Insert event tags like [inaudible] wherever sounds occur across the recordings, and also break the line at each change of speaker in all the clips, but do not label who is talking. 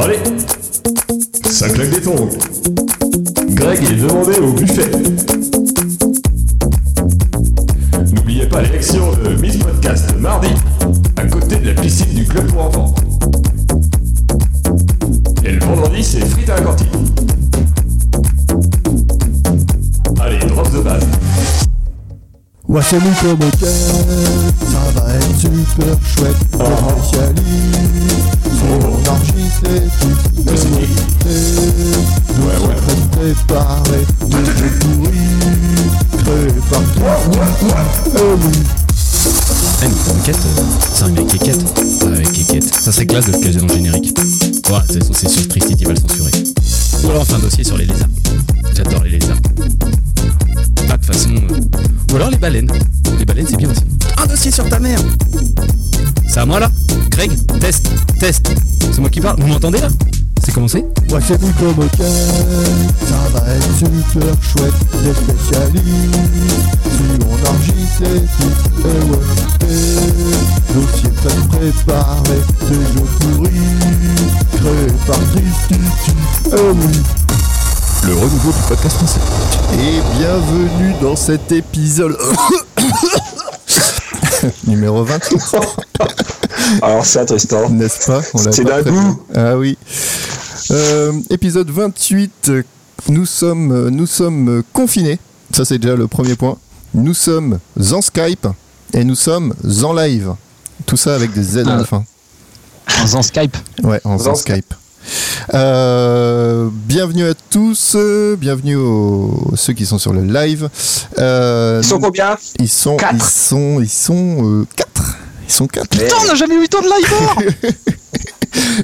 Allez, ça claque des tongs. Greg est demandé au buffet. N'oubliez pas l'élection de Miss Podcast mardi, à côté de la piscine du club pour enfants. Et le vendredi, c'est frites à la cantine. Allez, drop the base.
Ouais, c'est nous comme au Caire, ça va être super chouette. Les spécialistes, on enregistre les trucs de
Mais c'est qui
qualité. Nous
Ouais, ouais.
sommes préparés, des jeux pourris, créés par toi. Et oui,
Eh mais Kékette, euh, ça rime avec Kékette. Ah ouais, Kékette. Ça serait classe de le caser dans le générique. Voilà, de toute façon, c'est sur Tristit, il va le censurer. Ou alors on fait un dossier sur les lézards. J'adore les lézards. Ah, de toute façon. euh, Ou alors les baleines. Les baleines, c'est bien aussi. Un dossier sur ta mère C'est à moi là Greg, test, test. C'est moi qui parle. Vous m'entendez là C'est commencé
ouais, c'est nous comme au Caire, ça va être super chouette. Les spécialistes, si on enregistre les trucs et ouais. Et dossier très préparé, des jeux pourris, créés par Tristiti. Et oui.
Le renouveau du podcast français.
Et bienvenue dans
[coughs]
cet épisode numéro 28,
Alors ça, Tristan.
n'est-ce pas On l'a
C'est
pas
d'un
prévu.
goût.
Ah oui. Euh, épisode 28, euh, nous sommes, euh, nous sommes euh, confinés. Ça, c'est déjà le premier point. Nous sommes en Skype et nous sommes en live. Tout ça avec des Z à la
Ah.
fin.
En Skype.
Ouais, en
Dans
Skype. Euh, bienvenue à tous, euh, bienvenue aux, ceux qui sont sur le live. Euh,
Ils sont combien
ils sont,
Quatre. Eh,
ils sont, ils sont euh, quatre. Ils sont quatre.
Merde.
n'a jamais eu le temps de live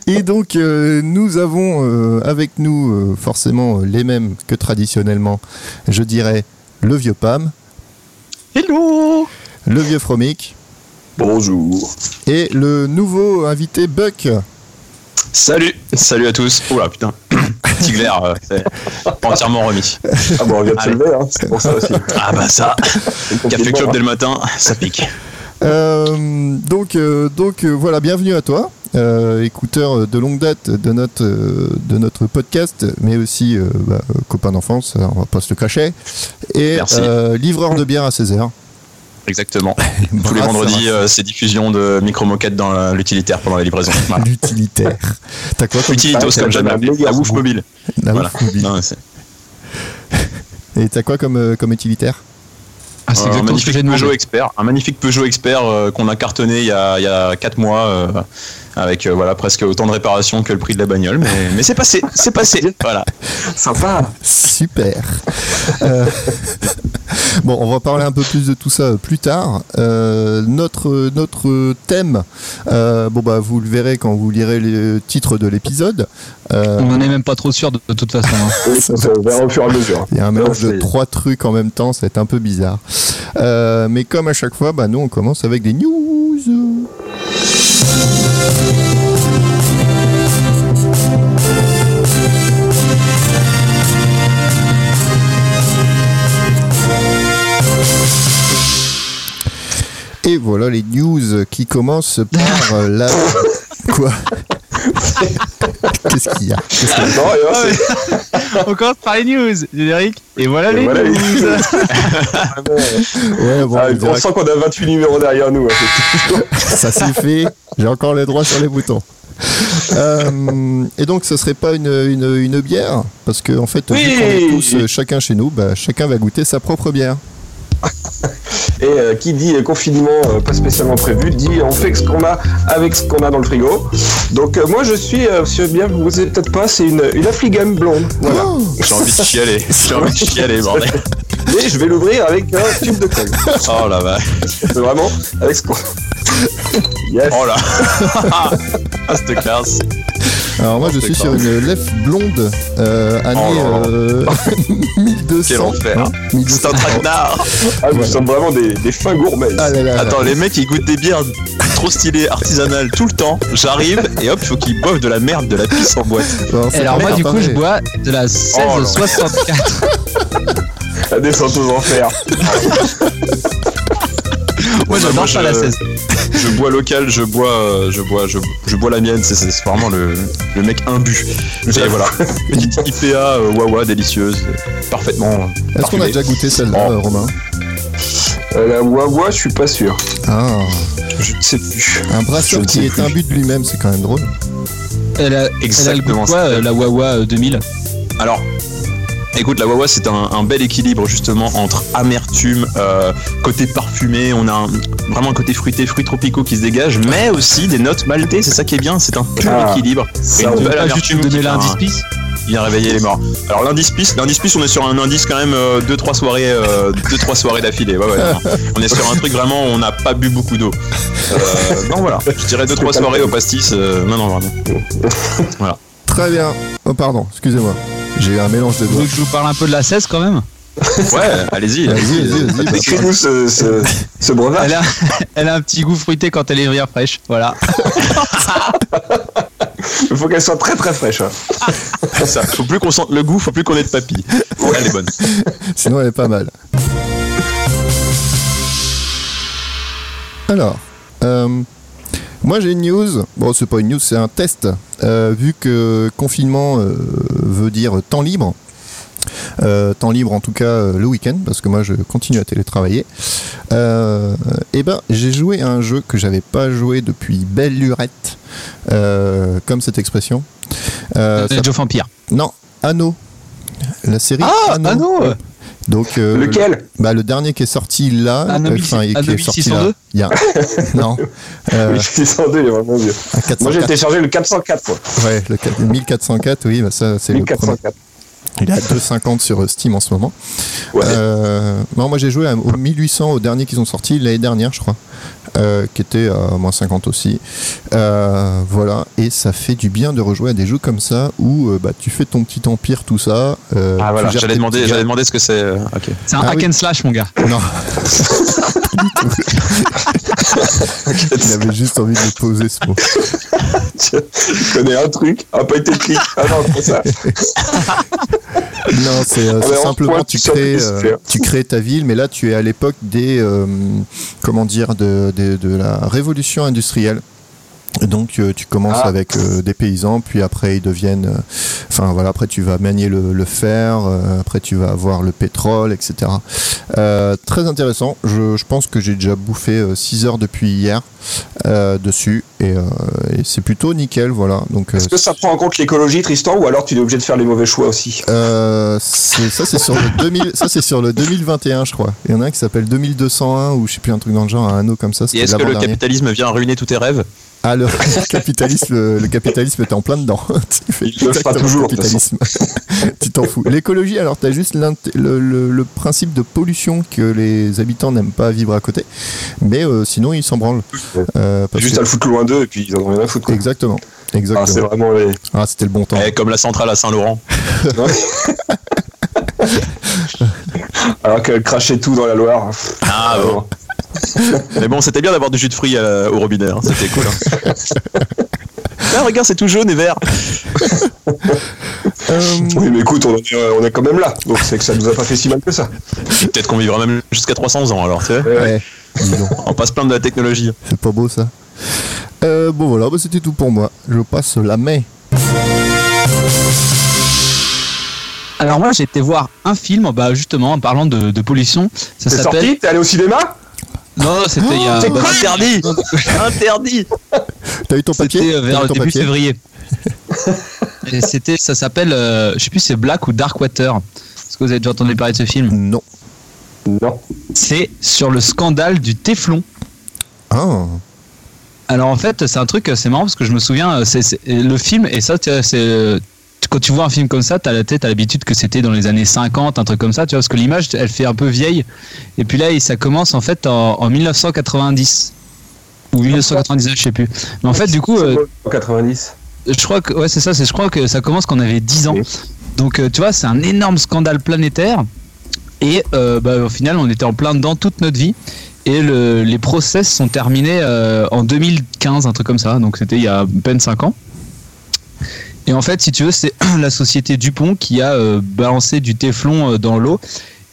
Et donc euh, nous avons euh, avec nous euh, forcément euh, les mêmes que traditionnellement. Je dirais le vieux Pam,
Hello
le vieux Fromic
Bonjour.
et le nouveau invité Buck.
Salut, salut à tous. Oula putain, petit verre, euh, c'est pas entièrement remis.
Ah bon, on vient de se
Allez.
lever, hein. c'est pour ça aussi.
Ah bah ça, café
Compliment,
club
hein.
dès le matin, ça pique.
Euh, donc, euh, donc euh, voilà, bienvenue à toi, euh, écouteur de longue date de notre, euh, de notre podcast, mais aussi euh, bah, euh, copain d'enfance, euh, on va pas se le cacher, et
Merci.
euh, livreur de bière à 16h.
Exactement. Tous les
Brasseur.
vendredis, euh, c'est diffusion de micro-moquettes dans la- l'utilitaire pendant la livraison.
[laughs]
Voilà.
L'utilitaire. Ah, T'as quoi comme euh,
Utilitos
c'est
comme
la
j'aime l'appeler, la
meilleure
ouf
goût.
mobile.
Ah,
Voilà.
ouf, oublie.
Non, c'est-
Et t'as quoi comme, euh, comme utilitaire
Ah, c'est
un
exactement ce que
magnifique
j'ai demandé.
Peugeot expert, un magnifique Peugeot expert euh, qu'on a cartonné il y a, il y a 4 mois euh, avec euh, voilà presque autant de réparations que le prix de la bagnole, mais, mais c'est passé, c'est passé. Voilà.
Sympa.
Super. Euh, [laughs] bon, on va parler un peu plus de tout ça euh, plus tard. Euh, notre notre thème, euh, bon bah vous le verrez quand vous lirez le titre de l'épisode. Euh,
On n'en est même pas trop sûr de, de toute façon. hein.
Oui, ça se verra au fur et à mesure.
Il y a un mélange de
c'est-
trois trucs en même temps, c'est un peu bizarre. Euh, mais comme à chaque fois, bah nous on commence avec des news. Et voilà les news qui commencent par euh,
[laughs]
la... Quoi Qu'est-ce qu'il y a Qu'est-ce qu'il y a
Non, et là, c'est-
On commence par les news, générique. Et voilà
et
les
voilà,
news.
Ouais, bon,
[laughs] Ah,
on
on
dira
sent qu'on a 28 numéros derrière nous. hein, c'est tout.
Ça s'est fait, j'ai encore les droits sur les boutons. Euh, et donc, ce serait pas une, une, une bière Parce que en fait, vu
Oui.
qu'on est tous euh, chacun chez nous, bah, chacun va goûter sa propre bière.
Et euh, qui dit euh, confinement euh, pas spécialement prévu, dit on fait ce qu'on a avec ce qu'on a dans le frigo. Donc euh, moi je suis, euh, si bien vous ne peut-être pas, c'est une, une affligame blonde. Voilà.
Oh,
J'ai envie de chialer. J'ai envie de chialer, bordel.
Mais je vais l'ouvrir avec un tube de colle.
Oh la vache.
Vraiment, avec ce qu'on... Yes.
Oh là [laughs] Ah, cette classe
Alors, moi, je suis sur une lèvre blonde, euh, année
Oh là là.
euh, 1200.
[laughs] Quel enfer.
hein, 1200.
C'est un traquenard
Ah, nous
Voilà.
sommes vraiment des, des fins gourmets.
Ah là là là.
Attends, les mecs, ils goûtent des bières trop stylées, artisanales, tout le temps. J'arrive, et hop, faut qu'ils boivent de la merde, de la pisse en boîte.
Bah, en fait,
Alors moi
merde,
du coup
attendez.
je bois de la
Oh là.
1664.
La descente aux enfers.
Moi,
[laughs] Moi j'adore
je-
ça la 16.
je bois local, je bois, euh, je bois, je, je bois la mienne. C'est- C'est c'est vraiment le, le mec imbu. Et voilà,
[laughs]
petite IPA euh, Wawa délicieuse, euh, parfaitement. euh,
Est-ce qu'on a
parfumée.
déjà goûté celle-là,
Oh.
euh, Romain
Euh, la Wawa, je suis pas sûr.
Ah,
Je ne sais plus.
un
Je
brasseur
ne
qui
sais
est
plus.
un but de lui-même, c'est quand même drôle.
Elle a, elle a le goût de
Exactement,
quoi,
c'est-
euh, la Wawa euh, 2000
Alors, écoute, la Wawa, c'est un, un bel équilibre justement entre amertume, euh, côté parfumé, on a un- vraiment un côté fruité, fruits tropicaux qui se dégage, mais aussi des notes maltées, c'est ça qui est bien, c'est un pur
Ah,
équilibre. Et
Ça,
une
on-
belle
Pas juste
amertume
nous
qui
donner
vient-
l'indice piste
qui vient réveiller les morts. Alors l'indice piste, l'indice piste, on est sur un indice quand même 2-3 soirées, euh, deux, trois soirées d'affilée. Ouais, ouais, non, non. On est sur un truc vraiment où on n'a pas bu beaucoup d'eau. Euh, non voilà, je dirais deux trois soirées au pastis, euh, non non vraiment.
Très bien. Oh, pardon, excusez-moi. J'ai eu un mélange de
Vous
doigts.
voulez que je vous parle un peu de la 16 quand même
Ouais, allez-y,
Vas-y, vas-y, vas-y. bah.
Décris-nous ce, ce, ce breuvage.
elle a, elle a un petit goût fruité quand elle est bien fraîche. Voilà.
Il faut qu'elle soit très très fraîche. hein.
C'est ça. Faut plus qu'on sente le goût, faut plus qu'on ait de papilles. Ouais, elle est bonne.
Sinon, elle est pas mal. Alors, euh, moi j'ai une news. Bon, c'est pas une news, c'est un test. Euh, vu que confinement euh, veut dire temps libre. euh, temps libre en tout cas euh, le week-end parce que moi je continue à télétravailler et ben j'ai joué à un jeu que j'avais pas joué depuis belle lurette euh, comme cette expression Euh,
Elle est
ça-
Joe Vampire.
non Anno la série Ah, Anno.
non
donc euh,
Lequel
bah, le dernier qui est sorti là,
Anno
euh, enfin,
1600,
qui est
Anno
sorti là,
1602?
il y a, [laughs] non, euh,
Le 602, [laughs] il est vraiment vieux.
un
Moi, j'ai
404,
téléchargé le 404, moi.
ouais, le quatre- 1404, oui, bah ça c'est le premier.
1404.
Il est à 250 sur euh, Steam en ce moment.
Ouais.
Euh, non, moi j'ai joué à- au 1800, au dernier qu'ils ont sorti l'année dernière, je crois, euh, qui était à moins 50 aussi. Euh, voilà, et ça fait du bien de rejouer à des jeux comme ça où euh, bah, tu fais ton petit empire, tout ça. euh,
Ah
tu
voilà,
gères
j'allais
tes
demander,
petits
j'allais demander ce que c'est. euh, Ok.
C'est un
Ah
hack
oui.
and slash, mon gars.
gars. Non, il avait juste envie de le poser ce mot.
Je connais un truc, un pas été clic. Ah non, c'est ça.
Non, c'est euh,
Ah
c'est
ben, on
simplement
pourrait
tu
tout ça
crées,
laisser
euh,
faire.
tu crées ta ville, mais là tu es à l'époque des euh, comment dire de, de- de la révolution industrielle. Et Donc euh, tu commences
Ah.
avec euh, des paysans, puis après ils deviennent, euh, enfin voilà, après tu vas manier le, le fer, euh, après tu vas avoir le pétrole, etc. Euh, très intéressant. Je, je pense que j'ai déjà bouffé 6 heures depuis hier euh, dessus et, euh, et c'est plutôt nickel, voilà. Donc euh,
Est-ce que ça prend en compte l'écologie, Tristan, ou alors tu es obligé de faire les mauvais choix aussi
Euh, c'est- ça c'est sur le 2000 ça c'est sur le 2021 je crois. Il y en a un qui s'appelle 2201 ou je sais plus un truc dans le genre un anneau comme ça.
Et
c'était
est-ce que le
l'avant-dernier.
capitalisme vient ruiner tous tes rêves
Ah le [laughs] capitalisme le, le capitalisme t'es en plein dedans. [laughs] tu fais
Il le fera
exactement
toujours, de toute
capitalisme. [laughs] tu t'en fous. L'écologie alors t'as juste l'int- le, le- le principe de pollution que les habitants n'aiment pas vivre à côté, mais euh, sinon ils s'en branlent. Euh, parce
Juste
que-
à le foutre loin d'eux et puis ils en ont rien à foutre. quoi.
Exactement.
Ah, c'est
Exactement.
vraiment les.
Ah, c'était le bon temps.
Eh, Comme la centrale à Saint-Laurent.
Alors qu'elle crachait tout dans la Loire.
Ah bon. Mais bon, c'était bien d'avoir du jus de fruits euh, au robinet, hein, c'était cool. [laughs] hein. Ah, regarde, c'est tout jaune et vert. [laughs]
Euh,
Oui, mais écoute, on, est- euh, on est quand même là. Donc c'est que ça nous a pas fait si mal que ça.
Peut-être qu'on vivra même jusqu'à 300 ans alors, tu sais.
ouais. Dis donc.
On passe plein de la technologie.
C'est pas beau ça. Euh, bon voilà, bah, c'était tout pour moi. Je passe la main.
Alors moi j'ai été voir un film, bah justement en parlant de, de pollution, ça
T'es
s'appelle.
sorti T'es allé au cinéma
Non, non, c'était il y a. bah,
C'est quoi
Interdit
[laughs]
Interdit
T'as eu ton papier
C'était euh, vers
T'as eu
le
ton
début
papier [laughs]
février. Et c'était, ça s'appelle, euh, je sais plus, si c'est Black ou Dark Water. Est-ce que vous avez déjà entendu parler de ce film
Non.
Non.
C'est sur le scandale du Téflon.
Ah,
Alors en fait, c'est un truc, euh, c'est marrant parce que je me souviens, euh, c'est c'est- le film, et ça, tu vois, c'est. euh, tu- Quand tu vois un film comme ça, t'as la tête, t'as l'habitude que c'était dans les années 50, un truc comme ça, tu vois, parce que l'image, elle fait un peu vieille. Et puis là, et ça commence en fait en, en 1990. Ou 1999, je sais plus. Mais en fait, du coup, euh,
En 90.
je crois que, ouais, c'est ça, c'est, je crois que ça commence quand on avait 10 ans.
Oui.
Donc, euh, tu vois, c'est un énorme scandale planétaire. Et euh, bah, au final, on était en plein dedans toute notre vie. Et le- les procès se sont terminés euh, en 2015, un truc comme ça. Donc, c'était il y a à peine 5 ans. Et en fait, si tu veux, c'est [clears throat] la société Dupont qui a euh, balancé du téflon euh, dans l'eau.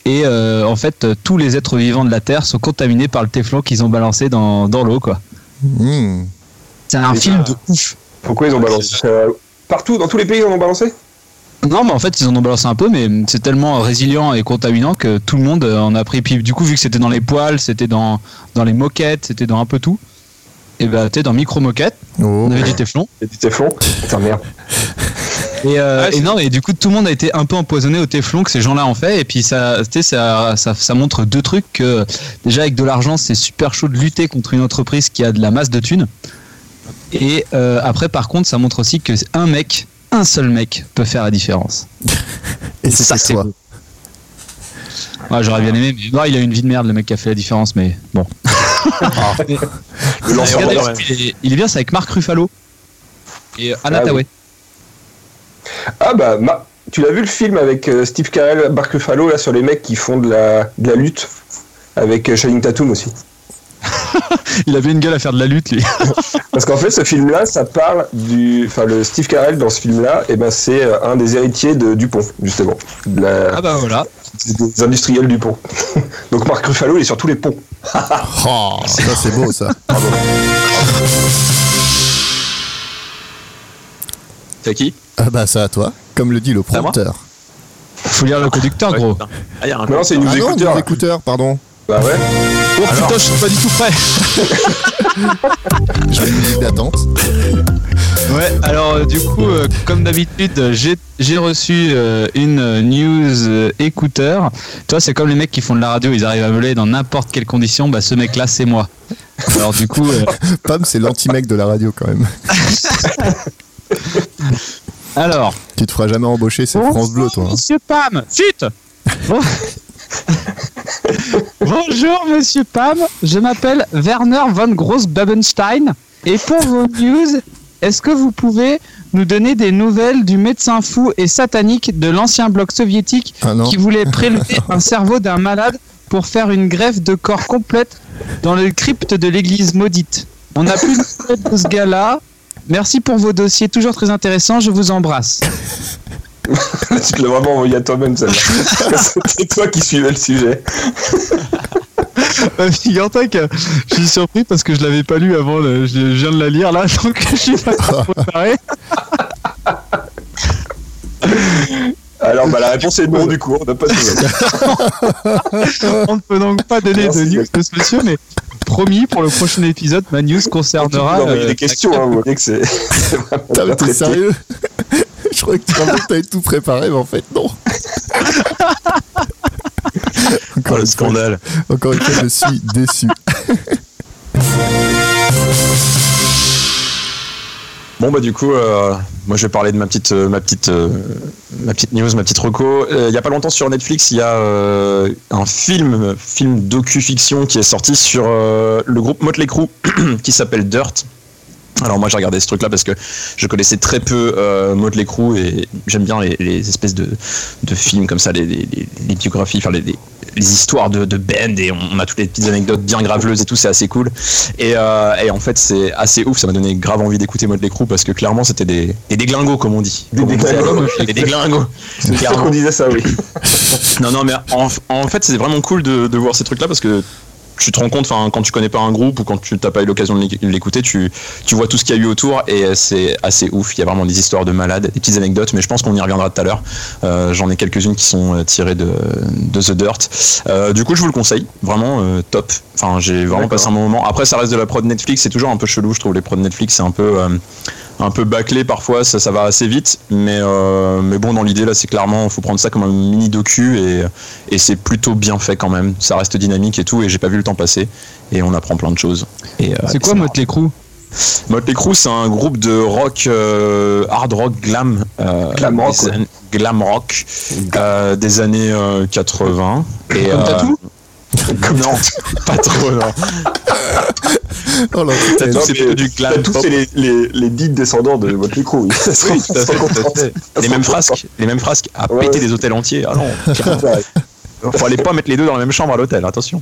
Et euh, en fait, euh, tous les êtres vivants de la Terre sont contaminés par le téflon qu'ils ont balancé dans, dans l'eau, quoi.
Hmm.
C'est un
Et
film
ça-
de ouf.
Pourquoi ils ont balancé ça Partout, dans tous les pays, ils en ont balancé
Non, mais en fait, ils en ont balancé un peu, mais c'est tellement résilient et contaminant que tout le monde euh, en a pris. Puis du coup, vu que c'était dans les poils, c'était dans, dans les moquettes, c'était dans un peu tout, et bah, t'es dans micro-moquettes,
Oh.
on avait du téflon.
Et du téflon Putain, merde.
Et, euh,
Ah,
et
c'est-
non, et du coup, tout le monde a été un peu empoisonné au téflon que ces gens-là ont fait. Et puis, ça, tu sais, ça, ça, ça montre deux trucs que déjà, avec de l'argent, c'est super chaud de lutter contre une entreprise qui a de la masse de thunes. Et euh, après, par contre, ça montre aussi que un mec, un seul mec, peut faire la différence.
Et
ça,
c'était
c'est
toi.
Ouais, j'aurais bien aimé, mais non, il a eu une vie de merde, le mec qui a fait la différence, mais bon.
[laughs] Le lanceur
Regardez,
d'alerte.
il, est, il est bien, c'est avec Marc Ruffalo et Anna
Ah oui.
Tawai.
Ah bah, ma- tu l'as vu le film avec euh, Steve Carell, Mark Ruffalo, là, sur les mecs qui font de la, de la lutte avec euh, Shining Tatum aussi.
Il avait une gueule à faire de la lutte, lui.
Parce qu'en fait, ce film-là, ça parle du. Enfin, le Steve Carell dans ce film-là, eh ben, c'est euh, un des héritiers de Dupont, justement. De la-
Ah bah voilà.
Des industriels du pont. [laughs] Donc Marc Ruffalo, il est sur tous les ponts.
Oh, ça c'est beau
[laughs]
ça.
T'as qui
Ah bah ça à toi, comme le dit le prompteur.
Faut lire le conducteur,
Ouais,
gros.
putain. Ah, y a un
Mais non, c'est une
Ah non,
écouteurs.
nos écouteurs, pardon.
Bah ouais. [laughs]
Oh putain, je suis pas du tout prêt.
Je vais une musique d'attente.
Ouais, alors euh, du coup, euh, comme d'habitude, euh, j'ai- j'ai reçu euh, une euh, news euh, écouteur. Toi, c'est comme les mecs qui font de la radio, ils arrivent à meuler dans n'importe quelle condition. Bah, ce mec-là, c'est moi. Alors du coup, [laughs] euh,
Pam, c'est l'anti-mec de la radio quand même.
alors.
Tu te feras jamais embaucher, c'est France Bleu toi. hein.
Monsieur Pam, chut
[laughs]
Bon- Bonjour Monsieur Pam, je m'appelle Werner von Gross-Babenstein et pour vos news, est-ce que vous pouvez nous donner des nouvelles du médecin fou et satanique de l'ancien bloc soviétique
Ah non.
qui
[laughs]
voulait prélever un cerveau d'un malade pour faire une greffe de corps complète dans le crypte de l'église maudite On n'a plus de nouvelles de ce gars-là. Merci pour vos dossiers, toujours très intéressants, je vous embrasse.
tu te l'as vraiment envoyé à toi-même, celle [laughs] C'était toi qui suivais le sujet.
Euh, Figure-toi que je suis surpris parce que je l'avais pas lu avant, le- je je viens de la lire là, [laughs] donc je suis pas trop préparé.
Alors, bah, la réponse est non, du coup, on n'a pas de nouvelles.
On ne peut donc pas donner de
Merci,
news de ce monsieur, mais promis, pour le prochain épisode, ma news concernera.
Non, mais il y a
euh,
des questions, hein, vous voyez que c'est.
[laughs]
c'est vraiment
Putain, mais t'es
pas traité.
sérieux [laughs] Je croyais que tu pensais que t'avais tout préparé, mais en fait,
[laughs]
non.
Oh,
encore,
le
une fois,
scandale.
encore une fois, je suis déçu.
Bon bah du coup, euh, moi je vais parler de ma petite, euh, ma petite, euh, ma petite news, ma petite reco. Euh, Il y a pas longtemps sur Netflix, il y a euh, un film, film docu-fiction qui est sorti sur euh, le groupe Motley Crue qui s'appelle Dirt. Alors moi j'ai regardé ce truc-là parce que je connaissais très peu euh, Motley Crue et j'aime bien les, les espèces de, de films comme ça, les, les- les- les biographies, enfin les, les- les histoires de, de band et on a toutes les petites anecdotes bien graveleuses et tout, c'est assez cool. Et, euh, et en fait c'est assez ouf, ça m'a donné grave envie d'écouter Motley Crue parce que clairement c'était des, des déglingos comme on dit.
Des
Comme on disait à
déglingos.
l'époque, Des déglingos.
C'est sûr qu'on disait ça, oui.
Non, non, mais en, en fait, c'est vraiment cool de, de voir ces trucs-là parce que tu te rends compte, enfin, quand tu connais pas un groupe ou quand tu t'as pas eu l'occasion de l'éc- de l'écouter, tu, tu vois tout ce qu'il y a eu autour et euh, c'est assez ouf. Il y a vraiment des histoires de malades, des petites anecdotes, mais je pense qu'on y reviendra tout à l'heure. Euh, J'en ai quelques-unes qui sont euh, tirées de, de The Dirt. Euh, du coup, je vous le conseille, vraiment euh, top. Enfin, j'ai vraiment
D'accord.
passé un bon moment. Après, ça reste de la prod Netflix, c'est toujours un peu chelou, je trouve. Les prods Netflix, c'est un peu. euh, un peu bâclé parfois, ça, ça va assez vite, mais, euh, mais bon, dans l'idée, là, c'est clairement, faut prendre ça comme un mini docu et, et c'est plutôt bien fait quand même. Ça reste dynamique et tout, et j'ai pas vu le temps passer, et on apprend plein de choses. Et, euh, et
C'est quoi
ça
Motley Crue
Motley Crue, c'est un groupe de rock, euh, hard rock, glam. euh,
Glam rock,
des
ouais.
an- glam rock, euh, des années euh, 80. Et,
Comme
euh,
Tattoo
[laughs] Non, pas trop, non.
Oh là, putain,
Tattoo, c'est
[laughs] mais
plutôt du glam
Tous,
pop.
c'est les, les, les dits descendants de votre micro, oui. [laughs] Ça se
Oui, tout à fait,
comprend.
tout à
Ça
fait. Les
se
mêmes
comprend.
frasques, les mêmes frasques à
Ouais,
péter
ouais.
des hôtels entiers. Ah non, faut aller pas mettre les deux dans la même chambre à l'hôtel, attention.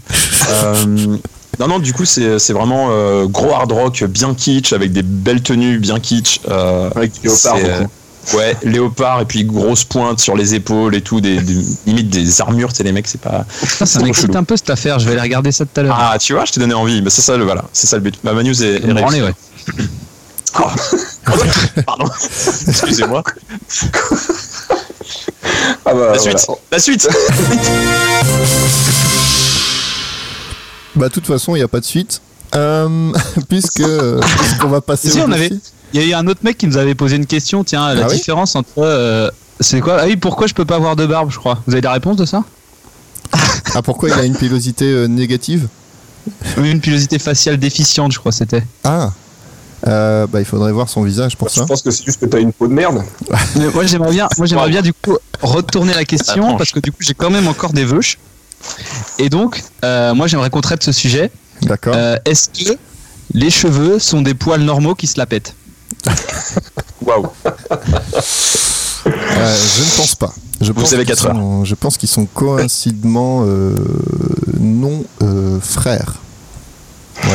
Euh, non, non, du coup, c'est c'est vraiment euh, gros hard rock bien kitsch, avec des belles tenues bien kitsch. euh,
Avec du léopard,
c'est, euh,
beaucoup.
Ouais, léopard et puis grosse pointe sur les épaules et tout, des, des- limite des armures, tu sais, les mecs, c'est pas.
Putain, ça
trop
m'excite
chelou.
un peu cette affaire, je vais aller regarder ça tout à l'heure.
Ah, tu vois, je t'ai donné envie, mais c'est ça le voilà, c'est ça le but. Ma Manus est,
Je vais me
est
branler, ouais.
réussie. Pardon, excusez-moi.
Ah bah,
La suite,
[laughs]
la suite.
Bah, de toute façon, il n'y a pas de suite. Euh, [laughs] puisque on va passer
Si,
au
on avait-
dossier.
Il y a eu un autre mec qui nous avait posé une question, tiens, la
Ah oui
différence entre. euh, c'est quoi Ah oui, pourquoi je peux pas avoir de barbe, je crois. Vous avez la réponse de ça
Ah, pourquoi il a une pilosité euh, négative
Oui, Une pilosité faciale déficiente, je crois, c'était.
Ah Euh, Bah, il faudrait voir son visage pour
Je
ça.
pense que c'est juste que t'as une peau de merde.
Mais moi, j'aimerais bien, moi, j'aimerais bien du coup retourner la question
Attends.
parce que du coup, j'ai quand même encore des veuches. Et donc, euh, moi, j'aimerais qu'on traite ce sujet.
Ah.
D'accord.
Euh, Est-ce que les cheveux sont des poils normaux qui se la pètent
Waouh.
Euh, je ne pense pas. Je pense
avez
qu'ils
quatre heures.
sont- Je pense qu'ils sont coïncidemment euh, non euh, frères.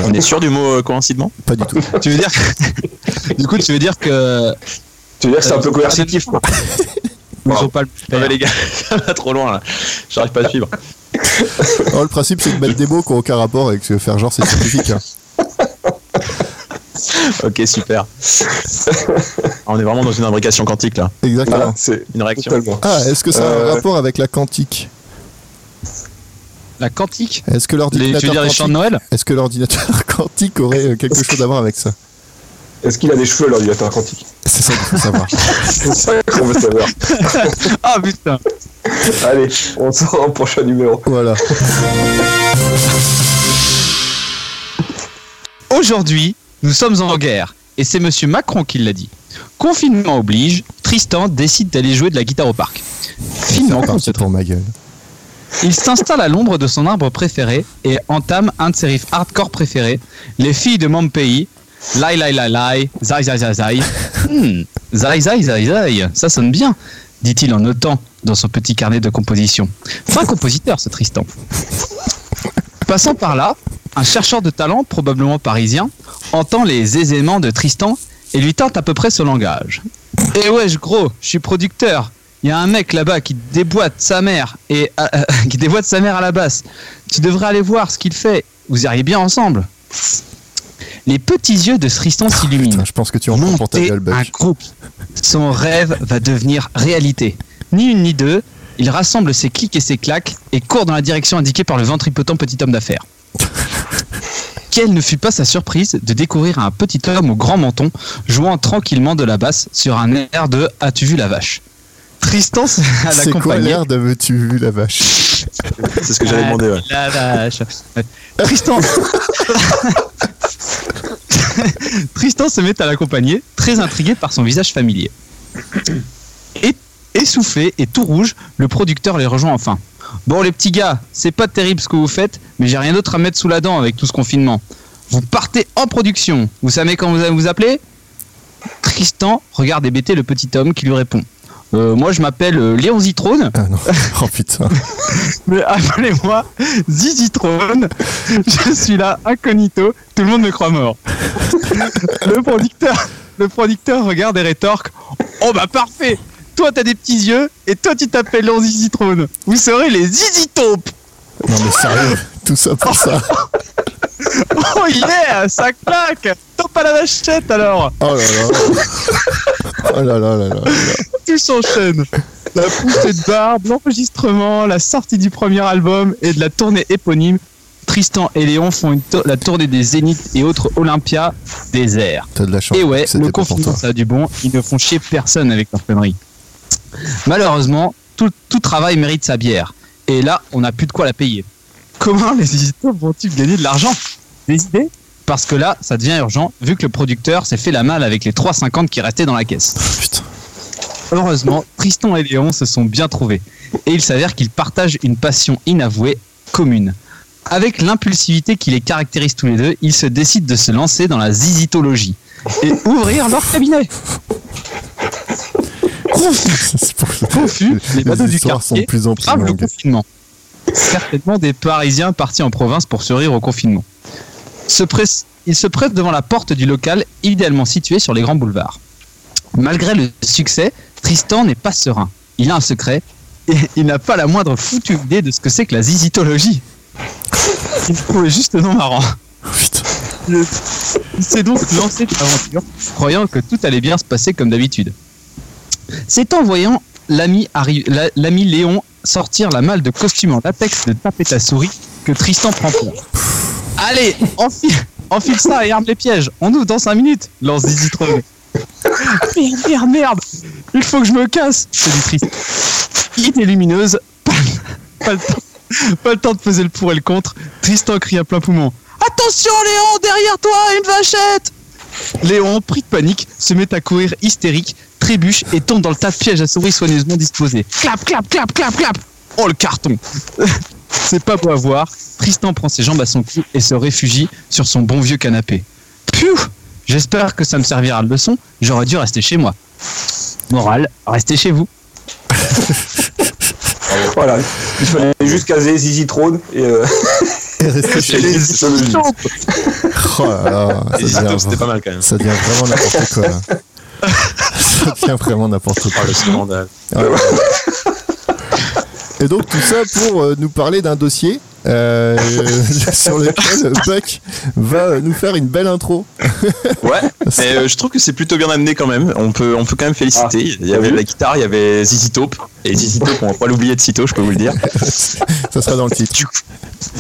On est sûr du mot euh, coïncidement
Pas du tout.
Tu veux dire que- [laughs] Du coup, tu veux dire que.
Tu veux dire que
Euh,
c'est un peu coercitif
[laughs]
quoi.
Ils
Wow.
ont pas le
Ah bah, les gars, [laughs] ça va trop loin là. J'arrive pas à suivre.
Oh, le principe, c'est de mettre des mots qui n'ont aucun rapport avec ce que faire genre, c'est scientifique. hein.
Ok, [laughs] super. Ah, On est vraiment dans une imbrication quantique là.
Exactement.
Voilà, c'est
Une réaction.
totalement.
Ah, est-ce que ça a
Euh,
un rapport avec la quantique
La quantique
Est-ce que
Les- Tu veux
l'ordinateur
dire les chants de
quantique,
Noël
est-ce que l'ordinateur [laughs] quantique aurait euh, quelque chose à voir avec ça
Est-ce qu'il a des cheveux l'ordinateur quantique [laughs]
C'est ça qu'il faut savoir.
C'est ça qu'on veut
[laughs]
savoir.
Ah putain
Allez, on sort un prochain numéro.
[laughs] voilà.
Aujourd'hui, nous sommes en guerre. Et c'est monsieur Macron qui l'a dit. Confinement oblige, Tristan décide d'aller jouer de la guitare au parc. Finement
C'est
con, ce
parti
truc.
pour ma gueule.
Il s'installe à l'ombre de son arbre préféré et entame un de ses riffs hardcore préférés, Les filles de mon pays. Lai lai lai lai, zai zai zai zai. Hmm, zai zai zai zai, ça sonne bien, dit-il en notant dans son petit carnet de composition. Fin compositeur, ce Tristan. Passant par là, un chercheur de talent, probablement parisien, entend les aiséments de Tristan et lui tente à peu près ce langage. Eh wesh gros, je suis producteur. Il y a un mec là-bas qui déboîte sa mère et euh, [laughs] euh, qui déboîte sa mère à la basse. Tu devrais aller voir ce qu'il fait. Vous iriez bien ensemble. Les petits yeux de Tristan s'illuminent.
Putain, je pense que tu en prends pour ta
Monter
gueule,
un
Buck.
groupe. Son rêve va devenir réalité. Ni une ni deux, il rassemble ses clics et ses claques et court dans la direction indiquée par le ventripotent petit
[laughs]
homme d'affaires. Quelle ne fut pas sa surprise de découvrir un petit homme au grand menton jouant tranquillement de la basse sur un air de As-tu vu la vache Tristan se- à
C'est quoi
l'accompagner.
l'air d'avais-tu vu la vache
C'est ce que j'avais demandé. Ouais.
La vache. Ouais.
[laughs]
Tristan. Tristan se met à l'accompagner, très intrigué par son visage familier. Et, essoufflé et tout rouge, le producteur les rejoint enfin. Bon les petits gars, c'est pas terrible ce que vous faites, mais j'ai rien d'autre à mettre sous la dent avec tout ce confinement. Vous partez en production. Vous savez quand vous allez vous appeler Tristan regarde hébété le petit homme qui lui répond. Euh, moi je m'appelle euh, Léon Zitrone
Ah
[laughs]
non. Oh putain.
mais appelez-moi Zizitrone. Je suis là incognito. Tout le monde me croit mort. Le producteur, le producteur regarde et rétorque. Oh bah parfait. Toi t'as des petits yeux et toi tu t'appelles en Zizitrone. Vous serez les Zizitopes.
Non mais sérieux. Tout ça pour ça.
Oh yeah, ça claque. Top à la vachette alors.
Oh là là. Oh là là là là.
Tout s'enchaîne. La poussée de barbe, l'enregistrement, la sortie du premier album et de la tournée éponyme. Tristan et Léon font une tour- la tournée des Zénith et autres Olympia des airs.
T'as de la chance.
Et ouais,
que c'était
le
pas pour
confinement,
toi.
ça a du bon. Ils ne font chier personne avec leur connerie. Malheureusement, tout, tout travail mérite sa bière. Et là, on n'a plus de quoi la payer. Comment les éditeurs vont-ils gagner de l'argent Des idées Parce que là, ça devient urgent, vu que le producteur s'est fait la malle avec les 3,50 qui restaient dans la caisse.
Putain.
Heureusement, Tristan et Léon se sont bien trouvés. Et il s'avère qu'ils partagent une passion inavouée commune. Avec l'impulsivité qui les caractérise tous les deux, ils se décident de se lancer dans la zizitologie [laughs] et ouvrir leur cabinet.
C'est pour [laughs] ça.
Confus, les badauds
Les
du
histoires sont de
quartier
plus en plus
grave le
longues.
confinement. Certainement des Parisiens partis en province pour survivre au confinement. Se presse- ils se pressent devant la porte du local idéalement situé sur les grands boulevards. Malgré le succès, Tristan n'est pas serein. Il a un secret et [laughs] il n'a pas la moindre foutue idée de ce que c'est que la zizitologie. Il trouvait juste le nom marrant. Le- [laughs] Il s'est donc lancé dans l'aventure, croyant que tout allait bien se passer comme d'habitude. C'est en voyant l'ami arri- la- l'ami Léon sortir la malle de costume en latex de tapette à souris que Tristan prend peur. Allez, enfile, enfile ça et arme les pièges. On ouvre dans 5 minutes, lance Zizi Troll. Merde, merde, merde Il faut que je me casse C'est du Tristan. Il était lumineuse, pas, pas le temps, pas le temps de peser le pour et le contre. Tristan crie à plein poumon. Attention Léon, derrière toi, une vachette Léon, pris de panique, se met à courir hystérique, trébuche et tombe dans le tas de pièges à souris soigneusement disposés. Clap, clap, clap, clap, clap Oh le carton [laughs] C'est pas beau à voir, Tristan prend ses jambes à son cou et se réfugie sur son bon vieux canapé. Piou J'espère que ça me servira de leçon, j'aurais dû rester chez moi. Morale, restez chez vous.
Voilà. Il fallait
Ah.
juste caser Zizi Trône et euh, [laughs]
Et rester
[laughs]
Chez
chez
les
lui.
Zizitologistes.
Oh là là, ça
Les Zizito,
devient,
c'était pas mal quand même.
ça devient vraiment n'importe quoi. là. ça devient vraiment n'importe quoi.
Oh, le scandale.
Et donc tout ça pour euh, nous parler d'un dossier euh, [laughs] sur lequel Buck va euh, nous faire une belle intro.
[laughs] Ouais, mais euh, je trouve que c'est plutôt bien amené quand même. On peut, on peut quand même féliciter.
Ah,
il y avait
t'as vu
la guitare, il y avait Zizi Taupe. Et Zizi Taupe, on va pas l'oublier de sitôt, je peux vous le dire.
Ça sera dans le titre.
Du coup,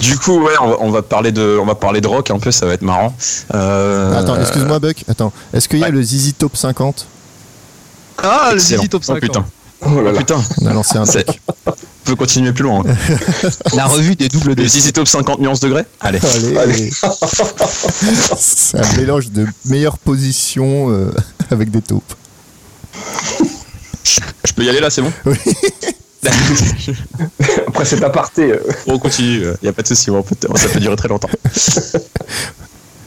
du coup ouais, on va, on va parler de, on va parler de rock un peu, ça va être marrant. Euh,
Attends, excuse-moi Buck, attends. Est-ce qu'il y a
ouais.
le Zizi Top 50
Ah,
excellent. Oh putain,
oh là
oh
là.
putain,
On a lancé un
C'est-
truc.
[laughs] on peut continuer plus [laughs] loin.
La revue des doubles
Le
D.
Zizi Taupe 50 nuances degrés Allez.
Allez, C'est un mélange de meilleures positions euh, avec des taupes.
Je peux y aller là, c'est bon
Oui.
[laughs]
Après cet aparté, euh,
on continue, il n'y a pas de souci, on peut- ça peut durer très longtemps.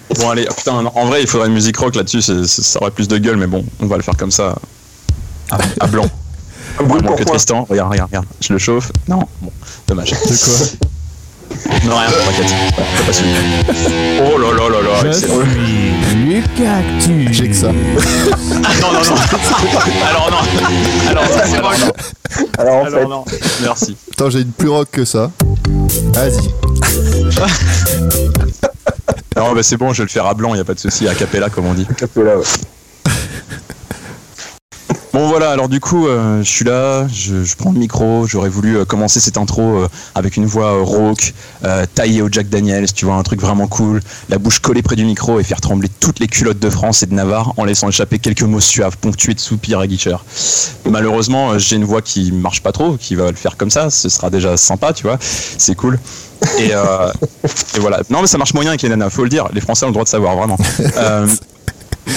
[laughs] bon, allez, oh, putain, non, en vrai, il faudrait une musique rock là-dessus, c'est- c'est- ça aurait plus de gueule, mais bon, on va le faire comme ça. À, Ah, à [laughs] blanc.
un brûle
Vraiment
pour
que
point.
Tristan, regarde, regarde, regarde, je le chauffe. Non, bon, dommage.
De quoi
[laughs] Non, rien, t'inquiète. T'as pas suivi. Oh là là là là, excellent.
J'ai que ça.
Ah, Non, non, non. Alors non. [laughs] Alors, ça, c'est pas grave.
Alors en fait,
Alors non. Merci.
Attends, j'ai une plus rock que ça. Vas-y.
Non, bah c'est bon, je vais le faire à blanc, il a pas de souci, à capella comme on dit.
Capella, ouais.
Bon voilà, alors du coup, euh, je suis là, je, je prends le micro, j'aurais voulu euh, commencer cette intro euh, avec une voix euh, rauque, euh, taillée au Jack Daniels, tu vois, un truc vraiment cool, la bouche collée près du micro et faire trembler toutes les culottes de France et de Navarre en laissant échapper quelques mots suaves, ponctués de soupirs à guicheur. Malheureusement, euh, j'ai une voix qui marche pas trop, qui va le faire comme ça, ce sera déjà sympa, tu vois, c'est cool. Et, euh, et voilà. Non mais ça marche moyen avec les nanas, faut le dire, les Français ont le droit de savoir, vraiment. Euh,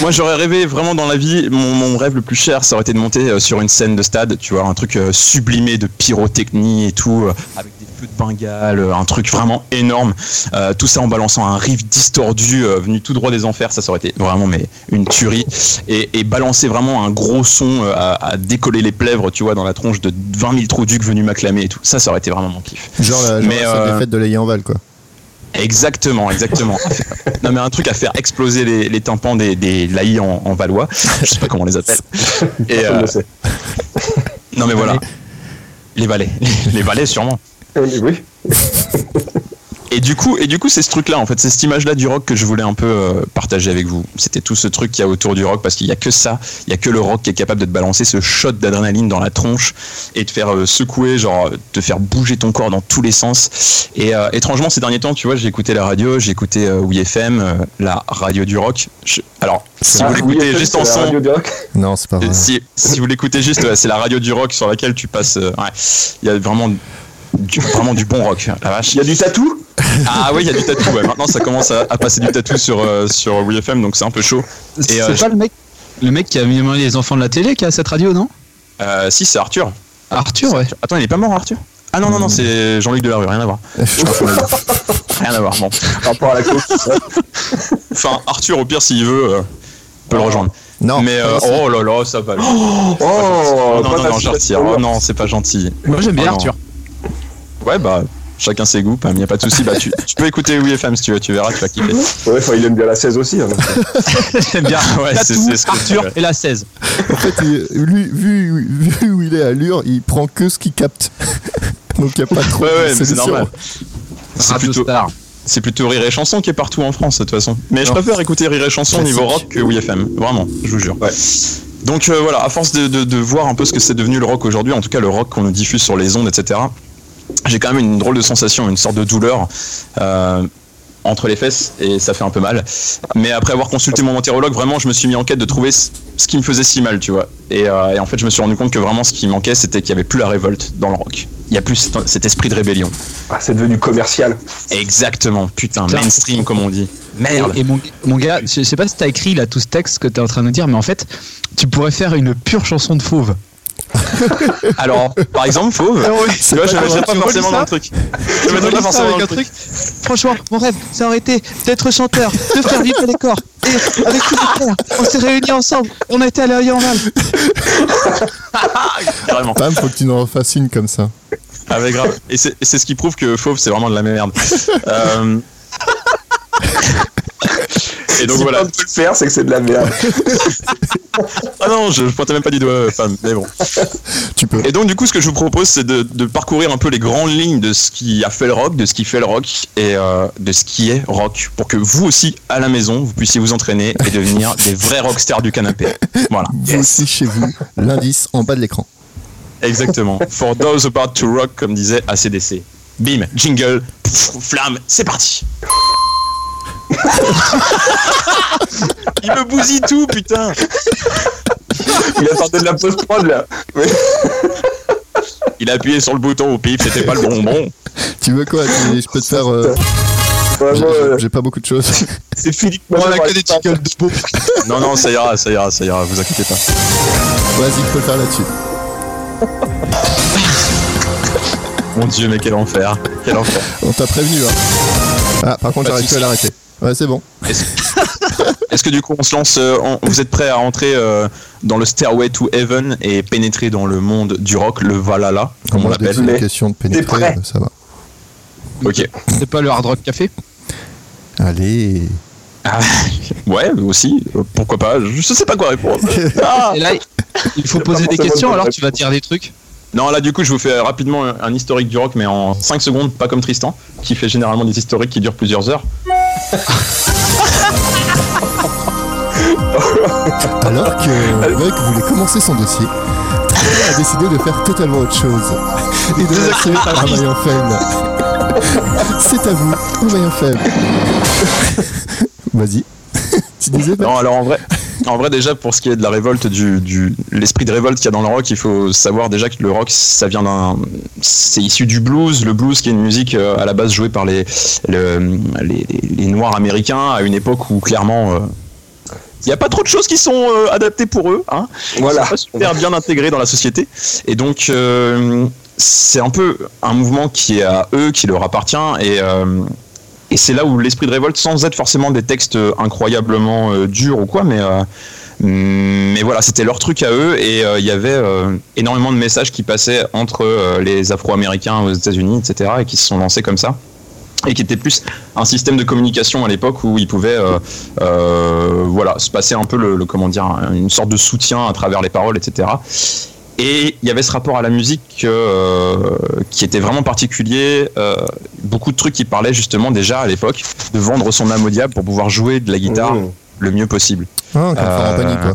moi, j'aurais rêvé vraiment dans la vie. Mon, mon rêve le plus cher, ça aurait été de monter euh, sur une scène de stade, tu vois, un truc euh, sublimé de pyrotechnie et tout, euh, avec des feux de Bengale, euh, un truc vraiment énorme. Euh, tout ça en balançant un riff distordu euh, venu tout droit des enfers, ça, ça aurait été vraiment mais une tuerie. Et, et balancer vraiment un gros son euh, à, à décoller les plèvres, tu vois, dans la tronche de 20 000 trous-ducs venus m'acclamer et tout. Ça, ça aurait été vraiment mon kiff.
Genre la, genre
Mais,
la salle
euh,
des fêtes de l'Ayenval, quoi.
Exactement, exactement. non mais un truc à faire exploser les, les tympans des, des laïs en, en valois. Je sais pas comment on les appelle. Et,
personne ne
euh,
le sait.
non mais voilà. Les valets. Les valets sûrement.
Eh Oui, oui.
Et du coup, et du coup, c'est ce truc-là, en fait, c'est cette image-là du rock que je voulais un peu euh, partager avec vous. C'était tout ce truc qu'il y a autour du rock, parce qu'il y a que ça, il y a que le rock qui est capable de te balancer ce shot d'adrénaline dans la tronche et de faire euh, secouer, genre, euh, te faire bouger ton corps dans tous les sens. Et euh, étrangement, ces derniers temps, tu vois, j'ai écouté la radio, j'ai écouté euh, WFM, euh, la radio du rock. Je- Alors, si
Ah,
vous l'écoutez
oui,
juste
c'est
en
la
son,
radio du rock.
Non, c'est pas vrai. [laughs]
si, si vous l'écoutez juste, ouais, c'est la radio du rock sur laquelle tu passes. euh, ouais, il y a vraiment du, vraiment du bon rock. La vache.
Il y a du tatou
Ah oui, il y a du tatou. ouais. Maintenant, ça commence à, à passer du tatou sur euh, sur WFM, donc c'est un peu chaud. Et,
C'est
euh,
pas le mec, le mec qui a mis en main les enfants de la télé qui a cette radio, non
Euh, si, c'est Arthur.
Arthur, ouais.
Attends, il est pas mort, Arthur Ah non, non, non, c'est Jean-Luc Delarue, rien à voir. Rien à voir. Bon.
par rapport à la coke. [laughs]
Enfin, Arthur, au pire, s'il veut, euh, peut le rejoindre.
Non,
Mais euh,
non,
oh là là, ça va.
Oh,
non, non,
pas
non, hein. je
facile à
retire.
savoir.
Oh non, c'est pas gentil.
Moi j'aime bien
Oh non.
Arthur.
Ouais, bah, Chacun ses goûts, il n'y a pas de souci. Bah, tu, tu peux écouter Oui FM si tu veux, tu verras, tu vas kiffer.
Ouais, enfin, il aime bien la 16 aussi. hein.
J'aime bien.
Ouais,
Tatou,
[laughs] c'est- c'est ce que-
Arthur et la 16.
oh.
En fait, il- lui, vu, vu où il est à Lure, il prend que ce qu'il capte. [laughs] Donc il n'y a pas trop
Ouais, ouais,
de
mais c'est
solution.
normal. C'est
Radio
plutôt,
Star.
c'est plutôt Rire et Chanson qui est partout en France, de toute façon. Mais je
Non.
préfère écouter Rire et Chanson
Classique.
niveau rock que Oui FM. Vraiment, je vous jure. Donc euh, voilà, à force de, de- de voir un peu ce que c'est devenu le rock aujourd'hui, en tout cas le rock qu'on nous diffuse sur les ondes, etc., j'ai quand même une drôle de sensation, une sorte de douleur. euh, entre les fesses et ça fait un peu mal. Mais après avoir consulté mon entérologue, vraiment, je me suis mis en quête de trouver ce ce qui me faisait si mal, tu vois. Et, euh, et en fait, je me suis rendu compte que vraiment, ce qui manquait, c'était qu'il n'y avait plus la révolte dans le rock. Il n'y a plus cet- cet esprit de rébellion.
Ah, c'est devenu commercial.
Exactement, putain,
Putain.
mainstream comme on dit.
Et, et mon, mon gars, je sais pas si t'as écrit là tout ce texte que t'es en train de nous dire, mais en fait, tu pourrais faire une pure chanson de fauve.
Alors, par exemple, Fauve, tu vois, je ne mettrais pas
tu
forcément
relis
dans
ça
le truc. [laughs] Je mettrais
relis
pas
ça
forcément
avec
dans le
un
truc.
Franchement, mon rêve, ça aurait été d'être chanteur, de faire vibrer les corps. Et avec tous mes frères, on s'est réunis ensemble, on a été à l'œil en mal.
Carrément.
Pam, faut que tu nous refasses une comme ça.
Ah ouais, grave. Et c'est et c'est ce qui prouve que Fauve, c'est vraiment de la merde. Euh, [laughs] Et donc
si
voilà.
on peut le faire, c'est que c'est de la merde.
Ah non, je, je pointais même pas du doigt, euh, femme, mais bon.
Tu peux.
Et donc, du coup, ce que je vous propose, c'est de, de parcourir un peu les grandes lignes de ce qui a fait le rock, de ce qui fait le rock et euh, de ce qui est rock, pour que vous aussi, à la maison, vous puissiez vous entraîner et devenir des vrais rockstars du canapé. Voilà.
Vous aussi chez vous, l'indice en bas de l'écran.
Exactement. For those about to rock, comme disait ACDC. Bim, jingle, pff, flamme, c'est parti.
[laughs]
Il me bousille tout, putain.
Il attendait de la post-prod là.
Il a appuyé sur le bouton au pif, c'était pas le bon bon.
Tu veux quoi tu- Je peux te faire. euh, j'ai-
Vraiment,
j'ai-
euh,
J'ai pas beaucoup de choses.
[laughs] c'est Philippe
Non, non, ça ira, ça ira, ça ira, vous inquiétez pas.
Vas-y, je peux le faire là-dessus.
Mon dieu, mais quel enfer. Quel enfer.
On t'a prévenu, hein. Ah, par contre,
Pas
j'arrive plus
de
à
soucis.
l'arrêter. Ouais, c'est bon.
Est-ce est-ce que du coup on se lance euh, on- Vous êtes prêts à rentrer euh, dans le Stairway to Heaven et pénétrer dans le monde du rock, le Valhalla, comme on
Moi, dès que c'est
l'appelle
une
Mais
question de
prêt
pénétrer, euh, ça va.
Ok.
C'est pas le Hard Rock Café
Allez.
Ah, ouais, aussi. euh, Pourquoi pas Je je sais pas quoi répondre. Ah
Et là, il faut
pas
poser des
forcément
questions,
une
alors
bonne
tu vas dire des trucs.
non, là du coup, je vous fais rapidement un, un historique du rock, mais en 5 secondes, pas comme Tristan, qui fait généralement des historiques qui durent plusieurs heures.
Alors que Greg voulait commencer son dossier, Trevor a décidé de faire totalement autre chose. Et de lancer un Maillon Faible. C'est à vous, un Maillon Faible. Vas-y. [laughs] Tu disais pas
Non, alors en vrai, en vrai déjà pour ce qui est de la révolte, du, du- l'esprit de révolte qu'il y a dans le rock, il faut savoir déjà que le rock, ça vient d'un, c'est issu du blues. Le blues qui est une musique euh, à la base jouée par les le- les, les- les noirs américains à une époque où clairement euh, il n'y a pas trop de choses qui sont euh, adaptées pour eux, hein.
Voilà.
Ils sont pas super bien intégrés dans la société. Et donc, euh, c'est un peu un mouvement qui est à eux, qui leur appartient. Et, euh, et c'est là où l'esprit de révolte, sans être forcément des textes incroyablement euh, durs ou quoi, mais, euh, mais voilà, c'était leur truc à eux. Et euh, il y avait euh, énormément de messages qui passaient entre euh, les Afro-Américains aux États-Unis, etc., et qui se sont lancés comme ça. Et qui était plus un système de communication à l'époque où ils pouvaient euh, euh, voilà, se passer un peu le, le- comment dire, une sorte de soutien à travers les paroles, etc. Et il y avait ce rapport à la musique euh, qui était vraiment particulier. euh, beaucoup de trucs qui parlaient justement déjà à l'époque de vendre son âme au diable pour pouvoir jouer de la guitare
Mmh.
le mieux possible.
Ah, encore fort en panique, quoi.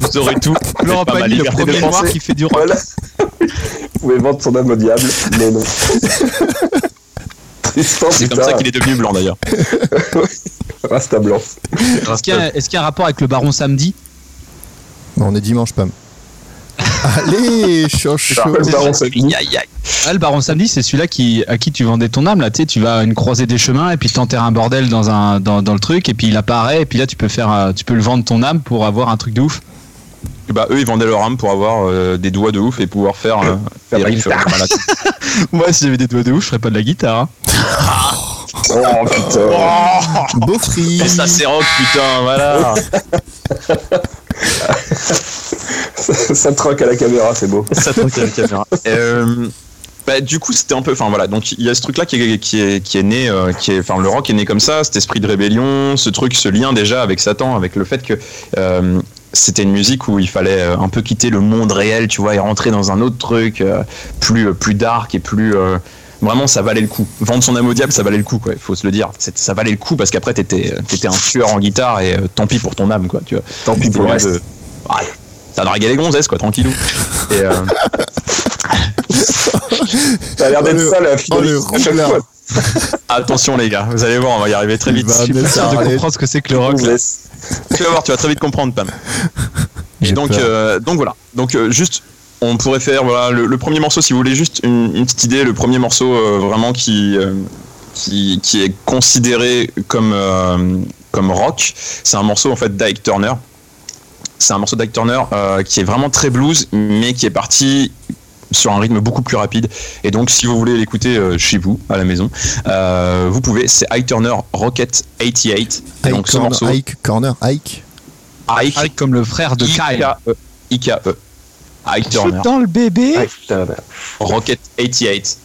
Vous aurez tout. Vous êtes
Laurent
pas mal,
Pagny, le
liberté de
premier
penser.
noir qui fait du rock.
Voilà. [laughs] Vous pouvez vendre son âme au diable, mais non. Tristan,
C'est comme ça
putain,
qu'il est devenu blanc d'ailleurs.
Rasta blanc.
Est-ce
euh,
qu'il y, a- est-ce qu'il y a un rapport avec le Baron Samedi
Non, on est dimanche, Pam. Allez, chaud, chaud.
Le baron Samedi.
Aïe, aïe.
Ah, le Baron Samedi, c'est celui-là qui, à qui tu vendais ton âme. Là, tu sais, tu vas à une croisée des chemins et puis t'enterres un bordel dans, un, dans, dans le truc et puis il apparaît et puis là tu peux faire, euh, tu peux le vendre ton âme pour avoir un truc de ouf. [laughs]
Bah, eux ils vendaient leur âme pour avoir euh, des doigts de ouf et pouvoir faire, euh,
Faire
des
la
riffs, euh, malades.
Moi, si j'avais des doigts de ouf, je ferais pas de la guitare. hein.
Oh putain.
Beau free.
[laughs] Mais ça c'est rock putain voilà
ça troque à la caméra, c'est beau.
Ça trotte à la caméra. Euh, bah, du coup, c'était un peu. Enfin, voilà. Donc, il y a ce truc-là qui est, qui est, qui est né. euh, qui est, enfin, le rock est né comme ça, cet esprit de rébellion, ce truc, ce lien déjà avec Satan, avec le fait que. euh, c'était une musique où il fallait euh, un peu quitter le monde réel, tu vois, et rentrer dans un autre truc euh, plus, euh, plus dark et plus. euh, vraiment, ça valait le coup. Vendre son âme au diable, ça valait le coup, quoi. Faut se le dire. C'est- Ça valait le coup parce qu'après, t'étais euh, t'étais un tueur en guitare et euh, tant pis pour ton âme, quoi. Tu vois.
Tant pis pour le
Ouais,
reste.
de- Ah, T'as dragué les gonzesses, quoi, tranquillou. Et, euh,
Ça a l'air d'être
Oh, le-
ça la
Oh,
finalité
le
à chaque
roublard.
fois.
attention, les gars, vous allez voir, on va y arriver très
Il
vite.
va
Je suis
me
pas sûr de
parler.
comprendre ce que c'est que le rock. là.
Yes.
Tu vas voir, tu vas très vite comprendre, Pam. Et
J'ai
donc,
peur.
euh, donc voilà. Donc euh, juste, on pourrait faire voilà le, le premier morceau, si vous voulez juste une, une petite idée, le premier morceau euh, vraiment qui, euh, qui qui est considéré comme euh, comme rock, c'est un morceau en fait d'Ike Turner. C'est un morceau d'Ike Turner euh, qui est vraiment très blues, mais qui est parti sur un rythme beaucoup plus rapide. Et donc, si vous voulez l'écouter euh, chez vous, à la maison, euh, vous pouvez. C'est Ike Turner Rocket 88. Et donc,
Ike
ce morceau,
Corner, Ike Corner, Ike.
Ike
Ike comme le frère de Kyle.
IKE. IKE. Ike Turner.
dans le bébé.
Ouais, putain, merde.
hein. Rocket 88.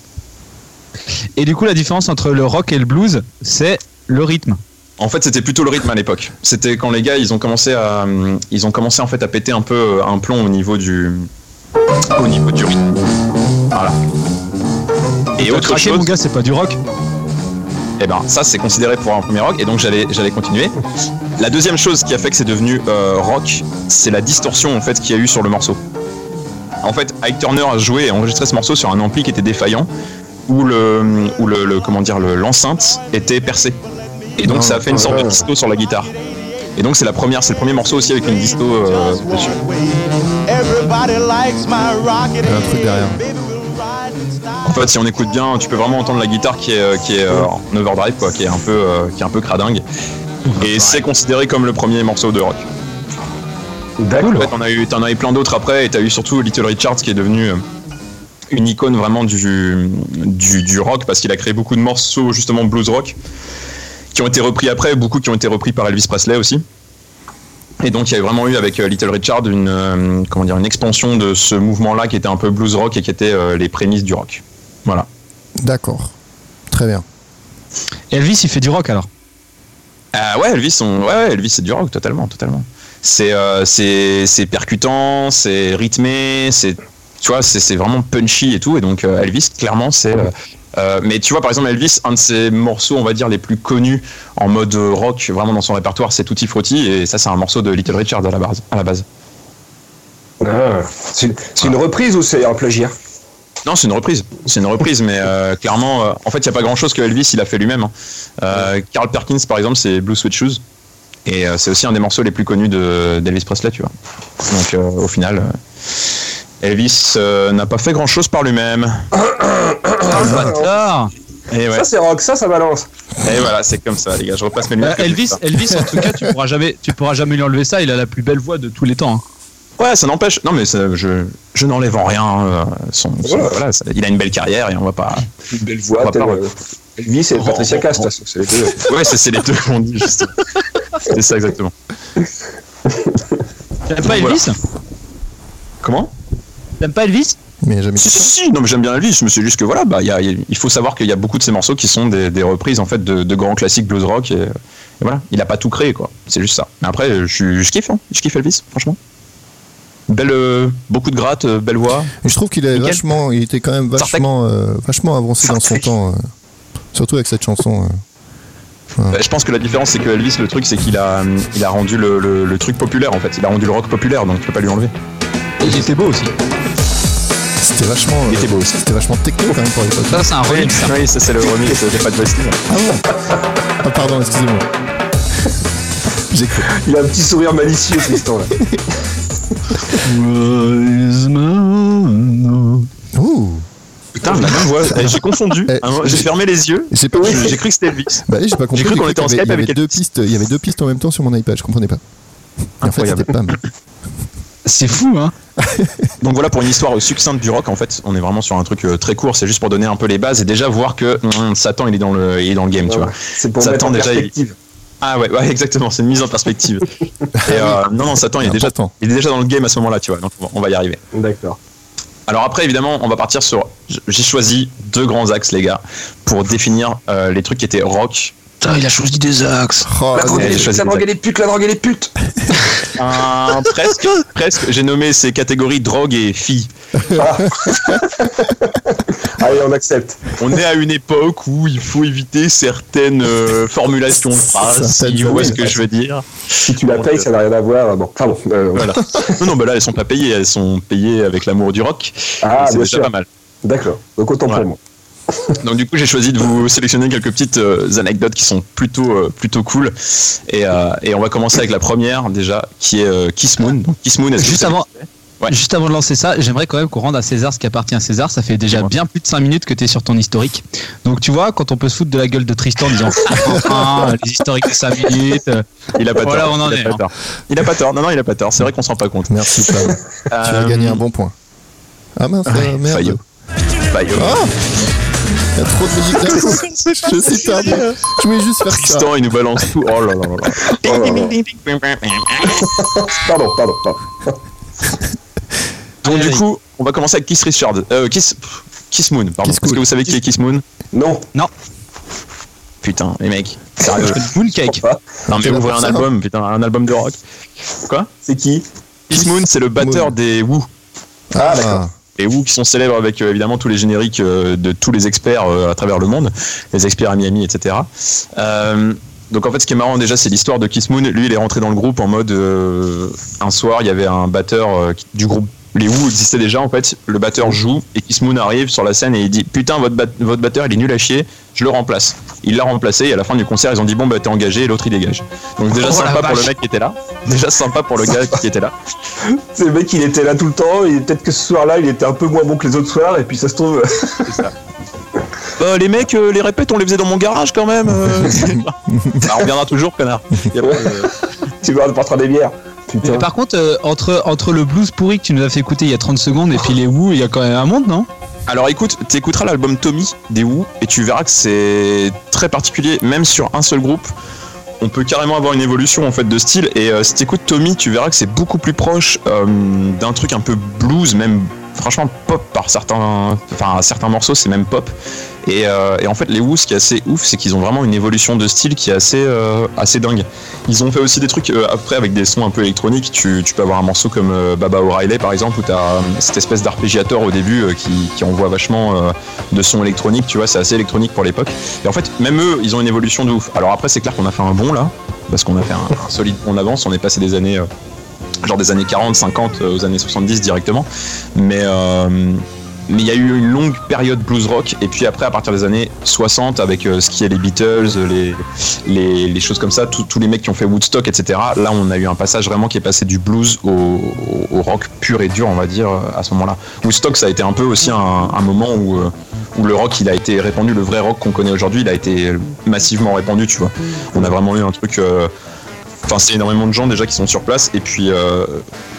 Et du coup, la différence entre le rock et le blues, c'est le rythme.
En fait, c'était plutôt le rythme à l'époque. C'était quand les gars, ils ont commencé à, hum, ils ont commencé en fait à péter un peu euh, un plomb au niveau du, au niveau du rythme. Voilà. Et
T'as
autre
craqué,
chose,
mon gars, c'est pas du rock.
et ben ça c'est considéré pour un premier rock. Et donc j'allais, j'allais continuer. La deuxième chose qui a fait que c'est devenu euh, rock, c'est la distorsion en fait qu'il y a eu sur le morceau. En fait, Ike Turner a joué et enregistré ce morceau sur un ampli qui était défaillant, où le, où le, le- comment dire, le- l'enceinte était percée. Et donc
Non,
ça a fait une sorte
ouais.
de disto sur la guitare. Et donc c'est la première, c'est le premier morceau aussi avec une disto euh, dessus.
Il y a un truc derrière.
En fait, si on écoute bien, tu peux vraiment entendre la guitare qui est, euh, qui est euh, en overdrive, quoi, qui est un peu, euh, qui est un peu cradingue. Et c'est considéré comme le premier morceau de rock. En
D'accord.
fait, on a eu, t'en as eu plein d'autres après, et t'as eu surtout Little Richards qui est devenu euh, une icône vraiment du, du, du rock parce qu'il a créé beaucoup de morceaux justement blues rock qui ont été repris après, beaucoup qui ont été repris par Elvis Presley aussi. Et donc il y a vraiment eu avec euh, Little Richard une euh, comment dire une expansion de ce mouvement-là qui était un peu blues rock et qui était euh, les prémices du rock. Voilà.
D'accord. Très bien.
Elvis, il fait du rock alors.
Ah ouais, Elvis, on- ouais, ouais, Elvis, c'est du rock, totalement, totalement. C'est, euh, c'est, c'est percutant, c'est rythmé, c'est, tu vois, c'est, c'est vraiment punchy et tout. Et donc euh, Elvis, clairement, c'est. euh, euh, mais tu vois, par exemple, Elvis, un de ses morceaux, on va dire les plus connus en mode euh, rock, vraiment dans son répertoire, c'est Tutti Frutti, et ça, c'est un morceau de Little Richard à la base. À la base.
Ah, C'est c'est une reprise ou c'est un plagiat
Non, c'est une reprise. C'est une reprise, mais euh, clairement, euh, en fait, il n'y a pas grand-chose que Elvis il a fait lui-même. hein. Euh, Carl Perkins, par exemple, c'est Blue Sweet Shoes. Et euh, c'est aussi un des morceaux les plus connus de- d'Elvis Presley, tu vois. Donc, euh, au final, euh, Elvis euh, n'a pas fait grand-chose par lui-même.
Ah, bah. Bâtard.
Et ouais.
Ça c'est rock, ça ça balance.
Et voilà, c'est comme ça, les gars. Je repasse mes
Euh,
lunettes.
Elvis,
comme
Elvis, en tout cas, tu pourras jamais, tu pourras jamais lui enlever ça. Il a la plus belle voix de tous les temps. hein.
ça. Ouais, ça n'empêche. Non, mais ça- je, je n'enlève en rien. hein, son, son-
Voilà.
voilà, ça- il a une belle carrière et on va pas.
Une belle
On
voix,
va
telle,
pas-
euh, Elvis et
Oh,
Patricia
oh,
Cass,
oh.
de toute façon, c'est les deux.
Ouais, c'est c'est les deux qu'on dit, juste.
[laughs]
C'est ça, exactement.
T'aimes pas
Voilà.
Elvis
Comment
T'aimes pas Elvis
Mais jamais.
Si, si, si, non, mais j'aime bien Elvis. Je me suis juste que voilà, bah, il y a- il y a- il faut savoir qu'il y a beaucoup de ces morceaux qui sont des, des reprises en fait de, de grands classiques blues rock. Et, et voilà, il a pas tout créé quoi. C'est juste ça. Mais après, je, suis- je kiffe, hein. je kiffe Elvis, franchement. Belle, euh, beaucoup de gratte, euh, belle voix.
Et je trouve qu'il est
Nickel.
vachement, il était quand même
Sartek.
vachement, euh, vachement avancé dans son
Sartek.
temps. euh, surtout avec cette chanson. euh.
Bah, je pense que la différence c'est que Elvis, le truc c'est qu'il a, hum, il a rendu le, le- le truc populaire en fait. Il a rendu le rock populaire, donc tu peux pas lui enlever.
Il était beau aussi.
C'était vachement. euh,
Il était beau aussi.
C'était vachement techno quand même pour l'époque.
Ça, c'est un
Oui,
remix. ça.
oui, ça c'est le remix, il y a pas de voice.
Ah bon Ah pardon, excusez-moi. J'ai cru.
Il a un [laughs] petit sourire malicieux, Tristan. Là.
Ouh
Putain, la même voix. Eh, J'ai confondu.
Eh,
Ah, J'ai fermé les yeux.
J'ai pas
J'ai j'ai cru que c'était Elvis.
Bah oui, j'ai pas compris.
J'ai cru qu'on était en
qu'il y avait- il y avait
Skype avec
deux
Elvis.
pistes. Il y avait deux pistes en même temps sur mon iPad, je comprenais pas. Et en fait,
Incroyable.
c'était Pam.
C'est fou, hein
[laughs] Donc voilà pour une histoire euh, succincte du rock en fait, on est vraiment sur un truc euh, très court, c'est juste pour donner hmm, un peu les bases et déjà voir que hum, Satan il est dans le il est dans le game, tu vois.
C'est pour
Ça
mettre
tend
en
déjà, il-
perspective.
Ah ouais, [laughs] ouais, exactement, c'est une mise en [laughs] perspective. Et, euh, non, non, Satan, [laughs] il est, déjà,
Important.
il est déjà dans le game à ce moment-là, tu vois, donc on va- on va y arriver.
D'accord.
Alors après, évidemment, on va partir sur. J'ai choisi deux grands axes, les gars, pour définir euh, les trucs qui étaient rock.
Putain, il a choisi des axes.
Oh,
La drogue
mais
et les
je
putes, la
choisis
drogue et les putes, la drogue et les putes
Un- presque, presque. J'ai nommé ces catégories drogue et filles.
Allez, on accepte.
On est à une époque où il faut éviter certaines euh, formulations de phrases.
Certaines
Si vous voyez ce que
phrases.
je veux dire
Si tu la
Bon,
payes,
je-
ça n'a rien à voir. Bon, enfin bon. euh,
Voilà. Non, non, bah là, elles sont pas payées. Elles sont payées avec l'amour du rock.
Ah,
c'est
bien
déjà
sûr.
pas mal.
D'accord. Donc autant
Ouais.
pour moi.
Donc du coup, j'ai choisi de vous sélectionner quelques petites euh, anecdotes qui sont plutôt euh, plutôt cool. Et, euh, et on va commencer avec la première déjà, qui est euh, Kiss Moon. Donc, Kiss Moon. est-ce que
Juste
vous
avant,
Ouais.
juste avant de lancer ça, j'aimerais quand même qu'on rende à César ce qui appartient à César. Ça fait déjà
Dis-moi.
bien plus de 5 minutes que tu es sur ton historique. Donc tu vois, quand on peut se foutre de la gueule de Tristan en disant Ah, enfin, les historiques de 5 minutes. euh,
Il a pas
Voilà,
tort.
on en
il a
est,
pas
hein.
tort. Il a pas tort. Non, non, il a pas tort. C'est vrai qu'on s'en rend pas compte.
Merci, Fab. tu as
Euh,
gagné un bon point. Ah mince, euh, merde.
Fayot. Fayot.
Ah Il y a trop de musique d'un
[laughs]
coup. Je suis perdu. Je voulais juste faire ça.
Tristan, il nous balance tout. Oh là là là là.
[laughs] Oh là là. Pardon, pardon, pardon.
Donc
Allez,
du
allez.
coup, on va commencer avec Kiss Richard. Euh, Kiss, pff, Kiss Moon, pardon.
Kiss
Est-ce
Moon.
que vous savez qui est Kiss Moon
Non,
Putain, les mecs. Sérieux.
je
Mooncake.
comprends pas.
Non mais
C'est la
ouvrez un
personne.
album, putain, un album de rock. Quoi
C'est qui
Kiss Moon, c'est le batteur
Moon.
des Who.
Ah, d'accord.
et Who qui sont célèbres avec euh, évidemment tous les génériques euh, de tous les experts euh, à travers le monde, les experts à Miami, etc. Euh, donc en fait, ce qui est marrant déjà, c'est l'histoire de Kiss Moon. Lui, il est rentré dans le groupe en mode euh, un soir, il y avait un batteur euh, qui- du groupe. Les Who existaient déjà en fait. Le batteur joue et Kiss Moon arrive sur la scène et il dit putain votre, bat- votre batteur il est nul à chier, je le remplace. Il l'a remplacé et à la fin du concert ils ont dit bon bah t'es engagé et l'autre il dégage. Donc déjà
Oh, la
sympa pour le
vache.
mec qui était là, déjà sympa pour le gars qui était [laughs] là.
C'est le mec, il était là tout le temps. Et peut-être que ce soir-là, il était un peu moins bon que les autres soirs. Et puis ça se trouve. [laughs]
Euh, les mecs, euh, les répètes, on les faisait dans mon garage quand même. euh. Bah, on reviendra toujours, connard. Y a pas de-
tu vas porter des bières. Putain.
Mais par contre, euh, entre, entre le blues pourri que tu nous as fait écouter il y a 30 secondes et puis les Woo, il y a quand même un monde, non
Alors écoute, t'écouteras l'album Tommy des Who et tu verras que c'est très particulier, même sur un seul groupe. On peut carrément avoir une évolution en fait de style et euh, si t'écoutes Tommy, tu verras que c'est beaucoup plus proche euh, d'un truc un peu blues, même franchement pop par certains, enfin à certains morceaux c'est même pop. Et, euh, et en fait les Who, ce qui est assez ouf, c'est qu'ils ont vraiment une évolution de style qui est assez euh, assez dingue. Ils ont fait aussi des trucs euh, après avec des sons un peu électroniques. Tu, tu peux avoir un morceau comme euh, Baba O'Reilly par exemple où tu as cette espèce d'arpégiateur au début euh, qui, qui envoie vachement euh, de sons électroniques. Tu vois, c'est assez électronique pour l'époque. Et en fait, même eux, ils ont une évolution de ouf. Alors après, c'est clair qu'on a fait un bon là parce qu'on a fait un, un solide on avance. On est passé des années euh, genre des années 40, 50 euh, aux années 70 directement. Mais euh, mais il y a eu une longue période blues rock et puis après à partir des années 60 avec euh, ce qui est les Beatles, les, les, les choses comme ça, tous- tous les mecs qui ont fait Woodstock, etc. Là, on a eu un passage vraiment qui est passé du blues au, au- au rock pur et dur, on va dire, euh, à ce moment-là. Woodstock, ça a été un peu aussi un, un moment où, euh, où le rock, il a été répandu, le vrai rock qu'on connaît aujourd'hui, il a été massivement répandu, tu vois. On a vraiment eu un truc. euh, Enfin, c'est énormément de gens déjà qui sont sur place, et puis euh,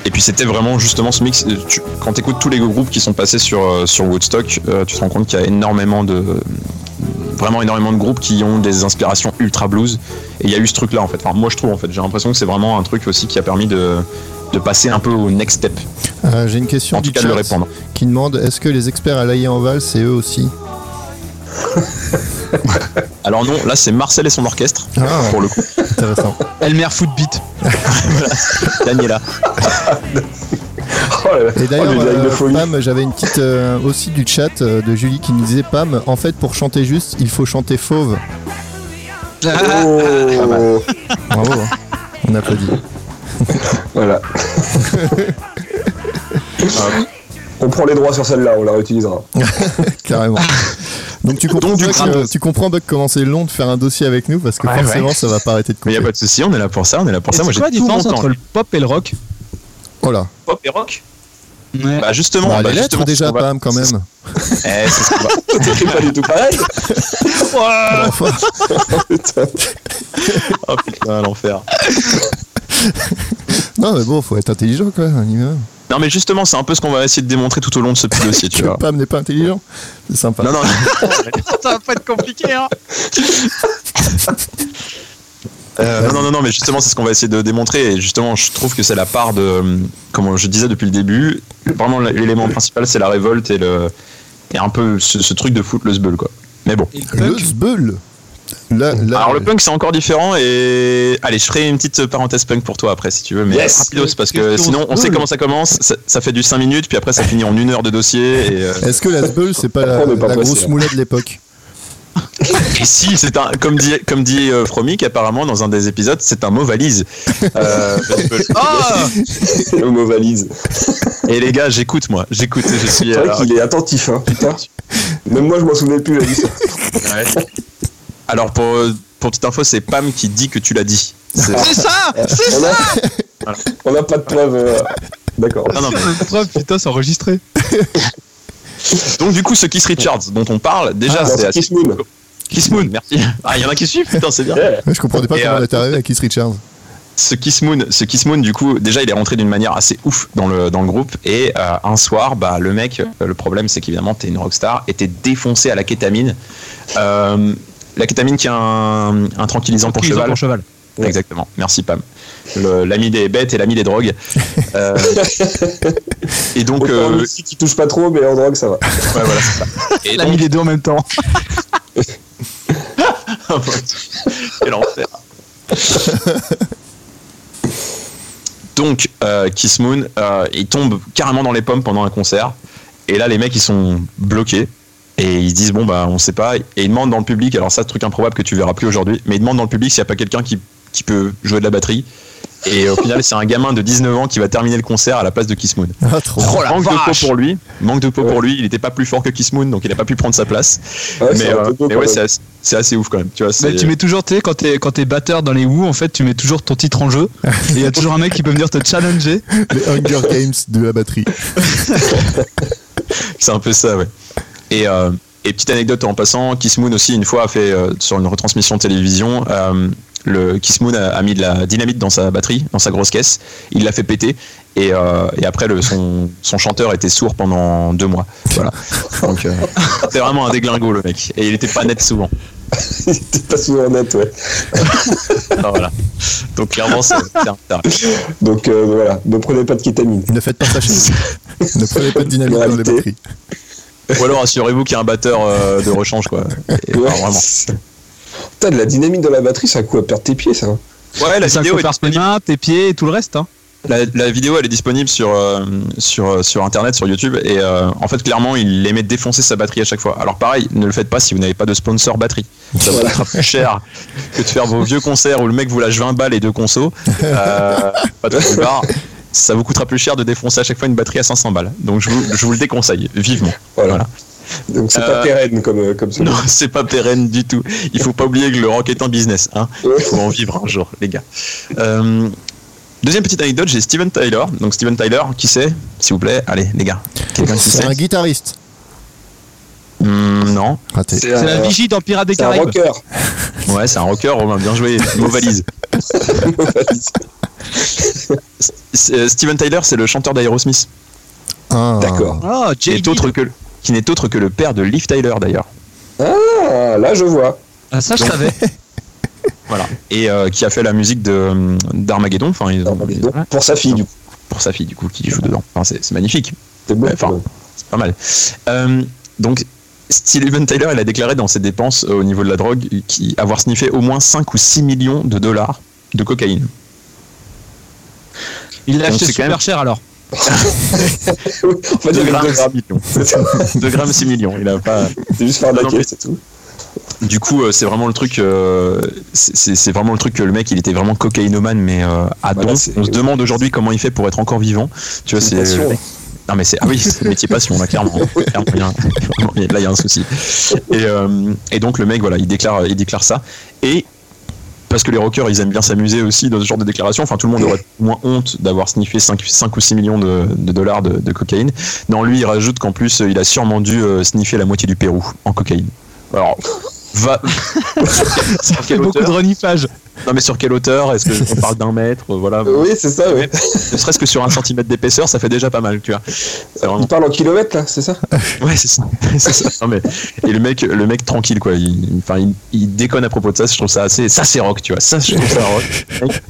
et puis c'était vraiment justement ce mix. euh, tu- quand t'écoutes tous les groupes qui sont passés sur euh, sur Woodstock, euh, tu te rends compte qu'il y a énormément de vraiment énormément de groupes qui ont des inspirations ultra blues. Et il y a eu ce truc là en fait. Enfin, moi je trouve en fait, j'ai l'impression que c'est vraiment un truc aussi qui a permis de, de passer un peu au next step.
Euh, J'ai une question
En tout
du
cas de le
chat
répandre.
qui demande est-ce que les experts à l'AI en Val, c'est eux aussi
Alors non, là c'est Marcel et son orchestre [laughs]
Ah.
pour le coup.
Intéressant.
Elmer
Ah,
Footbeat.
Daniela.
Oh là là.
Et
Oh,
d'ailleurs,
le direct de
euh,
folie.
Pam, j'avais une petite euh, aussi du chat euh, de Julie qui nous disait Pam, en fait, pour chanter juste, il faut chanter fauve.
Oh.
Bravo. hein. On applaudit.
[laughs]
Voilà. Euh, on prend les droits sur celle-là, on la
[laughs]
réutilisera.
Carrément. Donc tu comprends,
Donc, du
Buck,
crâne.
euh, tu comprends Buck, comment c'est long de faire un dossier avec nous parce que
Ouais,
forcément ça va pas arrêter de
Mais y
couper.
a pas de souci, on est là pour ça, on est là pour
Et
ça. Moi
C'est
j'ai
quoi la
tout mon
différence
temps.
entre le pop et le rock
Oh là.
Pop et rock [laughs]
Ouais.
Bah justement,
Bah,
bah,
les lettres
justement,
déjà
on va-
Pam quand
[laughs]
même.
Eh, c'est ce qu'on va-
[laughs]
C'est pas du tout pareil.
Bon, enfin,
Oh putain, l'enfer.
non mais bon, faut être intelligent quoi, un minimum.
Non mais justement, c'est un peu ce qu'on va essayer de démontrer tout au long de ce petit dossier, tu
Que
vois.
Pam n'est pas intelligent. C'est sympa.
Non non,
Ça va pas être compliqué, hein
Euh, non, non, non, mais justement, c'est ce qu'on va essayer de démontrer. Et justement, je trouve que c'est la part de, hum, comme je disais depuis le début, vraiment l'élément principal, c'est la révolte et le, et un peu ce, ce truc de foot le sbeul, quoi. Mais bon.
Le Zbeul. Là, là,
Alors, le punk, c'est encore différent et. Allez, je ferai une petite parenthèse punk pour toi après, si tu veux, mais
Yes.
rapidos, parce que sinon, on sait comment ça commence. Ça, ça fait du 5 minutes, puis après, ça finit en une heure de dossier. Et, euh,
Est-ce que la Zbeul, c'est pas la,
On est pas
la
pressé,
grosse
hein.
moulette de l'époque
et si, c'est un. Comme dit, comme dit euh, Fromic, apparemment, dans un des épisodes, c'est un mot valise. Euh, [laughs] Ah
le mot valise.
et les gars, j'écoute, moi. J'écoute, je suis.
C'est
euh,
vrai qu'il est attentif, hein, putain. Même moi, je m'en souvenais plus. la vie.
Ouais. Alors pour, euh, pour petite info, c'est Pam qui dit que tu l'as dit.
[laughs]
C'est-
C'est ça C'est
On
ça
a- [laughs] On n'a pas de preuve. euh, D'accord.
Non, non, mais-
Preuve, putain, c'est enregistré.
Donc du coup, ce Kiss Richards dont on parle, déjà
Ah,
c'est
c'est
assez...
Kiss Moon.
Kiss Moon, merci. Ah, il y en a qui suivent, putain, c'est bien.
Yeah.
Ouais, Je comprenais pas
Et,
comment
euh,
elle est arrivée à Keith Richards.
Ce Kiss Moon, ce Kiss Moon, du coup, déjà il est rentré d'une manière assez ouf dans le, dans le groupe et euh, un soir, bah le mec, euh, le problème c'est qu'évidemment t'es une rockstar, et t'es défoncé à la kétamine. Euh, la kétamine qui est un, un tranquillisant pour
Tranquillisant
cheval.
pour cheval.
Ouais.
Exactement. Merci Pam. Le- L'ami des bêtes et l'ami des drogues.
[laughs]
Euh, et donc,
Autant en
euh,
musique, il touche pas trop, mais en drogue, ça va.
ouais, voilà, c'est ça. Et
Il a mis
donc,
les deux en même temps.
[laughs] quel enfer. Donc, euh, Kiss Moon, euh, il tombe carrément dans les pommes pendant un concert. Et là, les mecs, ils sont bloqués. Et ils disent, bon, bah, on sait pas. Et ils demandent dans le public, alors ça, truc improbable que tu verras plus aujourd'hui, mais ils demandent dans le public s'il n'y a pas quelqu'un qui, qui peut jouer de la batterie. Et au final, c'est un gamin de 19 ans qui va terminer le concert à la place de Kiss Moon.
[laughs] Ah, trop.
Oh la
manque de peau
vache.
pour lui, manque de peau
Ouais.
pour lui, il n'était pas plus fort que Kiss Moon, donc il n'a pas pu prendre sa place.
Ah Ouais,
mais
c'est un
euh,
peu beau,
mais
quand
ouais,
même.
c'est assez, c'est assez ouf quand même. Tu vois,
Bah,
c'est-
tu mets toujours, tu sais, quand t'es, quand t'es batteur dans les Woo, en fait, tu mets toujours ton titre en [laughs] jeu. Et il y a toujours un mec qui peut venir te challenger.
Les Hunger Games de la batterie.
c'est un peu ça, ouais. Et, euh, et petite anecdote en passant, Kiss Moon aussi une fois a fait euh, sur une retransmission de télévision, euh, le Kiss Moon a, a mis de la dynamite dans sa batterie, dans sa grosse caisse, il l'a fait péter. Et, euh, et après, le, son, son chanteur était sourd pendant deux mois. Voilà. Donc, euh, c'était vraiment un déglingo, le mec. Et il était pas net souvent.
[laughs] T'es pas souvent net, ouais.
Ah, voilà. Donc, clairement, c'est c'est un retard.
Donc euh, voilà, ne prenez pas de kétamine.
Ne faites pas ça chez [laughs] vous. Ne prenez pas de dynamique dans les
Moralité.
batteries.
Ou alors assurez-vous qu'il y a un batteur euh, de rechange quoi. Et,
Ouais.
enfin, vraiment.
[laughs] Putain, de la dynamite dans la batterie, c'est un coup à perdre tes pieds, ça. hein
Ouais, la
C'est un
vidéo,
coup
est
par tes mains, tes pieds et tout le reste. Hein.
la, la vidéo elle est disponible sur, euh, sur, euh, sur internet, sur YouTube et euh, en fait clairement il aimait défoncer sa batterie à chaque fois. Alors pareil, ne le faites pas si vous n'avez pas de sponsor batterie. Ça vous coûtera plus cher que de faire vos vieux concerts où le mec vous lâche 20 balles et deux consos. Euh, pas de plus barre. Ça vous coûtera plus cher de défoncer à chaque fois une batterie à 500 balles. Donc je vous, je vous le déconseille vivement.
Voilà. Donc c'est pas
Euh,
pérenne comme, euh, comme ça.
[laughs] Non, c'est pas pérenne du tout. Il faut pas oublier que le rock est un business. Hein. Il faut en vivre un jour, les gars. Euh, deuxième petite anecdote, j'ai Steven Tyler. Donc Steven Tyler, qui c'est S'il vous plaît, allez, les gars. Quelqu'un qui
C'est
sait
un guitariste.
Hmm, Non.
Raté.
C'est
C'est la
un,
vigie dans Pirates des
c'est un
Caraïbes.
rocker.
Ouais, c'est un rocker, Romain. Bien joué. Mot valise. C'est- euh, Steven Tyler, c'est le chanteur d'Aerosmith.
Ah.
D'accord.
Oh,
Qui
JB.
est autre que le- qui n'est autre que le père de Liv Tyler d'ailleurs.
Ah, là je vois.
Ah, ça, je savais.
Voilà. Et euh, qui a fait la musique de, hum, d'Armageddon. Enfin, ils ont-
Non, mais donc, pour sa fille, du coup.
pour sa fille, du coup, qui joue dedans. Enfin, c'est c'est magnifique.
C'est beau.
Ouais,
[laughs]
enfin, C'est pas mal. Euh, donc, Steven Tyler, il a déclaré dans ses dépenses euh, au niveau de la drogue qui, avoir sniffé au moins 5 ou 6 millions de dollars de cocaïne.
Il l'a
Donc,
acheté
c'est quand
super
même-
cher alors.
Oui, en fait, il y avait deux grammes.
millions. [laughs]
C'est ça.
2 grammes 6 millions. Il a pas...
C'est juste faire de la caisse, c'est tout.
Du coup, euh, c'est vraiment le truc. euh, c'est- c'est c'est vraiment le truc que le mec, il était vraiment cocaïnomane, mais euh, à
Bah là,
don.
c'est-
On se demande aujourd'hui comment il fait pour être encore vivant. Tu vois,
C'est une
c'est.
passion.
Non mais c'est ah oui c'est le métier passion
[laughs]
là clairement, Clairement, il y a un- [laughs] clairement, il y a- là il y a un souci et, euh, et donc le mec voilà il déclare il déclare ça et parce que les rockers ils aiment bien s'amuser aussi dans ce genre de déclaration enfin tout le monde aurait au moins honte d'avoir sniffé 5, ou 6 millions de, de dollars de, de cocaïne non lui il rajoute qu'en plus il a sûrement dû euh, sniffer la moitié du Pérou en cocaïne alors va
Ça fait beaucoup de ah, reniflage.
Non, mais sur quelle hauteur Est-ce qu'on parle d'un mètre euh, Voilà.
Oui, c'est ça, oui.
Ne serait-ce que sur un centimètre d'épaisseur, ça fait déjà pas mal, tu vois. C'est
On [laughs]
vraiment.
parle en kilomètres, là,
[laughs]
c'est ça
Ouais, c'est ça. C'est ça. Non, mais... Et le mec, le mec tranquille, quoi. Il... Enfin, il... il déconne à propos de ça. Je trouve ça assez. Ça, c'est rock, tu vois. Ça, je trouve ça rock.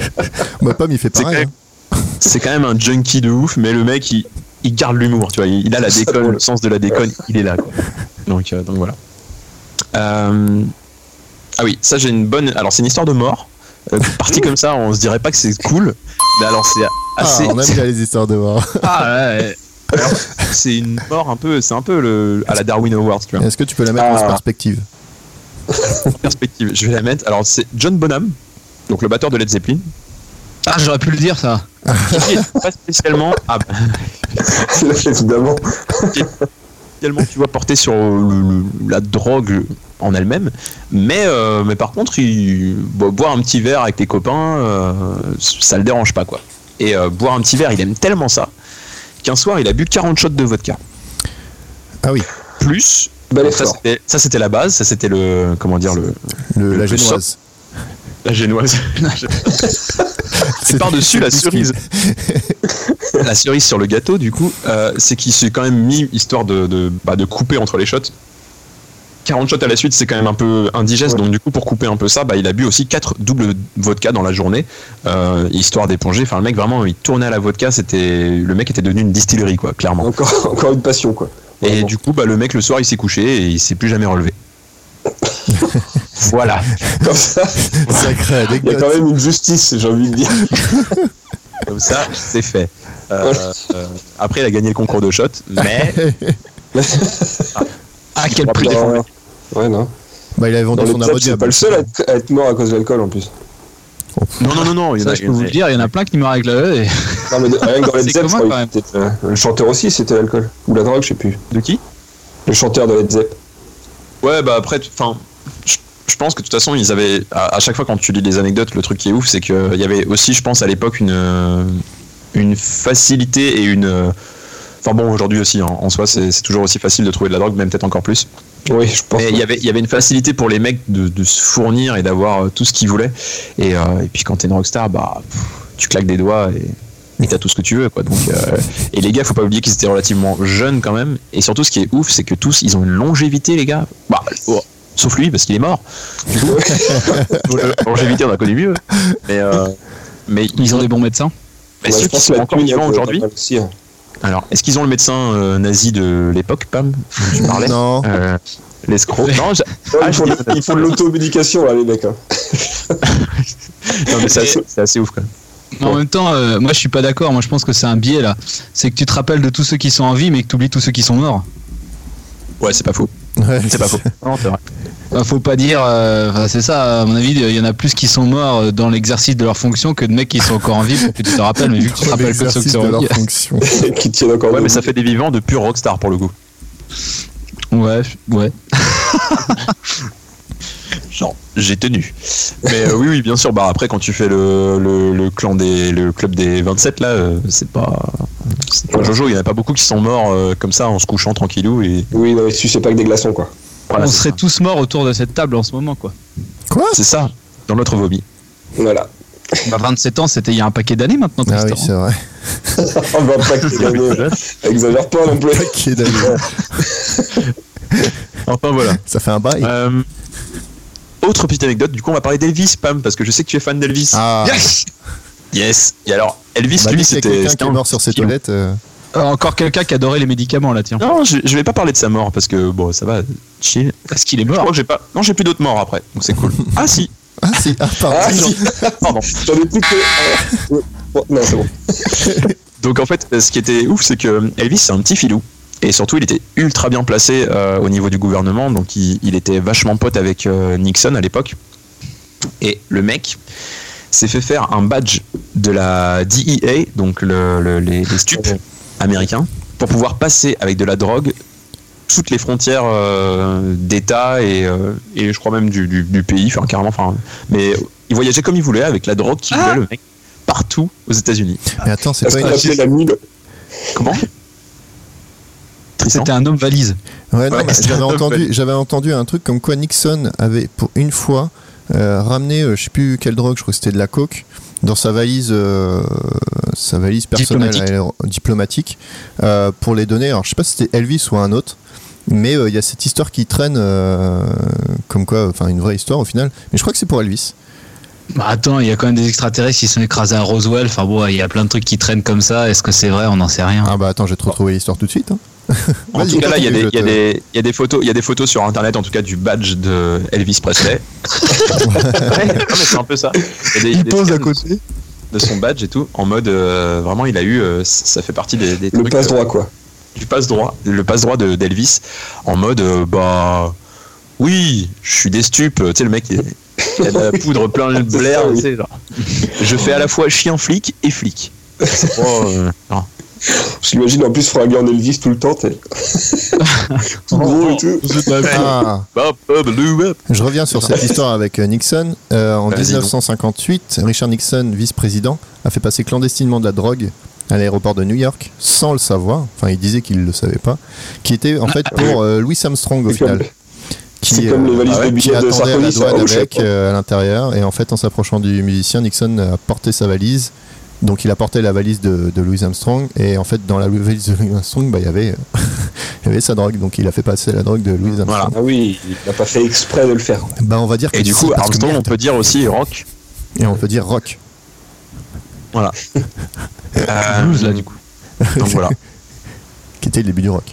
Bah, Pomme, il fait
C'est quand,
pareil.
même-
hein.
c'est quand même un junkie de ouf, mais le mec, il, il garde l'humour, tu vois. Il, il a la déconne, le sens de la déconne, il est là. quoi. Donc, euh, donc voilà. Euh, ah oui, ça j'ai une bonne. Alors c'est une histoire de mort. Euh, parti comme ça, on se dirait pas que c'est cool. Mais alors c'est
Ah,
assez.
on aime
[laughs]
bien les histoires de mort.
Ah, ouais, ouais.
c'est une mort un peu. C'est un peu le, à la Darwin Awards, tu vois.
Est-ce que tu peux la mettre en
Ah.
perspective
Perspective. Je vais la mettre. Alors c'est John Bonham, donc le batteur de Led Zeppelin.
Ah, j'aurais pu le dire, ça.
qui est pas spécialement. Ah, bah,
Là, évidemment.
tellement tu vois porté sur euh, le- le- la drogue en elle-même mais euh, mais par contre il, bo- boire un petit verre avec tes copains euh, ça le dérange pas quoi et euh, boire un petit verre il aime tellement ça qu'un soir il a bu 40 shots de vodka
Ah oui,
plus
Bel
donc ça
effort.
c'était- ça c'était la base ça c'était le comment dire le
le- la
Le
génoise.
[laughs] la génoise
C'est
par-dessus la
c'est
cerise. [laughs] la cerise sur le gâteau, du coup, euh, c'est qu'il s'est quand même mis, histoire de, de, bah, de couper entre les shots. 40 shots à la suite, c'est quand même un peu indigeste. Donc, du coup, pour couper un peu ça, bah, il a bu aussi 4 doubles vodka dans la journée, euh, histoire d'éponger. Enfin, le mec, vraiment, il tournait à la vodka. C'était Le mec était devenu une distillerie, quoi, clairement.
Encore, encore une passion, quoi.
Et
Vraiment.
du coup, bah, le mec, le soir, il s'est couché et il s'est plus jamais [laughs] relevé. voilà.
Comme ça,
Sacrée
il y a
anecdote.
quand même une justice, j'ai envie de
[laughs]
dire.
Comme ça, c'est fait. Euh, euh, après, il a gagné le concours de shots, [laughs] mais.
Ah, quel
Plus
prix.
défendu.
Ouais, non.
Bah, il avait
Dans
vendu
le
son âme au
club, c'est
diable.
pas le seul à être, à être mort à cause de l'alcool en plus.
Non, non, non, non. Il y en
Ça,
a,
je peux vous
il y en
le
a-
dire, il y en a plein qui meurent avec la
[laughs]
E. et-
Non, mais rien que dans Led
C'est
Zepp, je
commun,
crois,
quand même.
peut-être, euh, le chanteur aussi, c'était l'alcool. Ou la drogue, je sais plus.
De qui
Le chanteur de Led Zepp.
Ouais, bah après, enfin, je je pense que de toute façon, ils avaient. À, à chaque fois, quand tu lis les anecdotes, le truc qui est ouf, c'est qu'il y avait aussi, je pense, à l'époque, une, euh, une facilité et une. euh, Enfin bon, aujourd'hui aussi, hein, en soi, c'est c'est toujours aussi facile de trouver de la drogue, même peut-être encore plus.
Oui, je pense.
Mais il y avait, il y avait une facilité pour les mecs de, de se fournir et d'avoir euh, tout ce qu'ils voulaient. Et, euh, et puis quand t'es une rockstar, bah, pff, tu claques des doigts et et t'as tout ce que tu veux. Quoi. Donc, euh, et les gars, faut pas oublier qu'ils étaient relativement jeunes quand même. Et surtout, ce qui est ouf, c'est que tous, ils ont une longévité, les gars. Bah, oh, sauf lui, parce qu'il est mort. Du coup,
[laughs]
la longévité, on a connu mieux. Mais, euh, mais
Ils ont des bons médecins.
Ouais,
mais Bah, ceux
je
qui
pense
sont
que la
encore
thune, elle
vivants
peut-
aujourd'hui. Ah,
elle peut aussi, hein.
Alors, est-ce qu'ils ont le médecin euh, nazi de l'époque, Pam dont Tu parlais
Non,
Euh,
[laughs]
L'escroc. Non, j'ai-
Ouais,
Ah,
ils, font
je-
de, ils font de l'automédication, là, les mecs. hein.
non, mais c'est assez- c'est assez ouf quand même.
Mais en même temps, euh, moi je suis pas d'accord. Moi je pense que c'est un biais là. C'est que tu te rappelles de tous ceux qui sont en vie, mais que tu oublies tous ceux qui sont morts.
Ouais, c'est pas [laughs] faux.
Ouais. [laughs]
C'est pas faux. Non, c'est vrai.
Bah, faut pas dire. euh, enfin, c'est ça. À mon avis, il y en a plus qui sont morts euh, dans l'exercice de leur fonction que de mecs qui sont encore en vie pour que tu te rappelles. Mais vu que tu te rappelles que ceux qui
L'exercice
sont
de
en
leur
vie.
[laughs]
fonction.
qui tiennent encore
[laughs] Ouais,
debout.
mais ça fait des vivants de pur rockstar pour le coup.
Ouais, ouais.
Genre, j'ai tenu. Mais euh, oui, oui, bien sûr. Bah après, quand tu fais le, le, le clan des le club des 27 là, euh, c'est pas. c'est pas Jojo, il y en a pas beaucoup qui sont morts euh, comme ça en se couchant tranquillou et.
Oui, non, ils suçaient pas que des glaçons, quoi.
Voilà,
On
c'est
serait
ça.
tous morts autour de cette table en ce moment quoi.
Quoi
C'est ça. Dans l'autre vomi.
Voilà. [laughs]
Bah, 27 ans, c'était il y a un paquet d'années maintenant.
Ah oui,
Tristan.
c'est vrai.
On va pas
[laughs]
que gagner. Exagère pas non [laughs] plus.
Qui est d'ailleurs.
Enfin [laughs] voilà.
Ça fait un bail.
Euh, autre petite anecdote. Du coup, on va parler d'Elvis, Pam, parce que je sais que tu es fan d'Elvis.
Ah,
Yes. Et alors, Elvis,
bah, dès qu'il y
lui,
a
c'était.
quelqu'un qui
c'était
est
un
mort sur ses
film.
toilettes. euh,
Euh, encore quelqu'un qui adorait les médicaments là, tiens.
Non, je, je vais pas parler de sa mort parce que bon, ça va, chill.
Parce qu'il est
Je
mort.
crois que j'ai pas. Non, j'ai plus d'autres morts après, donc
[laughs]
c'est cool. Ah si.
Ah si, ah
Ah,
pardon.
si,
Pardon.
j'en ai plus que. Bon, non, c'est bon.
Donc en fait, ce qui était ouf, c'est que Elvis, c'est un petit filou. Et surtout, il était ultra bien placé euh, au niveau du gouvernement. Donc il, il était vachement pote avec euh, Nixon à l'époque. Et le mec s'est fait faire un badge de la DEA, donc le- le- les, les stupes américains, pour pouvoir passer avec de la drogue toutes les frontières euh, d'État et, euh, et je crois même du, du- du pays, enfin carrément. Enfin, mais il voyageait comme il voulait avec la drogue qu'il voulait, le mec, partout aux États-Unis.
Mais attends, c'est
Est-ce
pas
qu'on
une.
appelait la mule
Comment Tristan
C'était un homme valise.
Ouais, non,
Ouais,
mais
[laughs] c'est
j'avais
un homme,
entendu, j'avais entendu un truc comme quoi Nixon avait pour une fois euh, ramener, euh, je sais plus quelle drogue, je crois que c'était de la coke, dans sa valise, euh, sa valise personnelle
Diplomatique.
elle est- diplomatique, euh, pour les donner. Alors je sais pas si c'était Elvis ou un autre, mais euh, il y a cette histoire qui traîne, euh, comme quoi, enfin une vraie histoire au final. Mais je crois que c'est pour Elvis.
Bah, attends, il y a quand même des extraterrestres qui se sont écrasés à Roswell. Enfin bon, il y a plein de trucs qui traînent comme ça. Est-ce que c'est vrai On n'en sait rien.
Ah bah attends, je vais te retrouver l'histoire tout de suite. hein.
En
Vas-y,
tout cas, là, il y, a
continue, je
des- il y a
te-
des- il y a des photos, il y a des photos sur Internet, en tout cas, du badge de Elvis Presley. [laughs] Ouais, non, mais c'est un peu ça. Il, y a des- des scans
côté.
de son badge et tout, en mode euh, vraiment, il a eu, euh, c- ça fait partie des, des
Le
trucs,
passe
euh,
droit, quoi.
du passe droit, le passe droit de d'Elvis, en mode euh, bah oui, je suis des stupes, tu sais le mec. Il, il a de [laughs] la poudre plein le
C'est
blaire,
ça, oui.
tu sais, genre. Je fais à la fois chien flic et flic. C'est pas, euh, non.
Parce qu'imagine, en plus, fringué en Elvis tout le temps,
[laughs]
t'es. tout gros et tout.
Ah,
Bah, bah, blue, ouais.
Je reviens sur cette histoire avec euh, Nixon. Euh, en
Vas-y,
1958, Richard Nixon, vice-président, a fait passer clandestinement de la drogue à l'aéroport de New York, sans le savoir, enfin il disait qu'il ne le savait pas, qui était en fait pour euh, Louis Armstrong au
C'est
final.
comme- c'est comme les valises de
qui
billets de
attendait à la
Sarkozy, ça,
douane
au Japon.
avec euh, à l'intérieur, et en fait en s'approchant du musicien, Nixon a porté sa valise, donc il a porté la valise de, de Louis Armstrong, et en fait dans la valise de Louis Armstrong, bah, il y avait, [laughs] euh, il y avait sa drogue, donc il a fait passer la drogue de Louis Armstrong.
Voilà.
Ah oui, il n'a pas fait exprès de le faire.
Bah on va dire que
Et du
si,
coup,
parce que
Armstrong, on
merde,
peut dire aussi rock.
et on peut dire rock.
Euh,
Blues, là, du coup.
[laughs] Donc voilà.
qui était le début du rock.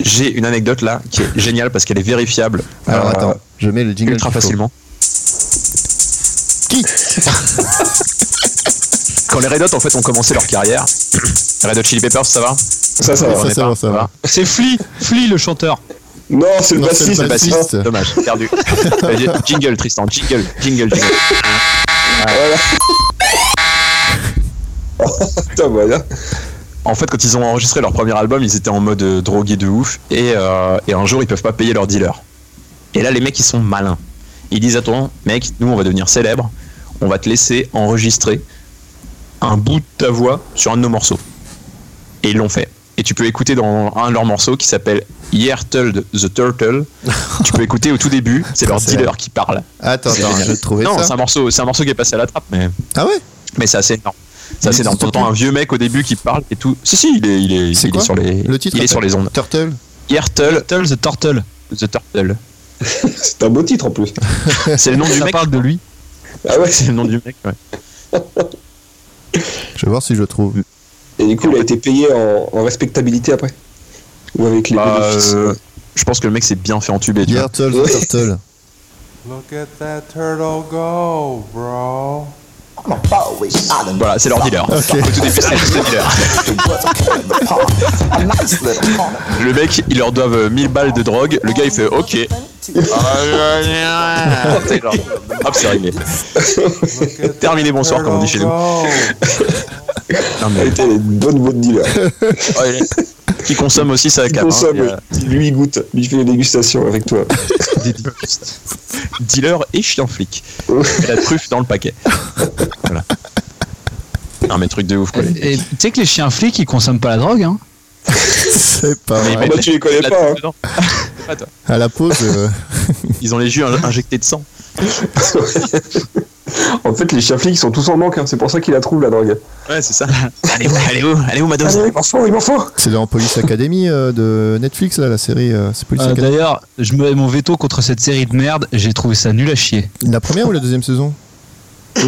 J'ai une anecdote là qui est géniale parce qu'elle est vérifiable
Alors
euh,
attends, je mets le jingle.
ultra
qu'il faut.
facilement.
Qui
[laughs] Quand les Red Hot en fait ont commencé leur carrière, [coughs] Red Hot Chili Peppers, ça va
Ça, ça va.
Ça, ça va, ça va.
C'est Flea, Flea le chanteur.
Non, c'est le
Non, c'est le
bassiste.
bassiste.
putain.
Triste.
Dommage,
[laughs]
perdu. Vas-y, jingle Tristan, jingle, jingle, jingle.
Ah, Putain, hein. voilà.
En fait, quand ils ont enregistré leur premier album, ils étaient en mode euh, drogué de ouf. Et, euh, et un jour, ils peuvent pas payer leur dealer. Et là, les mecs, ils sont malins. Ils disent Attends, mec, nous, on va devenir célèbres. On va te laisser enregistrer un bout de ta voix sur un de nos morceaux. Et ils l'ont fait. Et tu peux écouter dans un de leurs morceaux qui s'appelle Yertled the Turtle. tu peux écouter au tout début, c'est leur
Putain, c'est
dealer qui parle.
Attends,
C'est
attends,
génial.
je vais trouver
Non, c'est
ça.
un, morceau, c'est un morceau qui est passé à la trappe, mais.
Ah ouais
Mais c'est assez énorme.
Il
C'est assez énorme.
existe
T'entends
plus.
un vieux mec au début qui parle et tout. Si, si, il est, il est,
C'est
il est
quoi
sur les,
Le titre
il est
après
sur les ondes.
Turtle
Yertle,
Turtle the Turtle.
[laughs]
the Turtle.
C'est un beau titre en plus.
C'est le nom du
Ça
mec.
parle de lui.
Ah ouais,
C'est le nom du mec, ouais.
Je vais voir si je trouve.
Et du coup, il a été payé en, en respectabilité après. Ou avec les
Bah,
bénéfices.
euh, je pense que le mec s'est bien fait entuber. Tu vois.
Turtle, the
[laughs]
Turtle.
Look at that turtle go, bro.
Voilà, c'est leur dealer.
Ah.
Au tout début, c'est juste
[laughs]
le dealer. Le mec, ils leur doivent euh, 1000 balles de drogue. Le gars, il fait OK. C'est genre, [laughs] Hop, c'est réglé.
Look at
Terminé, bonsoir, comme on dit
[laughs]
chez nous. Non, mais,
Putain, les bonnes boîtes dealer.
oh, il est- qui consomme aussi sa
Il
cape. hein.
consomme,
Et, euh,
lui, il goûte. Lui, il fait les dégustations avec toi.
dealer et chien flic. Et la truffe dans le paquet. voilà. Non mais truc de
Ah,
ouf quoi.
Et et tu sais que les chiens flics, ils consomment pas la drogue. Hein.
C'est pas vrai.
Mais il
Ah
met-
bah, tu les connais
la
pas,
truffe
hein.
dedans. C'est pas toi.
À la pause, euh,
Ils ont les jus in- injectés de sang.
En fait, les chiens flics, ils sont tous en manque. hein. C'est pour ça qu'il la trouve, la drogue.
Ouais c'est ça. Allez où Allez où Allez où ma dose
Allez, il m'en faut, il m'en faut.
c'est dans Police Academy euh, de Netflix, là, la série. euh, c'est Police
Euh,
Academy.
D'ailleurs, je mets mon veto contre cette série de merde. J'ai trouvé ça nul à chier.
La première ou la deuxième saison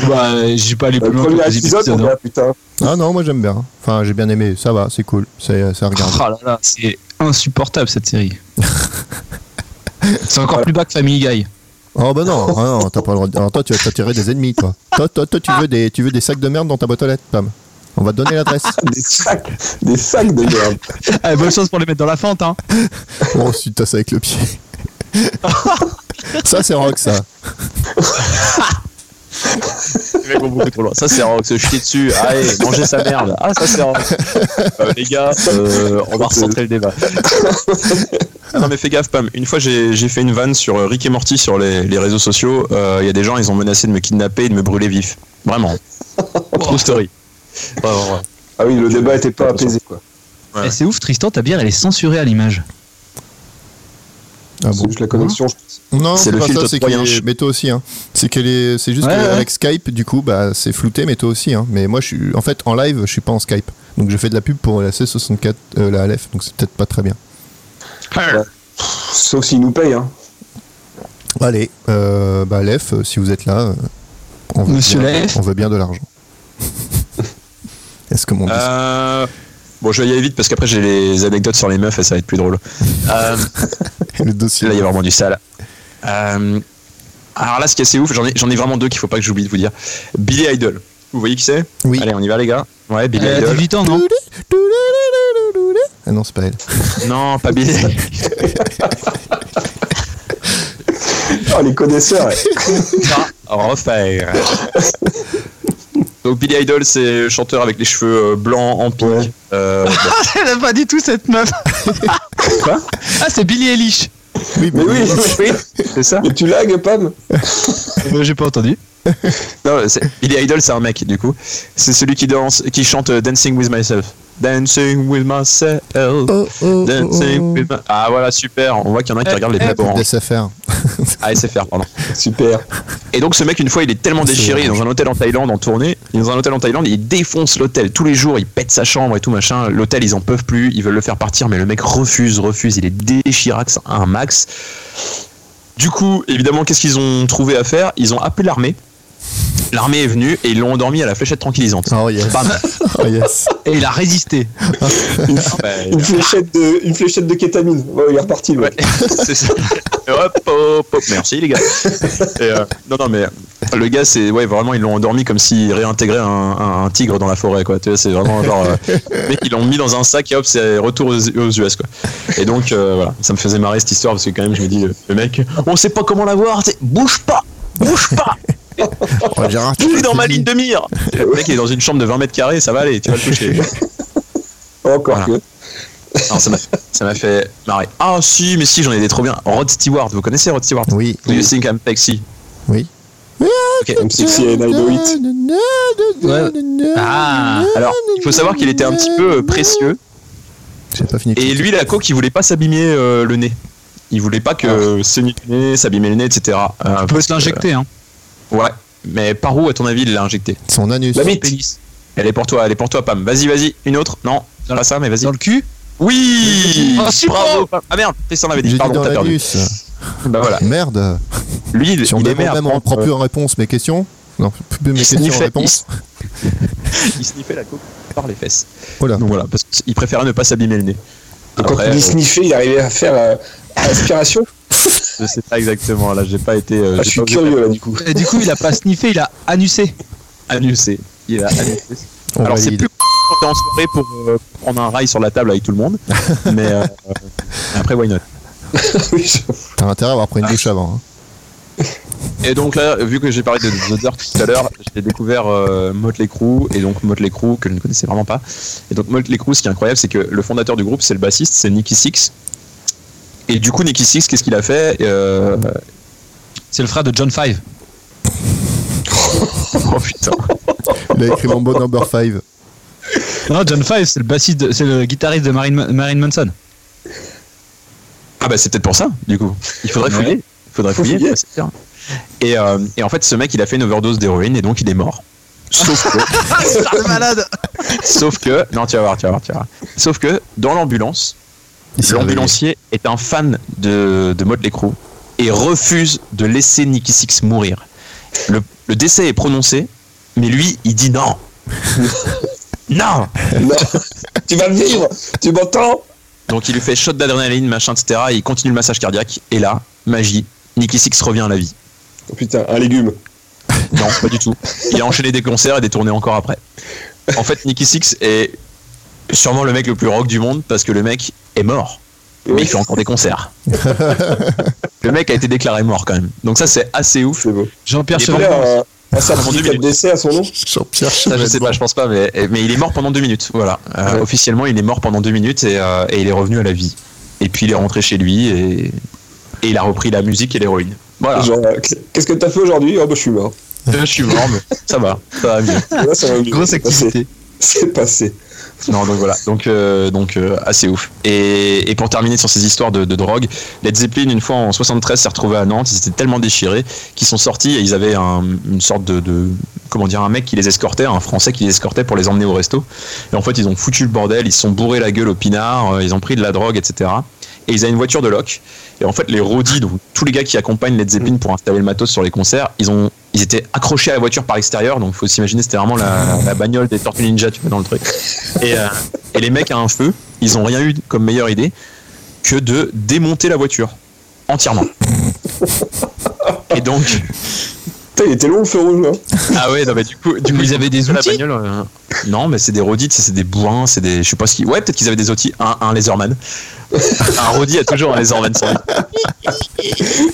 bah, euh, j'ai pas allé
Le
plus loin que
premier
les
épisode,
épisodes.
on
hein.
a, putain.
Ah non, moi j'aime bien. Enfin, j'ai bien aimé. Ça va, c'est cool. C'est euh, ça regarde.
Ah là là, c'est insupportable cette série. c'est encore plus bas que Family Guy.
Oh bah non, ah non t'as pas le droit. de- Alors toi, tu vas t'attirer des ennemis, toi. Toi, toi, toi, tu veux des, tu veux des sacs de merde dans ta boîte aux lettres, Pam. On va te donner l'adresse.
Des sacs, des sacs de merde.
Ah, bonne chance pour les mettre dans la fente. Hein.
Oh, si t'as ça avec le pied. ça, c'est rock, ça.
Les mecs vont beaucoup trop loin. Ça c'est rock, se chier dessus. Allez, manger sa merde. Ah ça c'est rock. Euh, les gars, euh, on va recentrer le [laughs] débat. non mais fais gaffe Pam. Une fois j'ai j'ai fait une vanne sur euh, Rick et Morty sur les, les réseaux sociaux. Euh, Il y a des gens ils ont menacé de me kidnapper et de me brûler vif. Vraiment. True story. Ouais, ouais, ouais.
Ah oui, le débat était pas apaisé, quoi.
Ouais.
Eh, c'est ouf, Tristan, ta bière, elle est censurée à l'image.
Ah
C'est
bon.
juste la connexion. je pense.
Non,
C'est
c'est
le
pas
filtre
ça, c'est qu'elle
troyen.
est- Mais toi aussi, hein. C'est qu'elle est. C'est juste
Ouais, ouais.
qu'avec Skype, du coup, bah, c'est flouté, mais toi aussi, hein. Mais moi, je suis. En fait, en live, je suis pas en Skype. Donc, je fais de la pub pour la C64, euh, la Aleph, donc c'est peut-être pas très bien.
Sauf s'ils nous payent. Hein.
Allez, euh, bah, Aleph, euh, si vous êtes là, euh, on, veut
Monsieur
bien,
Aleph.
on veut bien de l'argent. [laughs] Est-ce que mon. disque-
Euh, Bon, je vais y aller vite parce qu'après j'ai les anecdotes sur les meufs et ça va être plus drôle. Euh,
le
Là,
dossier.
il y a vraiment du sale. Euh, alors là, ce qui est assez ouf, j'en ai, j'en ai vraiment deux qu'il faut pas que j'oublie de vous dire. Billy Idol. Vous voyez qui c'est
Oui.
Allez, on y va, les gars. Ouais, Billy
Euh,
Elle a
Idol.
18 ans, non
Ah non, c'est pas elle.
Non, pas Billy.
[laughs] Oh, les connaisseurs. ouais.
Refaire. Donc, Billy Idol, c'est le chanteur avec les cheveux euh, blancs en pique.
Ouais.
Euh, bon,
Elle a pas du tout cette meuf.
Quoi
Ah, c'est Billy Eilish.
Oui,
Mais
[laughs]
oui, oui.
c'est ça
Mais tu lagues, Pam
J'ai pas entendu.
Non, c'est- Billy Idol, c'est un mec, du coup. C'est celui qui danse, qui chante euh, Dancing with Myself. Dancing with myself.
Oh, oh, oh,
Dancing
oh.
with my- Ah voilà, super. On voit qu'il y en a qui regardent les tables en
Laisse faire.
ASFR, pardon.
Super.
Et donc ce mec, une fois, il est tellement
C'est
déchiré, il est
orange.
dans un hôtel en Thaïlande en tournée, il est dans un hôtel en Thaïlande, il défonce l'hôtel tous les jours, il pète sa chambre et tout machin. L'hôtel, ils en peuvent plus, ils veulent le faire partir, mais le mec refuse, refuse, il est déchirax à un max. Du coup, évidemment, qu'est-ce qu'ils ont trouvé à faire Ils ont appelé l'armée. L'armée est venue et ils l'ont endormi à la fléchette tranquillisante.
Oh yes.
Bam.
Oh
[laughs]
yes.
Et il a résisté.
Ouais,
Une fléchette de, une fléchette de kétamine. Ouais, il est reparti. le
Ouais,
mec.
[laughs] c'est ça. Et hop, hop, hop. Merci les gars. Et, euh, non, non, mais le gars, c'est ouais, vraiment, ils l'ont endormi comme s'il réintégrait un, un- un tigre dans la forêt, quoi. Tu vois, c'est vraiment genre, euh, le mec, ils l'ont mis dans un sac et hop, c'est retour aux, aux US, quoi. Et donc, euh, voilà, ça me faisait marrer cette histoire parce que quand même, je me dis, le, le mec, on sait pas comment l'avoir, tu sais, bouge pas, bouge pas,
Oh, Gérard, tu
il
fais
est dans ma
plaisir.
ligne de mire. Le mec, il est dans une chambre de 20 mètres carrés, ça va aller, tu vas le toucher.
Encore
Voilà.
que.
Non, ça m'a- ça m'a fait marrer. Ah, si, mais si, j'en ai des trop bien. Rod Stewart, vous connaissez Rod Stewart
Oui.
Do you think I'm sexy?
Oui.
Ok.
Comme sexy and
bah
I do it.
Ah.
Alors, il faut savoir qu'il était un petit peu euh, précieux.
J'ai pas fini.
Et lui, la coque, il voulait pas s'abîmer euh, le nez. Il voulait pas
Ah.
que saigner le nez, s'abîmer le nez, etc. Euh,
On peut
parce
se l'injecter, hein.
que- ouais. Mais par où, à ton avis, il l'a injecté
Son anus.
Bah
La bite.
Pénis.
Elle est pour toi, elle est pour toi, Pam. Vas-y, vas-y. Une autre Non,
Dans
pas ça, mais vas-y.
Dans le cul
Oui
Oh, super
Bravo, Pam. Ah merde, Tristan l'avait
J'ai
dit.
dit
Pardon,
dans
t'as perdu.
l'anus.
Bah voilà.
Merde.
Lui, il,
Si on
il
demande
aimait
même, on
apprendre,
prend
euh,
plus en réponse mes questions. Non, plus mes
il
questions en
sniffait-
réponse.
il sniffait la coque par les fesses.
Oh là.
Donc voilà, parce qu'il préférait ne pas s'abîmer le nez.
Quand
Après,
il
euh,
dit sniffer, il arrivait à faire euh, aspiration.
Je sais pas exactement, là j'ai pas été. euh,
Ah,
j'ai
je suis
pas osé
curieux là du coup. [laughs]
Et du coup, il a pas sniffé, il a anusé.
annuser. Il a annucé.
On
Alors c'est
valide.
plus quand t'es en soirée pour euh, prendre un rail sur la table avec tout le
[laughs]
monde, mais euh, euh, après why not.
Oui, je-
T'as intérêt à avoir pris une douche avant. hein.
Et donc là, vu que j'ai parlé de The Dirt tout à l'heure, j'ai découvert euh, Motley Crue et donc Motley Crue que je ne connaissais vraiment pas. Et donc Motley Crue, ce qui est incroyable, c'est que le fondateur du groupe, c'est le bassiste, c'est Nicky Six. Et du coup, Nicky Six, qu'est-ce qu'il a fait Euh, [laughs]
C'est le frère de John Five.
Oh putain.
Il a écrit Mambo Number 5.
Non, John Five, c'est le bassiste, de- c'est le guitariste de Marine, Marine Manson.
Ah bah c'est peut-être pour ça, du coup. Il faudrait fouiller. Il faudrait
Faut
fouiller.
fouiller.
ouais, c'est clair. Et, euh, et en fait, ce mec, il a fait une overdose d'héroïne et donc il est mort. Sauf que,
malade
sauf que, non, tu vas voir, tu vas voir, tu vas voir. Sauf que dans l'ambulance,
Il s'est
l'ambulancier est un fan de, de Motley Crue et refuse de laisser Nicky Six mourir. Le, le décès est prononcé, mais lui, il dit non. non
Non. tu vas le vivre. Tu m'entends
Donc il lui fait shot d'adrénaline, machin, etc. Et il continue le massage cardiaque. Et là, magie, Nicky Six revient à la vie.
Oh, Putain, un légume.
Non, pas du tout. Il a enchaîné des concerts et des tournées encore après. En fait, Nicky Six est sûrement le mec le plus rock du monde parce que le mec est mort. Mais il fait encore des concerts. le mec a été déclaré mort quand même. Donc ça, c'est assez ouf.
C'est beau.
Jean-Pierre
Il est
Il
Chevalier.
a un, un
minutes.
certificat de décès à son nom.
Jean-Pierre
Ça, je sais pas, je pense pas, mais, mais il est mort pendant deux minutes. Voilà. Euh,
Ouais.
Officiellement, il est mort pendant deux minutes et, euh, et il est revenu à la vie. Et puis il est rentré chez lui et, et il a repris la musique et l'héroïne. Voilà.
Genre, euh, qu'est-ce que t'as fait aujourd'hui Oh bah je suis mort.
Je suis mort, mais ça va. Ça va mieux.
Là, ça va mieux.
Grosse
Ça, c'est-
activité.
s'est passé.
[laughs] Non, donc voilà, donc, euh, donc euh, assez ouf. Et, et pour terminer sur ces histoires de, de drogue, Led Zeppelin, une fois en 73, s'est retrouvé à Nantes, ils étaient tellement déchirés qu'ils sont sortis et ils avaient un- une sorte de, de- Comment dire, un mec qui les escortait, un français qui les escortait pour les emmener au resto. Et en fait, ils ont foutu le bordel, ils se sont bourrés la gueule au pinard, euh, ils ont pris de la drogue, etc. Et ils avaient une voiture de loc. Et en fait, les rodis, donc tous les gars qui accompagnent Led Zeppelin pour installer le matos sur les concerts, ils ont. Ils étaient accrochés à la voiture par extérieur, donc faut s'imaginer c'était vraiment la, la bagnole des Tortues Ninja, tu vois, dans le truc. Et, euh, et les mecs à un feu, ils ont rien eu comme meilleure idée que de démonter la voiture entièrement. Et donc,
Putain, il était long le feu rouge, hein.
ah ouais, non, mais du coup, du coup
Ils avaient des
la
outils
bagnole, euh, non, mais c'est des rodites, c'est des bourrins, c'est des. Je sais pas ce qu'ils. Ouais, peut-être qu'ils avaient des outils. Un, un laserman. [laughs] un rodi a toujours un laserman sans lui.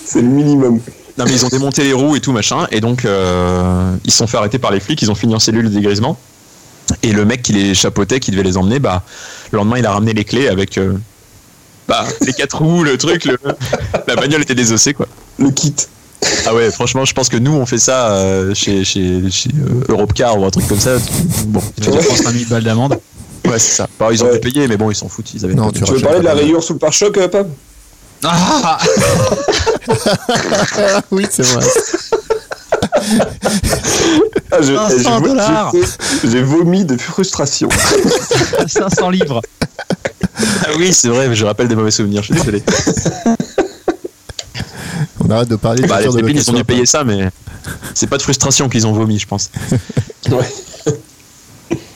C'est le minimum.
Non, mais ils ont démonté les roues et tout, machin. Et donc, euh, ils se sont fait arrêter par les flics. Ils ont fini en cellule de dégrisement. Et le mec qui les chapeautait, qui devait les emmener, bah, le lendemain, il a ramené les clés avec. euh, bah, les quatre roues, le truc, le- la bagnole était désossée, quoi.
Le kit.
Ah ouais, franchement, je pense que nous, on fait ça euh, chez, chez, chez euh, Europcar ou un truc comme ça. Bon,
Tu veux dire, pense 5000 balles d'amende.
ouais, c'est ça. Bah, ils ont
Ouais.
dû payer, mais bon, ils s'en foutent. Ils avaient
Non, tu
Tu veux
rachètes
parler de la
pas.
rayure sous le pare-choc, euh, Pam
Ah
Ah oui, c'est vrai.
Ah, je-
500
eh, j'ai vo- j'ai
dollars.
fait- J'ai vomi de frustration.
500 livres.
Ah oui, c'est vrai, mais je rappelle des mauvais souvenirs, je suis désolé.
On arrête de parler de
Bah, les
voitures de
débiles, ils ont dû
location.
payer ça, mais c'est pas de frustration qu'ils ont vomi, je pense.
[laughs] Ouais.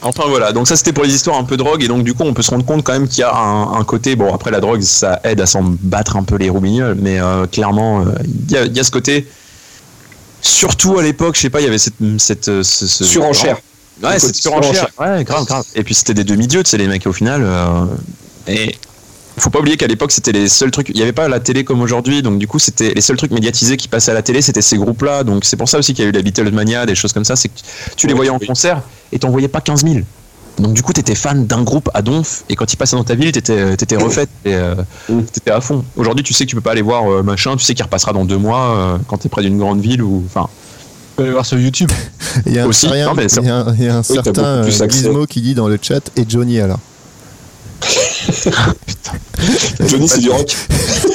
Enfin voilà, donc ça c'était pour les histoires un peu drogue, et donc du coup on peut se rendre compte quand même qu'il y a un, un côté, bon après la drogue ça aide à s'en battre un peu les roubignoles, mais euh, clairement euh, il y a- il y, a ce côté, surtout à l'époque, je sais pas, il y avait cette... cette euh, ce- ce-
Surenchère.
Ouais,
Le
c'est
côté
surenchère. Ouais, grave, grave. Et puis c'était des demi-dieux, tu sais, les mecs, au final. euh, et faut pas oublier qu'à l'époque, c'était les seuls trucs. Il n'y avait pas la télé comme aujourd'hui, donc du coup, c'était les seuls trucs médiatisés qui passaient à la télé, c'était ces groupes-là. Donc c'est pour ça aussi qu'il y a eu la Beatlemania, des choses comme ça. C'est que tu les voyais en concert et t'en voyais pas 15 000. Donc du coup, t'étais fan d'un groupe à Donf, et quand il passait dans ta ville, t'étais étais refait, t'étais euh, t'étais à fond. Aujourd'hui, tu sais que tu peux pas aller voir euh, machin, tu sais qu'il repassera dans deux mois euh, quand t'es près d'une grande ville ou enfin.
Tu peux aller voir sur YouTube.
Il y a un,
Aussi,
il y a un-
non, mais ça-
il y a un- il y a un
t'as
certain
beaucoup plus
euh,
accès.
Gizmo qui dit dans le chat et Johnny alors.
Johnny, c'est du rock.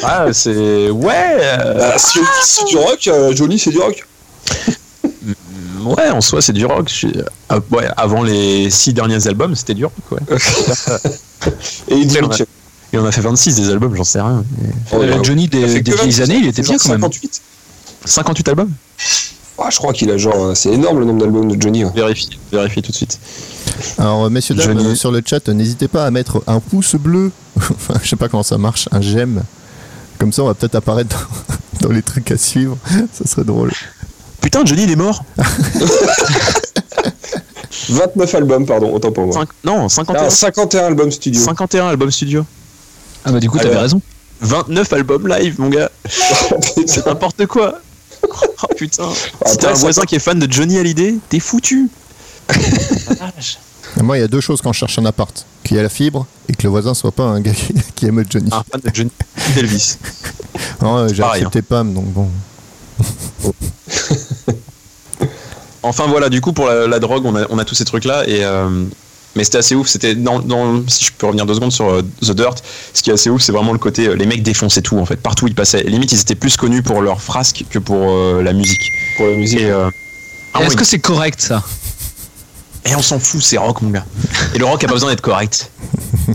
Ah, c'est ouais. euh,
Ah, si c'est du rock, euh, Johnny, c'est du rock.
Ouais, en soi, c'est du rock. Je suis- ah, ouais, avant les six derniers albums, c'était du rock. Ouais.
Et il dit,
Quel rock Et on a fait 26 des albums, j'en sais rien. bah,
Euh, Johnny, des, des vieilles années, il était bien quand même.
58 albums
Ah, je crois qu'il a genre. euh, C'est énorme le nombre d'albums de Johnny. hein. ouais.
Vérifie, vérifie tout de suite.
Alors, euh, messieurs, dames,
Johnny.
euh, sur le chat, euh, n'hésitez pas à mettre un pouce bleu. [laughs] Enfin, je sais pas comment ça marche, un j'aime. Comme ça, on va peut-être apparaître dans, [laughs] dans les trucs à suivre. Ça serait drôle.
Putain, Johnny, il est mort
29 albums, pardon, autant pour moi.
Cinq- Non,
Ah,
51,
51 albums studio.
51 albums studio.
Ah bah du coup, t'avais
Alors.
raison.
29 albums live, mon gars.
[laughs] Putain.
C'est n'importe quoi. [laughs] Oh putain.
Ah,
Si
Après,
t'as un
ça-
voisin qui est fan de Johnny Hallyday, t'es foutu.
Et moi, il y a deux choses quand je cherche un appart qu'il y a la fibre et que le voisin soit pas un gars qui, [laughs] qui aime Johnny.
Un fan de Johnny Elvis.
Non, euh, j'ai
Ah, pareil, hein.
accepté Pam, donc bon.
Enfin voilà, du coup pour la, la drogue, on a, on a tous ces trucs là et euh, mais c'était assez ouf. C'était dans, dans- si je peux revenir deux secondes sur euh, The Dirt, ce qui est assez ouf, c'est vraiment le côté euh, les mecs défonçaient tout en fait. Partout où ils passaient. Limite ils étaient plus connus pour leurs frasques que pour euh, la musique.
Pour la musique.
Et, euh, ah
Est-ce
ouais,
que c'est correct ça
et on s'en fout, c'est rock mon gars. Et le rock a pas besoin
[laughs]
d'être correct.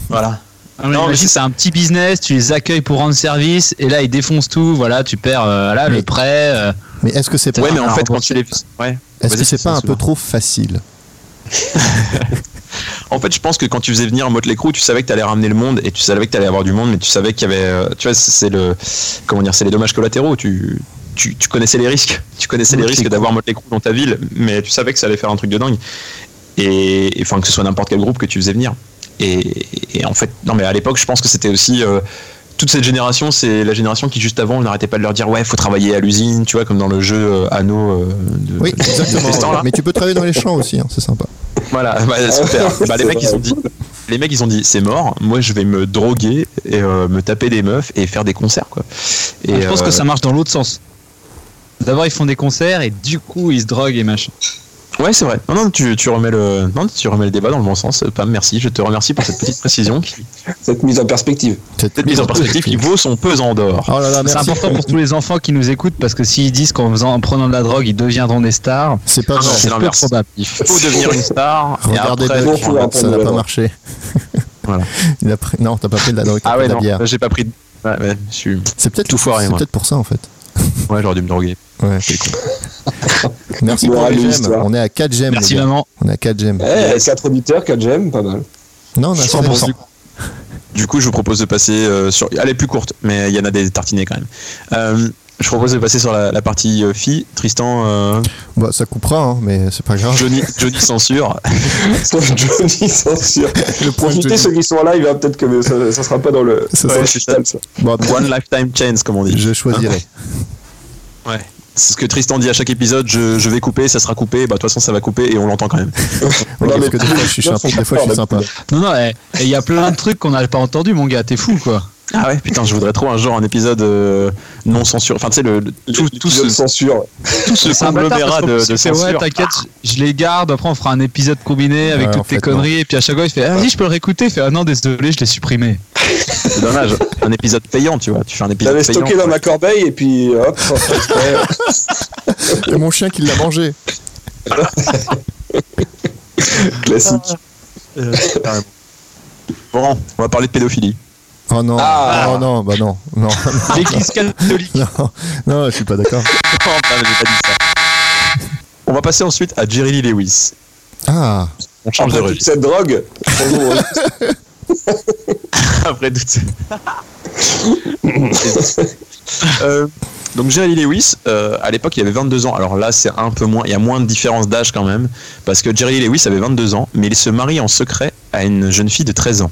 Voilà. Non,
Non,
mais
Ah mais
c'est-
c'est un petit business, tu les accueilles pour rendre service, et là ils défoncent tout, voilà, tu perds euh, voilà,
Mais-
le prêt. euh,
Mais est-ce que c'est pas,
Ouais mais en
un
fait
bon
quand tu les ouais.
est-ce que
vas-y,
c'est
c'est
pas un
souvent.
peu trop facile
En fait, je pense que quand tu faisais venir Motley Crue, tu savais que t'allais ramener le monde et tu savais que t'allais avoir du monde, mais tu savais qu'il y avait, euh, tu vois, c'est- c'est le, comment dire, c'est les dommages collatéraux. Tu, tu, tu connaissais les risques, tu connaissais les
Motley
risques
Crue.
d'avoir Motley Crue dans ta ville, mais tu savais que ça allait faire un truc de dingue. Et et, enfin que ce soit n'importe quel groupe que tu faisais venir. Et, et en fait, non mais à l'époque, je pense que c'était aussi euh, toute cette génération, c'est la génération qui juste avant, on n'arrêtait pas de leur dire ouais, faut travailler à l'usine, tu vois, comme dans le jeu euh, Anno. euh, de-
Oui,
de- de Tristan, là.
exactement. Mais tu peux travailler dans les champs aussi, hein, c'est sympa.
Voilà,
Ah,
bah, super.
[laughs]
ouais,
Bah, les
c'est
mecs ils
vrai.
ont dit, les mecs ils ont dit, c'est mort. Moi je vais me droguer et euh, me taper des meufs et faire des concerts quoi. Et,
Ah, je pense
euh,
que ça marche dans l'autre sens. D'abord ils font des concerts et du coup ils se droguent et machin.
Ouais, c'est vrai. Non, non, tu, tu remets le, non, tu remets le débat dans le bon sens. Pam, merci. Je te remercie pour cette petite précision, qui-
Cette mise en perspective.
cette mise en perspective qui vaut son pesant d'or.
Oh là là,
C'est
merci.
important pour tous les enfants qui nous écoutent parce que s'ils disent qu'en faisant- en prenant de la drogue, ils deviendront des stars,
C'est pas
Non,
vrai.
Ah, c'est
c'est peu
l'inverse.
probable.
Il faut devenir une star. et
Regardez
après,
Doc,
tu vas prendre
ça
de
n'a
la
pas
drogue.
marché.
Voilà.
Il a pris- Non, t'as pas pris de la drogue, t'as
Ah
pris
ouais,
de la
non,
bière.
j'ai pas pris. de- Ouais, ouais, je suis...
C'est peut-être
tout foiré,
C'est
moi.
peut-être pour ça en fait.
ouais j'aurais dû me droguer.
Ouais. Merci pour
Morale
les
de
gemmes.
l'histoire.
On est à 4 gemmes.
Merci
les gars.
maman.
On est à 4 gemmes.
Eh, 4 auditeurs, 4 gemmes, pas mal.
Non, on a
100%.
100%.
Du coup, je vous propose de passer euh, sur. Elle est plus courte, mais il y en a des tartinées quand même. Euh, je propose de passer sur la, la partie euh, fille. Tristan, euh,
Bah, ça coupera, hein, mais c'est pas
[laughs]
grave.
Johnny, Johnny censure.
Sauf Johnny, sans sûr.
Le point de
Profitez
Johnny.
ceux qui sont en live, hein, peut-être que ça, ça sera pas dans le.
Ça
dans
sera
le
juste
système, ça.
Bon, après,
One lifetime chance, comme on dit. Hein
je
[laughs]
choisirai.
Ouais. C'est ce que Tristan dit à chaque épisode. Je, je vais couper, ça sera coupé. Bah, de toute façon, ça va couper et on l'entend quand même.
Ouais,
Non,
parce
mais-
que des fois, je suis
Non,
sympa.
c'est
Des fois, je suis
fort,
sympa.
Non, non, eh, eh, il y a plein de trucs qu'on n'a pas entendu, mon gars, t'es fou quoi.
Ah ouais, putain, je voudrais trop un jour un épisode euh, non censuré. Enfin, tu sais, le, le- tout, tout
Épisode
ce,
censure.
tout ce
C'est un
conglomérat
bâtard
de,
parce
de
qu'on fait, Ouais,
censure.
t'inquiète, je je les garde. Après, on fera un épisode combiné avec
Ouais, en
toutes tes
fait,
conneries. Et puis à chaque fois, il fait Ah, vas-y, je peux le réécouter. Il fait Ah non, désolé, je l'ai supprimé.
Ah, C'est dommage. Un épisode payant, tu vois. Tu fais un épisode
J'avais
payant.
stocké dans ma corbeille et puis hop, [laughs] sans faire exprès.
Il y a mon chien qui l'a mangé.
classique.
Euh, carrément. Bon, on va parler de [laughs] pédophilie.
Oh non.
Ah.
Oh non, bah non. Non, [laughs]
L'église catholique.
non, non, je suis pas d'accord.
Oh, putain, j'ai pas dit ça. On va passer ensuite à Jerry Lee Lewis.
Ah,
On change
Après
de
toute
registre.
cette drogue, bonjour.
[laughs] Après tout ça. Euh, donc Jerry Lee Lewis, euh, à l'époque il avait 22 ans. Alors là c'est un peu moins, il y a moins de différence d'âge quand même, parce que Jerry Lee Lewis avait 22 ans, mais il se marie en secret à une jeune fille de 13 ans.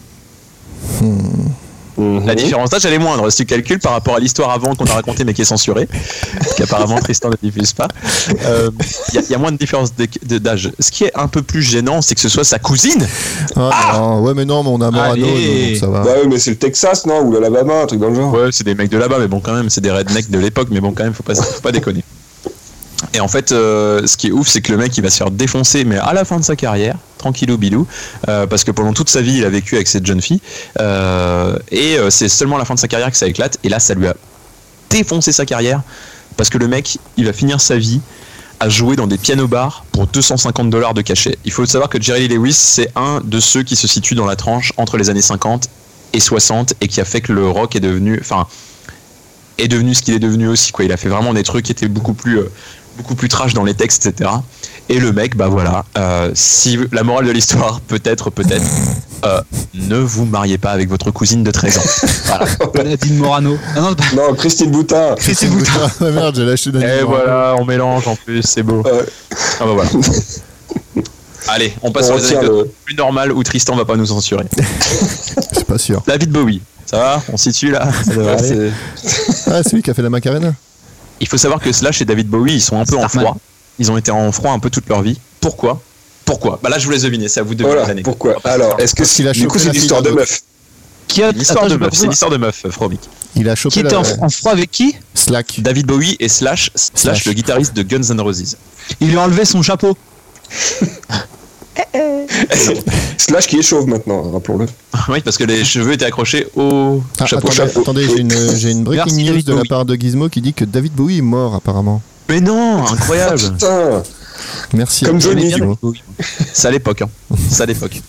La différence d'âge elle est moindre si tu calcules par rapport à l'histoire avant qu'on a racontée mais qui est censurée, qu'apparemment Tristan ne diffuse pas. Euh, Il y, a- il y a moins de différence d'éc- de- d'âge. Ce qui est un peu plus gênant, c'est que ce soit sa cousine.
ah, non. ouais, mais non, mais on a Morano,
Allez.
donc ça va.
Bah oui, mais c'est le Texas, non Ou l'Alabama, un truc dans le genre.
Ouais, c'est des mecs de là-bas, mais bon, quand même, c'est des rednecks de l'époque, mais bon, quand même, faut pas, faut pas déconner. Et en fait, euh, ce qui est ouf, c'est que le mec, il va se faire défoncer, mais à la fin de sa carrière, tranquillou bilou, euh, parce que pendant toute sa vie, il a vécu avec cette jeune fille, euh, et euh, c'est seulement à la fin de sa carrière que ça éclate, et là, ça lui a défoncé sa carrière, parce que le mec, il va finir sa vie à jouer dans des pianos-bars pour 250 dollars de cachet. Il faut savoir que Jerry Lee Lewis, c'est un de ceux qui se situe dans la tranche entre les années 50 et 60 et qui a fait que le rock est devenu, enfin, est devenu ce qu'il est devenu aussi. Quoi. Il a fait vraiment des trucs qui étaient beaucoup plus, euh, beaucoup plus trash dans les textes, etc. Et le mec, bah voilà, euh, si la morale de l'histoire, peut-être, peut-être, euh, ne vous mariez pas avec votre cousine de 13 [laughs] ans. Voilà.
Nadine Morano. Ah non, bah,
Non, Christine Boutin.
Christine Boutin. Ah, merde, j'ai lâché Daniel
Et
Morano.
Eh, voilà, on mélange en plus, c'est beau.
Ouais.
Ah bah [laughs] voilà. Allez, on passe
On
sur les
retient
anecdotes
le.
plus normales où Tristan va pas nous censurer.
C'est pas sûr.
La vie de Bowie. Ça va On se situe là Ça devrait
Ouais,
aller.
c'est-
Ah, c'est lui qui a fait la Macarena.
Il faut savoir que Slash et David Bowie, ils sont un peu en
Starman.
froid. Ils ont été en froid un peu toute leur vie. Pourquoi Pourquoi Bah là, je vous laisse deviner, c'est à vous de deviner
Voilà,
les anecdotes.
pourquoi Alors, est-ce que
Parce qu'il a
du
chopé
coup c'est
la
une histoire de
fille d'un
meuf
qui a-
C'est une histoire
Attends,
de
j'ai pas
meuf, c'est
compris.
une histoire de meuf, euh, Fromic.
Il a chopé
Qui
la
était en, en froid avec qui
Slack.
David Bowie et Slash, Slash, le guitariste de Guns N' Roses. [laughs]
Il lui a enlevé son chapeau.
Slash qui est chauve maintenant, rappelons-le.
oui, parce que les cheveux étaient accrochés au
Ah,
chapeau.
attendez,
chapeau.
attendez, j'ai une, j'ai une breaking
Merci,
news
David
de la
Bowie.
part de Gizmo qui dit que David Bowie est mort apparemment.
Mais non, Ah, incroyable
Ah, Putain
Merci.
Comme
à toi,
Johnny.
Gizmo.
C'est à l'époque, hein. C'est à l'époque.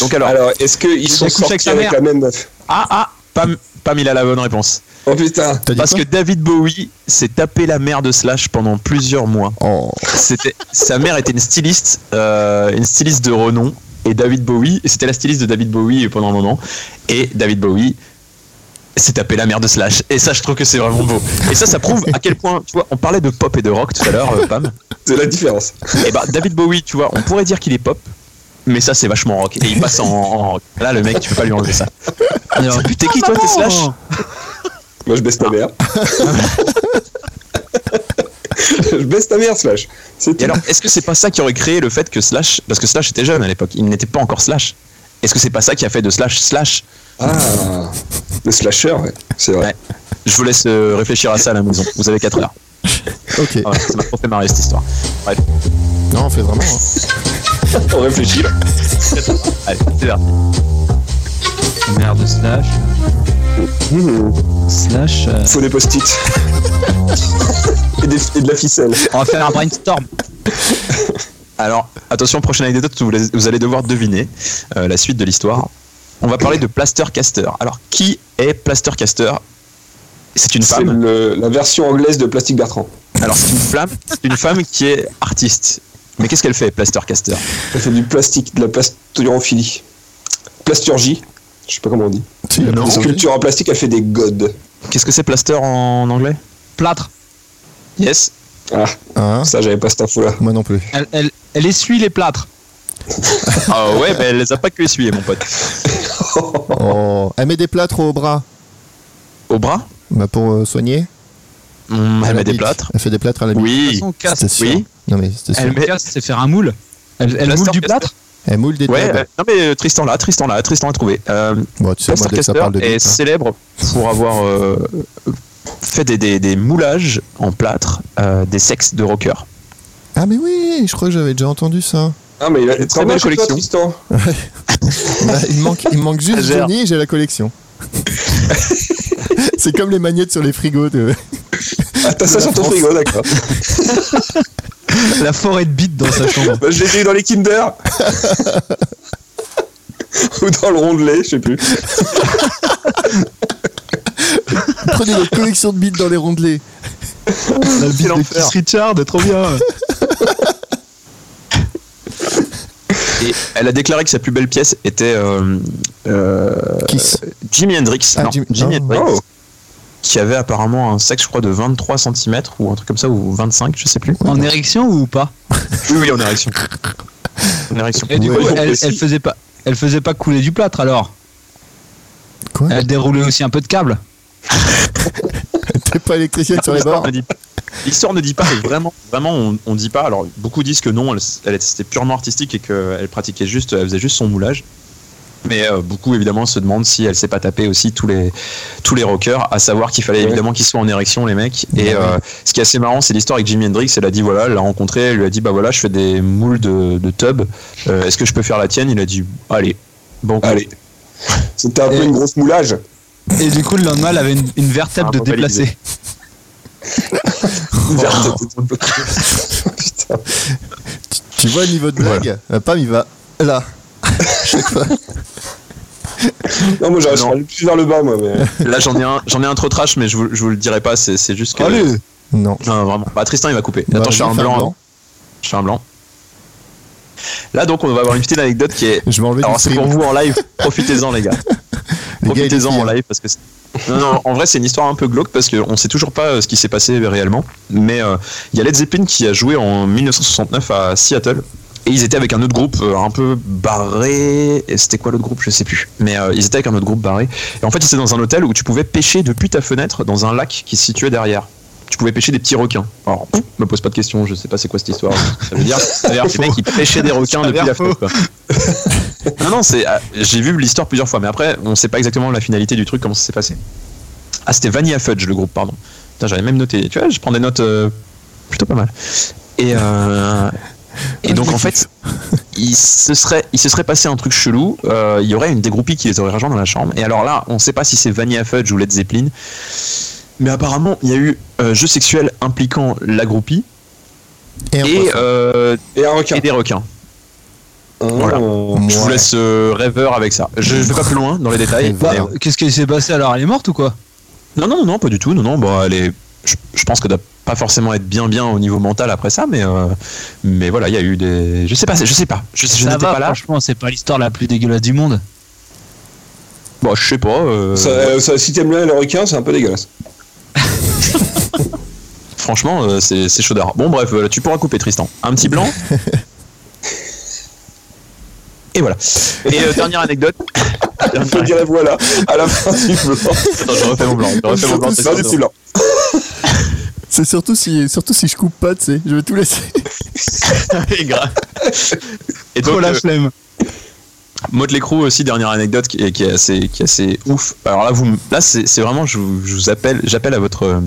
Donc alors,
Alors, est-ce qu'ils sont
a couché
sortis
avec sa
avec,
mère.
la même meuf
ah ah, Pam, Pam, il a la bonne réponse.
Oh putain
T'as dit
Parce
quoi
que David Bowie s'est tapé la mère de Slash pendant plusieurs mois.
Oh,
C'était sa mère était une styliste, euh, une styliste de renom. Et David Bowie, c'était la styliste de David Bowie pendant un moment. Et David Bowie s'est tapé la mère de Slash. Et ça, je trouve que c'est vraiment beau. Et ça, ça prouve à quel point, tu vois, on parlait de pop et de rock tout à l'heure, euh, Pam.
C'est la différence.
Et bah, David Bowie, tu vois, on pourrait dire qu'il est pop. Mais ça, c'est vachement rock. Et il passe en, en rock. Là, le mec, tu peux pas lui enlever ça.
Alors,
T'es qui, toi, t'es Slash
Moi je baisse
[laughs]
ta mère. je baisse ta mère, Slash. C'est
Et
tout.
alors, est-ce que c'est pas ça qui aurait créé le fait que Slash, parce que Slash était jeune à l'époque, il n'était pas encore Slash. Est-ce que c'est pas ça qui a fait de Slash Slash
Ah Le slasher, ouais. C'est vrai.
Ouais. Je vous laisse euh, réfléchir à ça à la maison. Vous avez 4 heures.
ok.
Voilà, ça m'a trop fait marrer cette histoire. Bref.
Non, on fait vraiment. hein.
On réfléchit là. Allez, c'est là.
Merde, slash. Slash. euh,
Faut des
[laughs]
post-it. et, des- et de la ficelle.
On va faire un brainstorm.
Alors, attention, prochaine anecdote, vous, la- vous allez devoir deviner euh, la suite de l'histoire. On va parler de Plaster Caster. Alors, qui est Plaster Caster C'est une
C'est
femme.
le- la version anglaise de Plastic Bertrand.
Alors, c'est une femme, c'est une femme qui est artiste. Mais qu'est-ce qu'elle fait, Plaster Caster
Elle fait du plastique, de la plasturophilie. Plasturgie. Je sais pas comment on dit.
Si, la
Des
prison-
sculptures en plastique, elle fait des godes.
Qu'est-ce que c'est Plaster en anglais
Plâtre.
Yes.
Ah,
Hein
ça, j'avais pas cette info-là.
Moi non plus.
Elle, elle, elle essuie les plâtres.
Ah ouais, mais elle les a pas que essuyés, mon pote.
Oh. Elle met des plâtres au bras
Au bras
bah pour euh, soigner.
Hum,
À
Elle
la
met des
bite.
plâtres.
Elle fait des plâtres à la bite.
Oui.
Son casque.
C'était sûr.
Oui.
Non mais c'était sûr.
Elle
Elle,
met.
Son casque, c'est faire un moule. Elle, elle moule
Plaster
du
Caster.
plâtre.
moule des
Ouais,
tubes.
euh, non mais euh, Tristan là, Tristan là, Tristan a trouvé. Euh,
Bon, tu sais, moi,
Plaster
dès que ça
Caster
parle de
est
bite, hein.
célèbre pour avoir euh, fait des, des- des moulages en plâtre euh, des sexes de rockers.
Ah, mais oui, je crois que j'avais déjà entendu ça.
Ah, mais il a une
très belle collection.
Tristan.
Bah, il, manque, il manque juste
Gère.
Johnny et j'ai la
[laughs]
collection. C'est comme les magnettes sur les frigos. De...
Ah, t'as ça sur ton frigo, d'accord.
[laughs] La forêt de bite dans sa chambre.
Bah, je l'ai eu dans les Kinder.
[laughs]
Ou dans le rondelet, je sais plus.
Prenez votre collection de bites dans les rondelets.
La bite de
l'enfer.
Keith Richard, trop bien.
Et elle a déclaré que sa plus belle pièce était euh, euh,
Kiss.
Jimi Hendrix.
Ah,
Non,
Jimi-
Jimi
oh.
Hendrix. Qui avait apparemment un sexe, je crois, de 23 cm ou un truc comme ça, ou 25, je sais plus.
[laughs] En érection ou pas
Oui, oui, en érection. En érection.
Et du
Ouais,
coup,
ils ont
elle,
réussi.
elle faisait pas, elle faisait pas couler du plâtre alors.
Quoi
Elle déroulait aussi un peu de câble.
T'es pas électricienne sur les
L'histoire
bords
ne dit pas. L'histoire ne dit pas, mais vraiment, vraiment, on, on dit pas. Alors, beaucoup disent que non, elle, elle- c'était purement artistique et qu'elle pratiquait juste, elle faisait juste son moulage. Mais euh, beaucoup, évidemment, se demandent si elle s'est pas tapée aussi tous les, tous les rockers, à savoir qu'il fallait
Ouais.
évidemment qu'ils soient en érection, les mecs.
Ouais.
Et euh, ce qui est assez marrant, c'est l'histoire avec Jimi Hendrix. Elle a dit, voilà, elle l'a rencontré, elle lui a dit, bah voilà, je fais des moules de, de tub. Euh, Est-ce que je peux faire la tienne Il a dit, allez, bon,
Allez. C'était un peu
Et-
une grosse moulage.
Et du coup, le lendemain, elle avait une, une vertèbre
Ah,
de
faut valider.
déplacée.
Oh. [laughs]
Putain.
Tu- Tu vois le niveau de blague Euh, Pam, il va là. Chaque fois.
Non, moi, j'aurais
Non.
j'aurais plus vers le bas, moi. Mais...
Là, j'en ai un, j'en ai un trop trash, mais je vous, je vous le dirai pas. C'est c'est juste que.
Non.
Non, vraiment. Bah, Tristan, il va couper.
Bah,
Attends, je fais
vas-y,
un
fais un
blanc. hein.
blanc.
Je fais un blanc. Là, donc, on va avoir une petite anecdote qui est.
Je vais enlever
Alors,
du
c'est
stream.
pour vous en live. Profitez-en, les gars.
[laughs] Les gars et les
Profitez-en
filles,
en
hein.
live parce que. c'est- Non, non, en vrai, c'est une histoire un peu glauque parce qu'on sait toujours pas euh, ce qui s'est passé réellement. Mais euh, il y a Led Zeppelin qui a joué en 1969 à Seattle. Et ils étaient avec un autre groupe euh, un peu barré. Et C'était quoi l'autre groupe Je sais plus. Mais euh, ils étaient avec un autre groupe barré. Et en fait, ils étaient dans un hôtel où tu pouvais pêcher depuis ta fenêtre dans un lac qui se situait derrière. Tu pouvais pêcher des petits requins. Alors, pff, me pose pas de questions, je sais pas c'est quoi cette histoire. Ça veut dire, ça veut dire que les mecs ils pêchaient des
[laughs]
requins depuis la fenêtre. quoi. non, non, c'est, ah, j'ai vu l'histoire plusieurs fois, mais après, on sait pas exactement la finalité du truc, comment ça s'est passé. Ah, c'était Vanilla Fudge, le groupe, pardon. Putain, j'avais même noté. Tu vois, je prends des notes euh, plutôt pas mal. Et,
[laughs]
euh, et donc, en fait, il se serait, il se serait passé un truc chelou. euh, il y aurait une des groupies qui les aurait rejoints dans la chambre. Et alors là, on sait pas si c'est Vanilla Fudge ou Led Zeppelin. Mais apparemment, il y a eu euh, jeu sexuel impliquant la groupie
Et un
et,
poisson.
euh,
Et un requin.
et des requins.
Ah.
voilà. Je vous
Ouais.
laisse euh, rêveur avec ça. Je vais pas plus loin dans les détails.
Bah,
mais-
Merde.
Qu'est-ce qui s'est passé alors Elle est morte ou quoi
Non, non, non, pas du tout. Non, non, bon, elle est- je, je pense que doit pas forcément être bien, bien au niveau mental après ça, mais, euh, mais voilà, il y a eu des. Je sais pas, je sais pas. Je, je
Ça
n'étais
va,
pas là.
franchement, c'est pas l'histoire la plus dégueulasse du monde.
Bon, je sais pas. euh,
Ça, euh, ça, si t'aimes bien les requins, c'est un peu dégueulasse.
Franchement, euh, c'est c'est chaudard. Bon, bref, euh, tu pourras couper, Tristan. Un petit [laughs] blanc. Et voilà. Et euh, dernière anecdote.
Il faut dire la voilà à la fin
[laughs]
du blanc.
Attends, je refais mon blanc. Je refais mon blanc.
Surtout
c'est
ça,
sûr.
c'est blanc.
C'est surtout si, surtout si je coupe pas, tu sais. Je vais tout laisser.
Et [laughs] grave. Et donc, euh,
flemme.
Maud l'écrou aussi dernière anecdote qui est, qui est assez qui est assez ouf. Alors là vous m- là c'est c'est vraiment je vous, je vous appelle j'appelle à votre euh,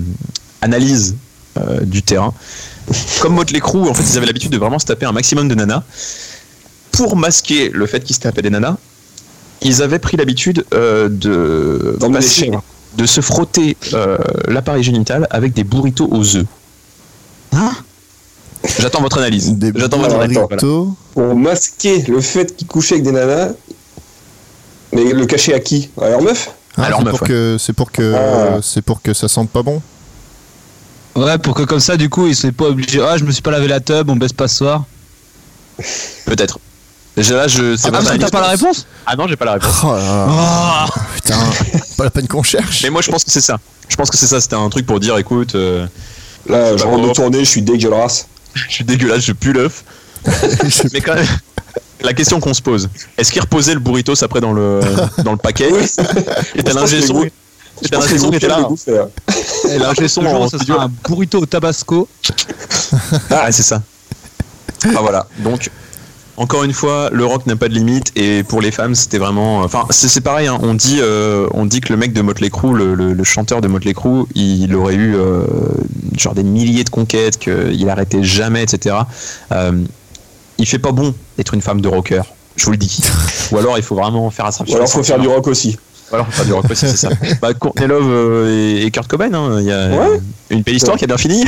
analyse euh, du terrain comme Motley Crue, en fait, ils avaient l'habitude de vraiment se taper un maximum de nanas. Pour masquer le fait qu'ils se tapaient des nanas, ils avaient pris l'habitude euh, de,
D'emmener les
passer-
chèvres.
de se frotter euh, l'appareil génital avec des burritos aux œufs.
Hein
J'attends votre analyse.
Des
J'attends votre analyse. voilà.
burritos.
Pour masquer le fait qu'ils couchaient avec des nanas, mais le cacher à qui À leur meuf
Ah,
Alors,
c'est
meuf,
pour
ouais.
que c'est pour que
Ah.
c'est pour que ça sente pas bon.
Ouais, pour que comme ça, du coup, ils soient pas obligés. Ah, je me suis pas lavé la tub, on baisse pas ce soir.
Peut-être. Je- Là, je. c'est
Ah,
ma
parce que
analyse.
t'as pas la réponse
Ah non, j'ai pas la réponse.
Oh là là,
Ah
Oh, putain,
[laughs]
pas la peine qu'on cherche.
Mais moi, je pense que c'est ça. Je pense que c'est ça. C'était un truc pour dire, écoute, euh,
Là, je
Bah,
rentre de
bon.
tournée, je suis dégueulasse.
je suis dégueulasse, je pue l'œuf.
Je-
Mais quand même, la question qu'on se pose, est-ce qu'il reposait le burritos après dans le, dans le paquet Et t'as
Je pense
l'ingé
que le
son-
goût-
et t'as l'ingé son qui était là. Et l'ingé son en
Toujours, ça
studio.
sera un burrito au tabasco.
Ah, c'est ça. [laughs] Ah, voilà. Donc, encore une fois, le rock n'a pas de limite. Et pour les femmes, c'était vraiment. euh, Enfin, c'est c'est pareil. hein, on, dit, euh, on dit que le mec de Motley Crue, le, le- le chanteur de Motley Crue, il aurait eu euh, genre des milliers de conquêtes, qu'il arrêtait jamais, etc. Euh, il fait pas bon d'être une femme de rocker. Je vous le [laughs] dis. Ou alors, il faut vraiment faire attention.
Ou alors, faut faire du rock aussi.
Voilà, enfin, du rock aussi,
[laughs]
c'est ça. Bah, Courtney Love euh, et, et Kurt Cobain, hein, il y a
Ouais.
une belle histoire qui a bien fini.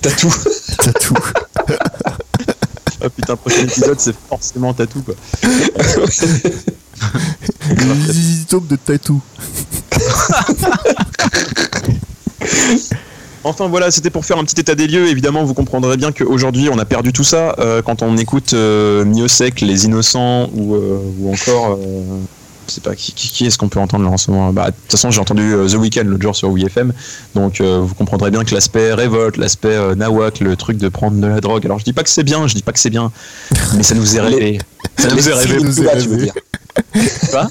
T'as tout.
T'as tout.
Ah putain, prochain épisode, c'est forcément tatou quoi.
Les Zizi Taupe de tatou.
Enfin voilà, c'était pour faire un petit état des lieux. Évidemment, vous comprendrez bien qu'aujourd'hui, on a perdu tout ça. Euh, quand on écoute euh, Mio Sec, Les Innocents ou, euh, ou encore. euh, je sais pas qui, qui- qui est-ce qu'on peut entendre là en ce moment. Bah, De toute façon, j'ai entendu euh, The Weeknd l'autre jour sur WFM. Donc euh, vous comprendrez bien que l'aspect révolte, l'aspect euh, nawak, le truc de prendre de la drogue. Alors je dis pas que c'est bien, je dis pas que c'est bien. Mais ça nous est rêvé. [laughs] Ça nous est rêvé.
L'esprit n'est
nous
plus
est
là, tu
rêvé.
veux dire.
Quoi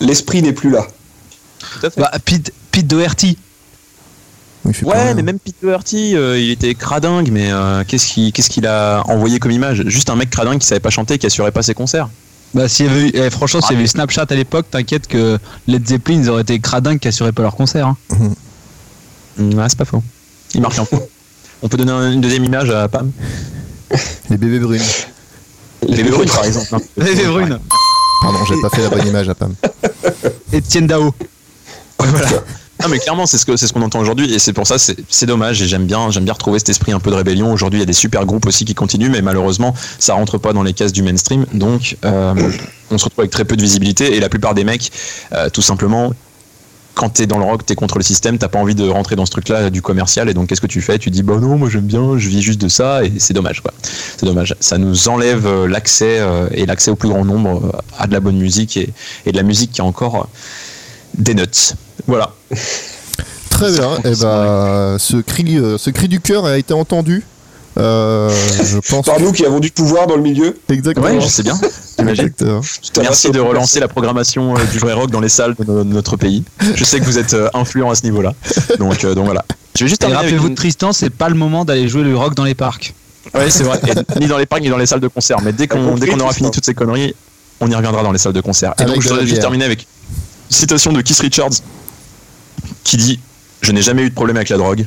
L'esprit n'est plus là.
Bah, Pete, Pete Doherty.
Oui, je sais pas.
Ouais, mais même Pete Doherty, euh, il était cradingue, mais euh, qu'est-ce qu'il qu'est-ce qu'il a envoyé comme image Juste un mec cradingue qui savait pas chanter, qui assurait pas ses concerts. Ah.
Bah, s'il y avait eu- eh, franchement, s'il y avait eu Snapchat à l'époque, t'inquiète que Led Zeppelin, ils auraient été cradingues qui assuraient pas leur concert. hein.
Mm, ouais, c'est pas faux. Il marche un peu.
[laughs]
On peut donner un- une deuxième image à Pam
Les bébés brunes.
Les Vérunes, par exemple. hein.
[laughs] Les Vérunes.
Pardon, j'ai pas fait la bonne image à Pam.
Etienne Dao.
Ouais, voilà. [laughs] Ah, mais clairement, c'est ce que- c'est ce qu'on entend aujourd'hui, et c'est pour ça, c'est c'est dommage, et j'aime bien, j'aime bien retrouver cet esprit un peu de rébellion. Aujourd'hui, il y a des super groupes aussi qui continuent, mais malheureusement, ça rentre pas dans les cases du mainstream, donc euh, on se retrouve avec très peu de visibilité, et la plupart des mecs, euh, tout simplement, quand t'es dans le rock, t'es contre le système, t'as pas envie de rentrer dans ce truc-là du commercial, et donc qu'est-ce que tu fais Tu dis, bah non, moi j'aime bien, je vis juste de ça, et c'est dommage, quoi. C'est dommage. Ça nous enlève euh, l'accès, euh, et l'accès au plus grand nombre euh, à de la bonne musique, et, et de la musique qui a encore euh, des notes. Voilà.
Très bien. Et bah, ce cri, euh, ce cri du cœur a été entendu. Euh, je pense.
Par nous qui avons du pouvoir dans le milieu.
Exactement.
Ouais, je sais [laughs] bien. T'imagines
Exactement.
je t'adresse
Merci
au-
de relancer la programmation euh, du vrai rock dans les salles de no- notre pays. Je sais que vous êtes euh, influent à ce niveau-là. Donc, euh, donc voilà. Je vais juste
Et
terminer avec
rappelez-vous de
une-
Tristan, c'est pas le moment d'aller jouer le rock dans les parcs.
Ouais, c'est vrai. Et ni dans les parcs ni dans les salles de concert. Mais dès
T'as
qu'on
compris,
dès qu'on aura
Tristan.
fini toutes ces conneries, on y reviendra dans les salles de concert. Et
Avec
donc je
de la
voudrais juste
bière.
terminer avec une citation de Keith Richards qui dit Je n'ai jamais eu de problème avec la drogue.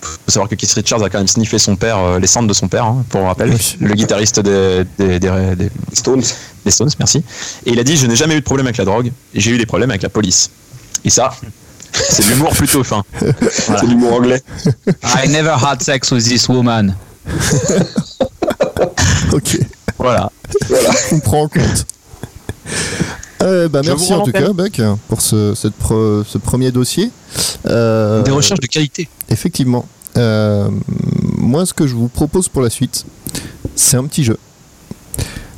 Faut savoir que Keith Richards a quand même sniffé son père, euh, les cendres de son père, hein, pour rappel,
Oui.
le guitariste des- des- des- des,
Stones.
les Stones, merci. Et il a dit Je n'ai jamais eu de problème avec la drogue, j'ai eu des problèmes avec la police. Et ça, c'est de l'humour plutôt fin. Voilà.
C'est l'humour anglais.
I never had sex with this woman.
Ok.
Voilà.
On prend en compte. Euh, bah,
Je
merci
vous
en tout
rappelle.
cas, Buck, pour ce, cette pre- ce premier dossier. Euh,
Des recherches de qualité.
Effectivement. Euh, moi, ce que je vous propose pour la suite, c'est un petit jeu.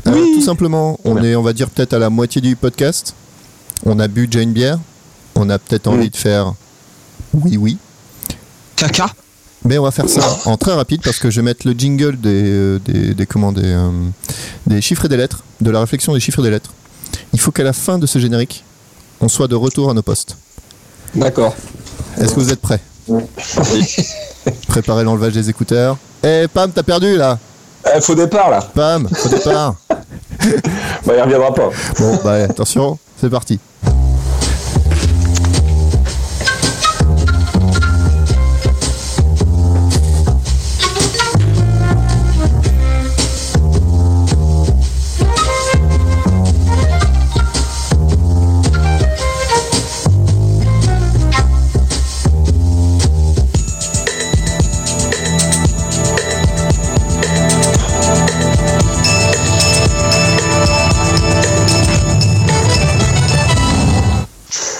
Euh, tout simplement, on
Bien.
est, on va dire, peut-être à la moitié du podcast. On a bu déjà une bière. On a peut-être envie de faire oui, oui.
Caca.
Mais on va faire ça en très rapide parce que je vais mettre le jingle des, euh, des, des, comment, des, euh, des chiffres et des lettres, de la réflexion des chiffres et des lettres. Il faut qu'à la fin de ce générique, on soit de retour à nos postes.
D'accord.
Est-ce que vous êtes prêts Préparez l'enlevage des écouteurs. Eh, Pam, t'as perdu là
Eh, faux départ là.
Pam, au départ
Bah, il reviendra pas.
Oh.
Bon, bah allez, attention, c'est parti.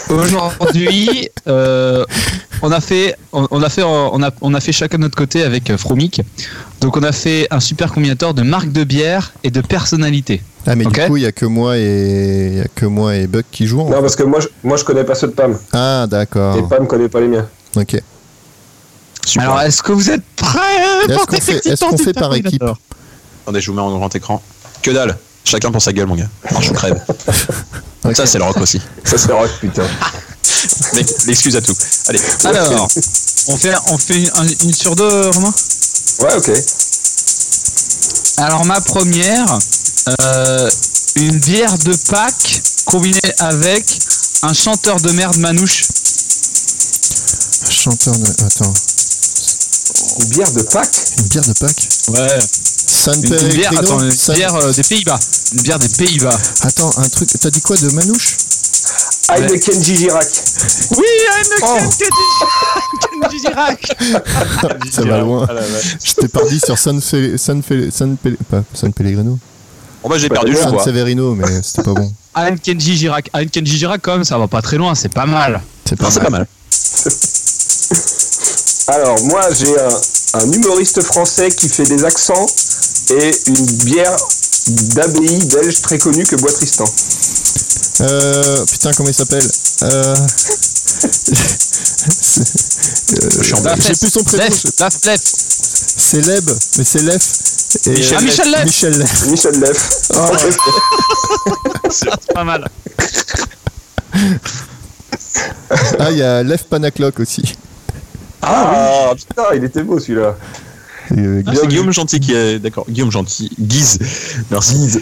Aujourd'hui, euh, on a fait, on, on a fait, on a, on a fait chacun de notre côté avec euh, Fromic. Donc on a fait un super combinateur de marques de bière et de personnalité.
Ah, mais
Ok.
du coup, il y a que moi et il y a que moi et Buck qui jouent. en
Non, parce que moi je, moi, je connais pas ceux de Pam.
Ah,
Et
Oh.
d'accord.
Pam connaît pas les miens.
Ok.
Super.
Alors est-ce que vous êtes prêts hein,
Est-ce
pour
qu'on
cette
fait- est-ce
excitante
qu'on fait
super
par équipe
combinateur
Attendez, je vous mets en grand écran. Que dalle. Chacun pour sa gueule, mon gars. Non, je vous crève.
Ok.
Ça, c'est le rock aussi.
Ça c'est rock,
[laughs]
putain.
Mec, L'excuse à tout. Allez.
[laughs] Alors, on fait, on fait une, un- une sur deux, Romain
Ouais, ok.
Alors ma première, euh, une bière de Pâques combinée avec un chanteur de merde manouche.
Chanteur de. Attends.
Une bière de Pâques
Une bière de Pâques
Ouais.
San
Une, une bière,
Pellegrino
attends, une
San-
bière euh, des Pays-Bas. Une bière des Pays-Bas.
Attends, un truc. T'as dit quoi de Manouche
Aïe
Ouais.
de Kenji Girac.
Oui, un
Oh.
du [laughs] Girac.
Ça va loin.
Ah
[laughs]
là là.
J'étais parti sur San, Fe- San, Fe- San, Pe- pas San Pellegrino.
Bon, bah, j'ai perdu, je
San
vois.
Severino, mais c'était pas bon.
Anne Kenji Girac. Anne Kenji Girac, quand même, ça va pas très loin, c'est pas mal.
C'est pas
Non, c'est pas mal.
Alors moi j'ai un, un humoriste français qui fait des accents et une bière d'abbaye belge très connue que boit Tristan.
Euh, putain, comment il s'appelle euh... [laughs] c'est- euh,
suis en
La
J'ai
flèche.
plus son prénom.
Lef,
je-
la flèche.
C'est Leb, mais c'est Lef. Et- euh,
Michel
Ah, Michel Lef.
Michel Lef.
Michel
[laughs]
Leff. Oh,
C'est pas mal.
Ah, il y a Lef Panacloc aussi.
Ah, putain, il était beau celui-là.
Et, euh,
Ah, c'est Guillaume Gentil qui est. D'accord, Guillaume Gentil. Guise. Merci.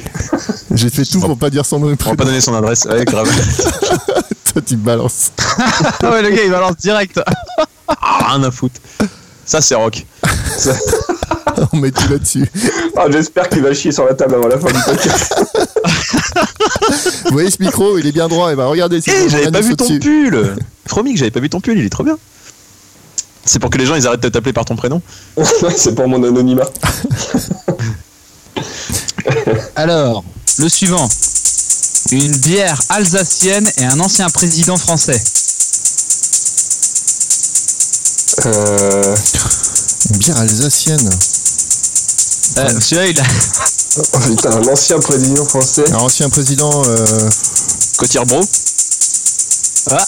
J'ai fait tout
Bon.
pour pas dire son nom.
On va pas donner son adresse. Ouais, grave.
[laughs] Toi, tu balances. [laughs]
Ah ouais, le gars, il balance direct.
Ah, rien à foutre. Ça, c'est rock.
On met tout là-dessus.
Ah, J'espère qu'il va chier sur la table avant la fin du [laughs] podcast.
Vous voyez ce micro Il est bien droit. Et bah, regardez. c'est
Eh,
mon
j'avais pas
anus
vu ton
au-dessus.
[laughs]
pull Fromic, j'avais pas vu ton pull, il est trop bien. C'est pour que les gens ils arrêtent de t'appeler par ton prénom.
C'est pour mon anonymat.
Alors, le suivant. Une bière alsacienne et un ancien président français.
Euh,
Une bière alsacienne.
Euh, Celui-là, il a. [laughs]
oh, putain, un ancien président français.
Un ancien président. euh,
Cotillard Bro
Ah.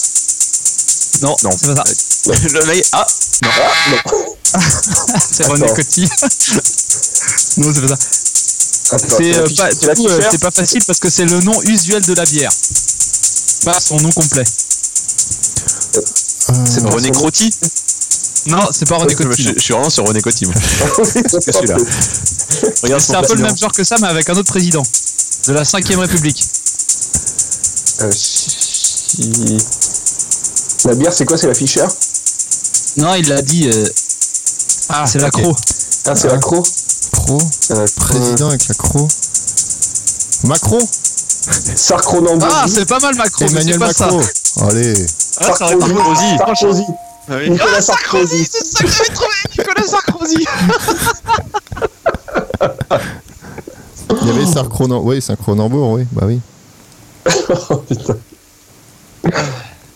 Non,
Non.
c'est pas ça.
[laughs] Le mec. Ah
C'est René
Attends.
Coty. [laughs] non, c'est pas ça.
Attends,
C'est euh,
l'affiche-
pas,
tu l'as
du coup, euh,
affiché
c'est pas facile parce que c'est le nom usuel de la bière. Pas son nom complet.
euh,
C'est pas
René
son nom.
Crotti
Non, c'est pas René Coty.
je, je suis vraiment sur René
[laughs]
Crotti. moi. celui-là. Regarde
C'est
son
un peu le
prénom.
même genre que ça, mais avec un autre président. De la 5ème République.
Euh, chi- La bière, c'est quoi C'est la Fischer
Non, il l'a dit. euh, Ah, c'est la Croix.
Ah, c'est
Ah.
la Croc
Pro.
Euh,
Président avec la Croix.
Eh,
Macron.
Sarcronambou.
Ah, c'est pas mal Macron. mais
Emmanuel
c'est pas
Macron. Allez.
Ça. Ah, ça aurait été-
Sarkozy.
Sarkozy.
Ah oui.
Nicolas Sarkozy.
c'est ça que j'avais trouvé, Nicolas Sarkozy.
Il y avait Sarcronambour. Oui, Sarcronambour, oui. Bah oui.
Oh, putain.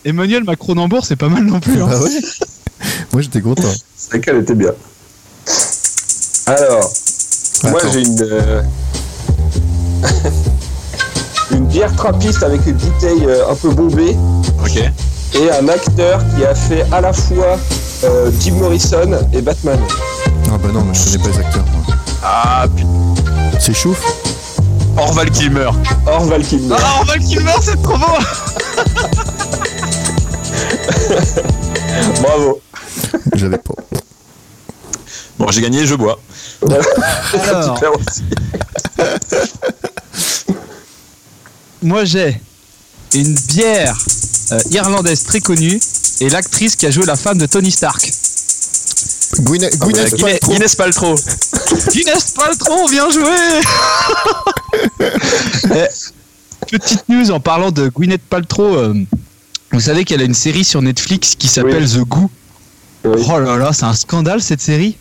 Emmanuel Macron en bourse, c'est pas mal non plus. hein.
Bah oui. [laughs] Moi, j'étais content.
C'est vrai qu'elle était bien. Alors, moi
Attends.
j'ai une. euh, [laughs] une bière trappiste avec une bouteille euh, un peu bombée
Ok.
et un acteur qui a fait à la fois euh, Jim Morrison et Batman.
Ah bah non, mais je connais pas les acteurs. moi.
Ah putain.
C'est chouf
Orval qui meurt.
Orval Kidner.
Ah, Orval Kilmer, c'est trop beau.
Bravo.
J'avais pas.
Bon, j'ai gagné, je bois.
Alors,
Super aussi.
moi j'ai une bière euh, irlandaise très connue et l'actrice qui a joué la femme de Tony Stark.
Gwyneth Ah, bah, Gwyneth
Euh, Guinness-
Paltrow.
Guinness
[laughs]
Paltrow.
Guinness Paltrow, bien [laughs] joué Eh, Petite news en parlant de Gwyneth Paltrow. euh, vous savez qu'elle a une série sur Netflix qui s'appelle The Goo.
Oui.
Oh là là, c'est un scandale cette série.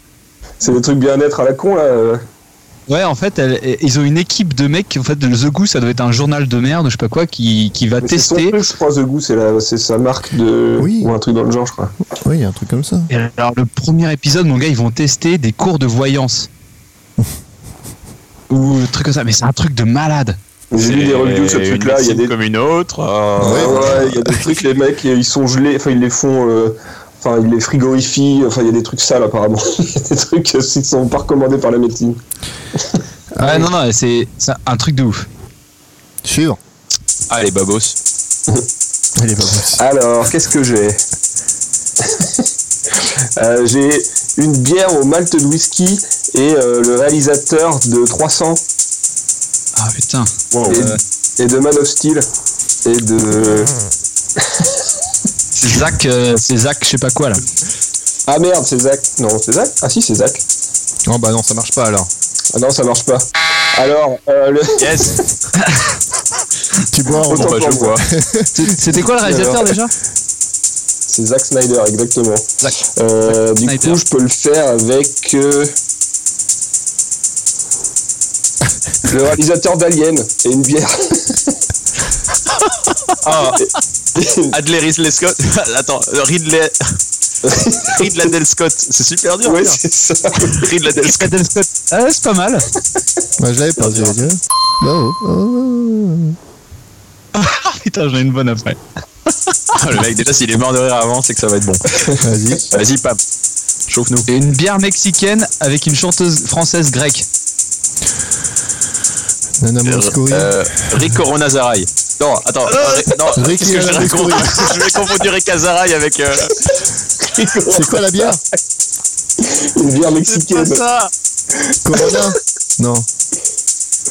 C'est des trucs bien-être à la con là. euh.
Ouais, en fait, elle- et- ils ont une équipe de mecs. qui- En fait, le The Goo, ça doit être un journal de merde, je sais pas quoi, qui, qui va
Mais C'est son
tester.
truc, je crois, The Goo, c'est la- c'est sa marque de.
Oui.
Ou un truc dans le genre, je crois.
Oui, il y a un truc comme ça.
Et alors, le premier épisode, mon gars, ils vont tester des cours de [laughs] voyance. Ou un truc comme ça. Mais c'est un truc de malade.
J'ai lu des reviews sur ce truc-là, il y a des.
comme une autre.
Ouais,
euh,
ouais, il y a des trucs, les mecs, ils sont gelés, enfin, ils les font. euh, Enfin, ils les frigorifient, enfin, il y a des trucs sales apparemment. [laughs] Il y a des trucs qui ne sont pas recommandés par la médecine.
Ah, non, non, c'est c'est un truc de ouf.
Sûr.
Allez, babos.
Elle est pas possible.
Alors, qu'est-ce que j'ai [laughs] Euh, J'ai une bière au malt de whisky et euh, le réalisateur de 300
Ah putain.
et, et de Man of Steel et de.
C'est Zach, euh, c'est Zach, je sais pas quoi là.
Ah merde, c'est Zach. Non, c'est Zach Ah si, c'est Zach.
Oh bah non, ça marche pas alors.
Ah non, ça marche pas. Alors, euh, le.
Yes.
Tu bois en
Autant
Bon, bah,
pour
je
moi.
vois.
C'était quoi le réalisateur [laughs] déjà
C'est Zack Snyder, exactement.
Zack.
Euh, du
Snyder.
coup, je peux le faire avec.
[laughs]
euh, Le réalisateur d'Alien et une bière.
[laughs] Ah, Adler Ridley Scott. [laughs] Attends, euh, Ridley. [laughs] Ridley Del Scott. C'est super dur.
ouais,
putain.
c'est ça.
Ridley [laughs] Del Scott.
Cadel Scott. Ah, c'est pas mal.
Bah, je l'avais pas dit. Bah, oh, Non.
[laughs] Putain, j'en ai une bonne après.
Ah, le mec, déjà, s'il est mort de rire avant, c'est que ça va être bon.
Vas-y.
Vas-y, Pam. Chauffe-nous.
Et une bière mexicaine avec une chanteuse française grecque.
Nana Mouskouri.
Euh, Rick Coronazaray. Non, attends. euh, Ri- non,
Rick
qu'est-ce que je
Coronazaray.
raconte [laughs] Je vais confondre Rick Azaray avec. euh,
C'est quoi la bière
Une bière
C'est pas
mexicaine.
ça
Corona Non.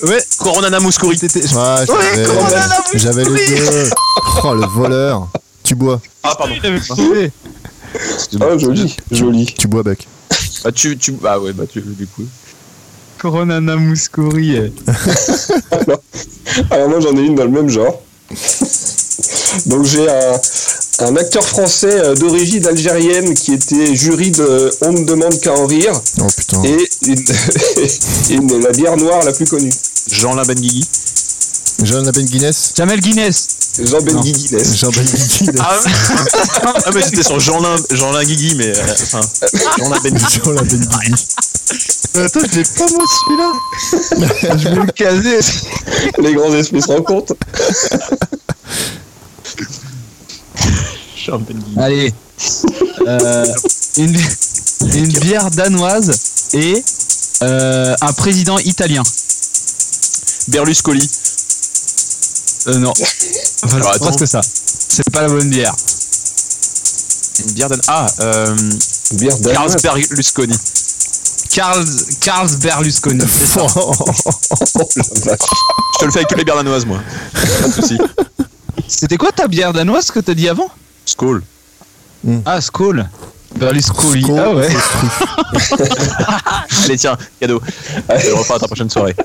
Ouais, Coronana Mouskouri.
Ah, je
Ouais,
savais.
Corona, la bouche
J'avais les deux. Oh, le voleur. Tu bois.
Ah, pardon.
Ah, joli, joli.
Tu bois, Buck.
Bah, tu, tu. Bah, ouais, bah, tu. Du coup.
Coronana Mouskouri.
Alors Ah, moi j'en ai une dans le même
[laughs]
genre. Donc j'ai un, un acteur français euh, d'origine algérienne qui était jury de On ne demande qu'à en rire
Oh putain.
et une, [laughs] une- la bière noire la plus connue.
Jean Labenguigui.
Jean Ben Guinness.
Jamel Guinness.
Jean Ben
Non.
Guinness.
Jean Ben Guinness.
Ah, ah, mais c'était sur Jean Lin, Jean Labenguigui, mais. euh, Enfin. Jean Labenguigui.
Jean Ben Guinness.
Attends, je l'ai pas moi celui-là. je vais le caser.
Les grands esprits se rencontrent.
Jean Labenguigui.
Allez. Euh, une, une bière danoise et euh, un président italien.
Berlusconi.
Euh, non. Enfin,
Alors,
je pense
attends.
que ça. C'est pas la bonne bière.
Une bière d'âne. Ah, euh.
Bière
Carl
danoise.
Berlusconi.
Carl, Carl Berlusconi.
Je te le fais avec toutes les bières danoises, moi. Pas de soucis.
C'était quoi ta bière danoise que t'as dit avant
Skål.
Ah, Skål. Berlusconi.
Skål.
Ah ouais.
Allez, tiens, cadeau. Je le referai à ta prochaine soirée.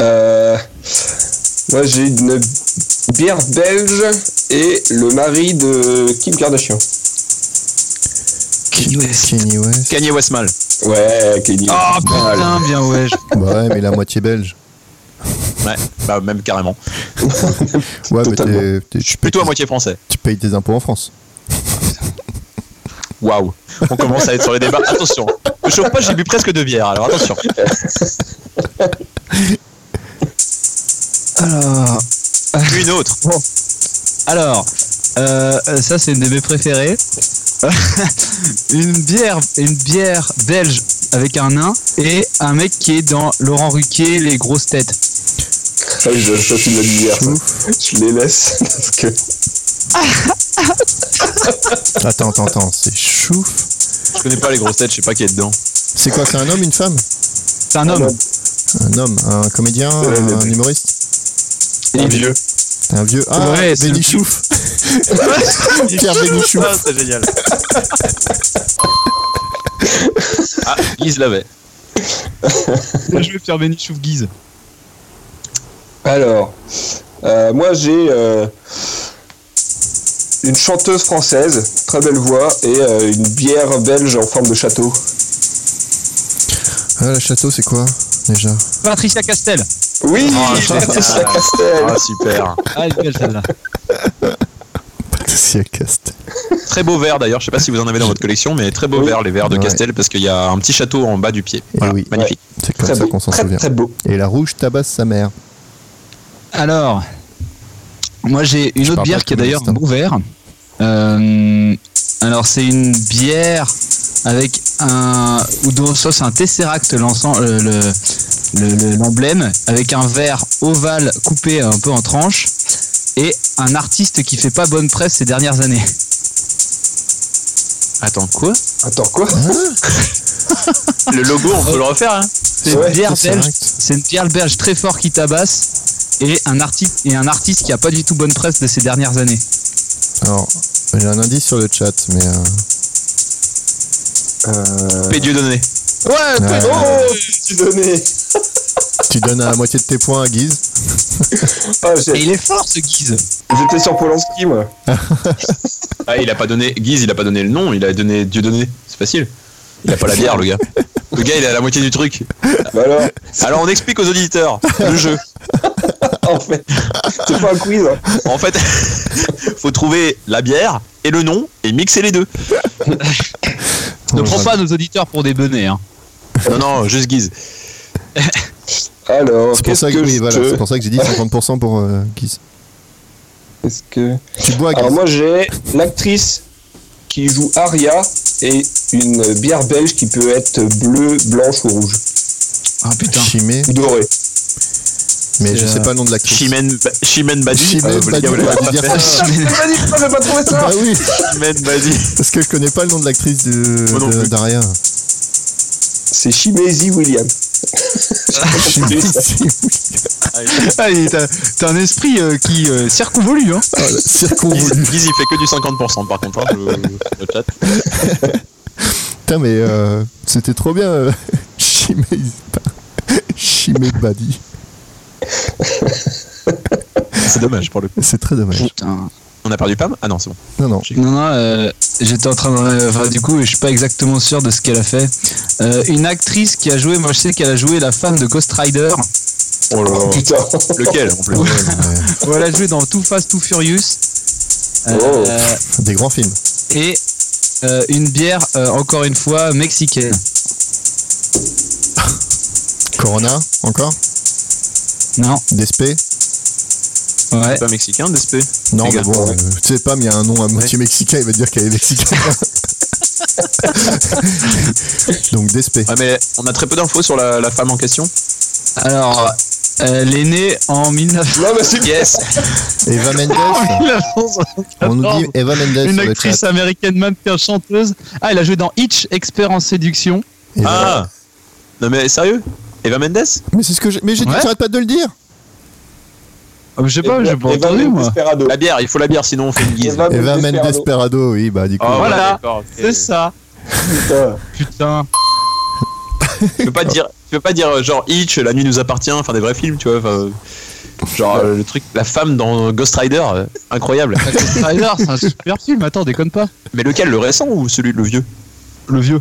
Euh, moi j'ai une bière belge et le mari de Kim Kardashian.
Kenny West.
Kanye Westmal.
Ouais, Kenny.
Ah putain, bien ouais. je-
Bah ouais, mais la moitié belge.
Ouais, bah même carrément.
Ouais,
Totalement.
mais t'es- t'es- tu, payes,
Plutôt à moitié français.
tu payes tes impôts en France.
Waouh. On commence à être sur les débats. Attention. Ne chauffe pas, j'ai bu presque deux bières, alors attention.
Alors,
Une autre.
alors, euh, euh, ça c'est une de mes préférées. [laughs] une bière, une bière belge avec un nain et un mec qui est dans Laurent Ruquier, les grosses têtes.
Ça, je choisis de la bière. ça. Je les laisse [laughs] parce que.
Attends, attends, attends. C'est chouf.
Je connais pas les grosses têtes, je sais pas qui est dedans.
C'est quoi C'est un homme, une femme
C'est un homme.
Un homme, un comédien,
Ouais,
un
mais-
humoriste
Un vieux.
un vieux. Ah,
Ouais, c'est
[laughs]
le-
Bénichouf Pierre Bénichouf
Ah, c'est génial. Ah, Guise l'avait.
Je vais faire Bénichouf Guise.
Alors, euh, moi j'ai euh, une chanteuse française, très belle voix, et euh, une bière belge en forme de château.
Ah, la château, c'est quoi déjà
Patricia Castel.
Oui,
Ah,
Patricia
génial.
Castel.
Ah, super.
Ah, elle est belle celle-là.
Patricia Castel.
Très beau verre d'ailleurs, je sais pas si vous en avez dans votre collection, mais très beau verre, les verres de
Ouais.
Castel, parce qu'il y a un petit château en bas du pied.
Eh
Voilà,
oui.
magnifique.
C'est comme
Très
ça
beau.
qu'on s'en
très,
souvient.
très beau.
Et la rouge tabasse sa mère.
Alors, moi j'ai une
Je
autre
parle
bière
pas
qui est
tout le
d'ailleurs un
monde,
bon verre. Euh, alors c'est une bière avec un ou dont ça c'est un tesseract l'ensemble euh, le- le- le- l'emblème avec un verre ovale coupé un peu en tranches et un artiste qui fait pas bonne presse ces dernières années. Attends quoi
Attends, quoi
Le logo, on peut le refaire, hein
C'est une
Ouais,
bière belge.
Tesseract.
C'est une bière belge très fort qui tabasse et un artiste et un artiste qui a pas du tout bonne presse de ces dernières années.
Alors, j'ai un indice sur le chat, mais. euh,
euh...
Pédieu donné.
Ouais,
Ouais.
[laughs] oh, tu donnais.
Tu donnes à la moitié de tes points à Guise.
Ah,
Et
j'ai-
il est fort ce Guise.
J'étais sur Polanski, moi.
Ah, il a pas donné. Guise, il a pas donné le nom, il a donné Dieu donné. C'est facile. Il a pas la bière, le gars. Le gars, il a la moitié du truc.
Bah alors,
Alors, on explique aux auditeurs le
[laughs]
jeu.
en fait, c'est pas un quiz. hein.
En fait, [laughs] faut trouver la bière et le nom et mixer les deux.
Ne
Oh,
prends
j'avoue.
pas nos auditeurs pour des benets. Hein.
Non, non, juste Guise.
Alors,
C'est pour,
qu'est-ce
ça que,
que
oui,
je
voilà,
te-
c'est pour ça que j'ai dit 50% pour euh, Guise.
Qu'est-ce que...
Tu bois Guise.
Alors moi j'ai l'actrice qui joue Aria et une bière belge qui peut être bleue, blanche ou rouge.
Ah putain.
Chimé,
Ou dorée.
mais
C'est,
je sais
euh,
pas le nom de l'actrice.
Chimène, Ba- Chimène Badi.
Chimène
Euh, le
Badi,
gars, vous l'avez
ouais,
pas
dire
fait.
Ah,
Je l'ai pas dit, je vais pas trouver
Bah
ça
oui,
Chimène Badi.
parce que je connais pas le nom de l'actrice de-
Moi non
de-
plus.
d'Aria.
C'est Chimézy William.
Chimé-
Ah, et t'as t'as un esprit euh, qui euh, circonvolue. Hein.
Oh, la
Guise,
Circonvolu.
Guise, il fait que du 50% par contre. hein, le- le chat.
Putain, mais euh, c'était trop bien. euh, [laughs] Chimé. Chimé Badi.
C'est dommage pour le coup.
C'est très dommage.
Putain.
On a perdu Pam Ah non, c'est bon.
Non, non.
[laughs] Non, non, euh, j'étais en train de. euh, Enfin, du coup, je suis pas exactement sûr de ce qu'elle a fait. Euh, une actrice qui a joué, moi je sais qu'elle a joué la femme de Ghost Rider.
Oh là là.
Putain.
Lequel en plus
Ou elle a joué dans Too Fast, Too Furious. Euh,
Oh.
Des grands films.
Et euh, une bière, euh, encore une fois, mexicaine.
Corona, encore
Non,
Despé
ouais.
C'est pas mexicain, DSP
Non, mais
Despé.
bon, euh, tu sais pas, mais il y a un nom à moitié mexicain, il va dire qu'elle est mexicaine. Donc Despé.
Ouais, mais on a très peu d'infos sur la, la femme en question.
Alors, elle est née en [laughs] 1900.
Non mais c'est
Yes
Eva Mendes On nous dit Eva Mendes
Ah Une
sur le
actrice
chat.
américaine mannequin chanteuse. Ah, elle a joué dans Hitch, expert en séduction.
Eva-
Ah Non mais sérieux Eva Mendes
Mais c'est ce que j'ai. Mais j'ai dit,
Ouais.
j'arrête pas de le dire
Ah, Je sais pas, j'ai pas
Eva
entendu
Mendes
moi.
Desperado.
La bière, il faut la bière sinon on fait une guise.
Eva
Eva Mendes
Desperado.
Desperado, oui, bah du coup.
Ah,
Voilà.
d'accord, ok.
C'est ça.
Putain.
Putain.
Tu peux pas dire, tu peux pas dire euh, genre Hitch, La nuit nous appartient, enfin des vrais films, tu vois. enfin, euh, Genre euh, le truc, la femme dans Ghost Rider, euh,
[laughs]
incroyable.
Rider, c'est un super film. Attends, déconne pas.
Mais lequel, le récent ou celui le vieux
Le vieux.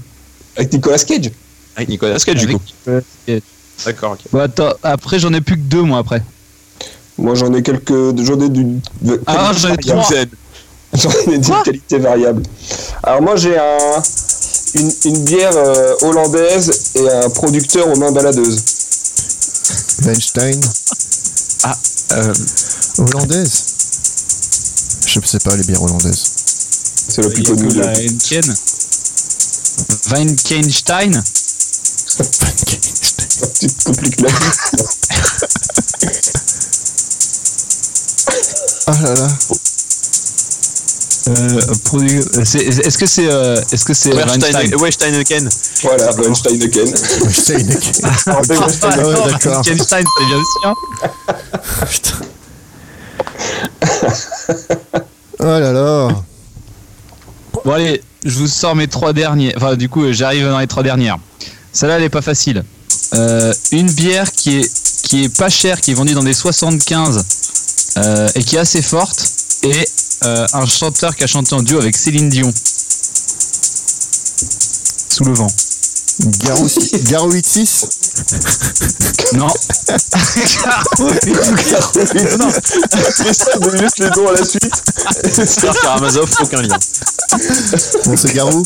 Avec Nicolas Cage.
Avec Nicolas Cage du
Avec
coup. D'accord, ok.
Bon, Bah, attends, après j'en ai plus que deux moi après.
Moi j'en ai quelques. J'en ai du. de-
Ah, j'en ai
qualité
trois.
variable. [laughs] J'en ai d'une qualité variable. Alors moi j'ai un. Une, une bière euh, hollandaise et un producteur aux mains baladeuses.
Weinstein.
Ah, euh,
Hollandaise. Je sais pas les bières hollandaises.
C'est le plus connu. [laughs] de-
Weinkenstein.
Tu te compliques
[laughs]
la vie.
Ah là là.
Euh, produ- euh, c'est- Est-ce que c'est euh, est-ce que c'est Weinstein
Weinstein- Weinsteineken.
Voilà,
[laughs]
Weinsteineken.
Weinstein.
Ah,
ouais,
non,
d'accord.
Weinkenstein, c'est bien hein. sûr.
Putain. Oh là là.
Bon allez, je vous sors mes trois derniers. Enfin, du coup, euh, j'arrive dans les trois dernières. Celle-là, elle est pas facile. Euh, une bière qui est qui est pas chère, qui est vendue dans des 75 euh, et qui est assez forte, et euh, un chanteur qui a chanté en duo avec Céline Dion. Sous le vent.
Garo, si- Garo 86
[laughs] Non. non.
C'est ça, mais juste les dons à la suite.
Star Karamazov, aucun lien.
Bon, c'est Garou.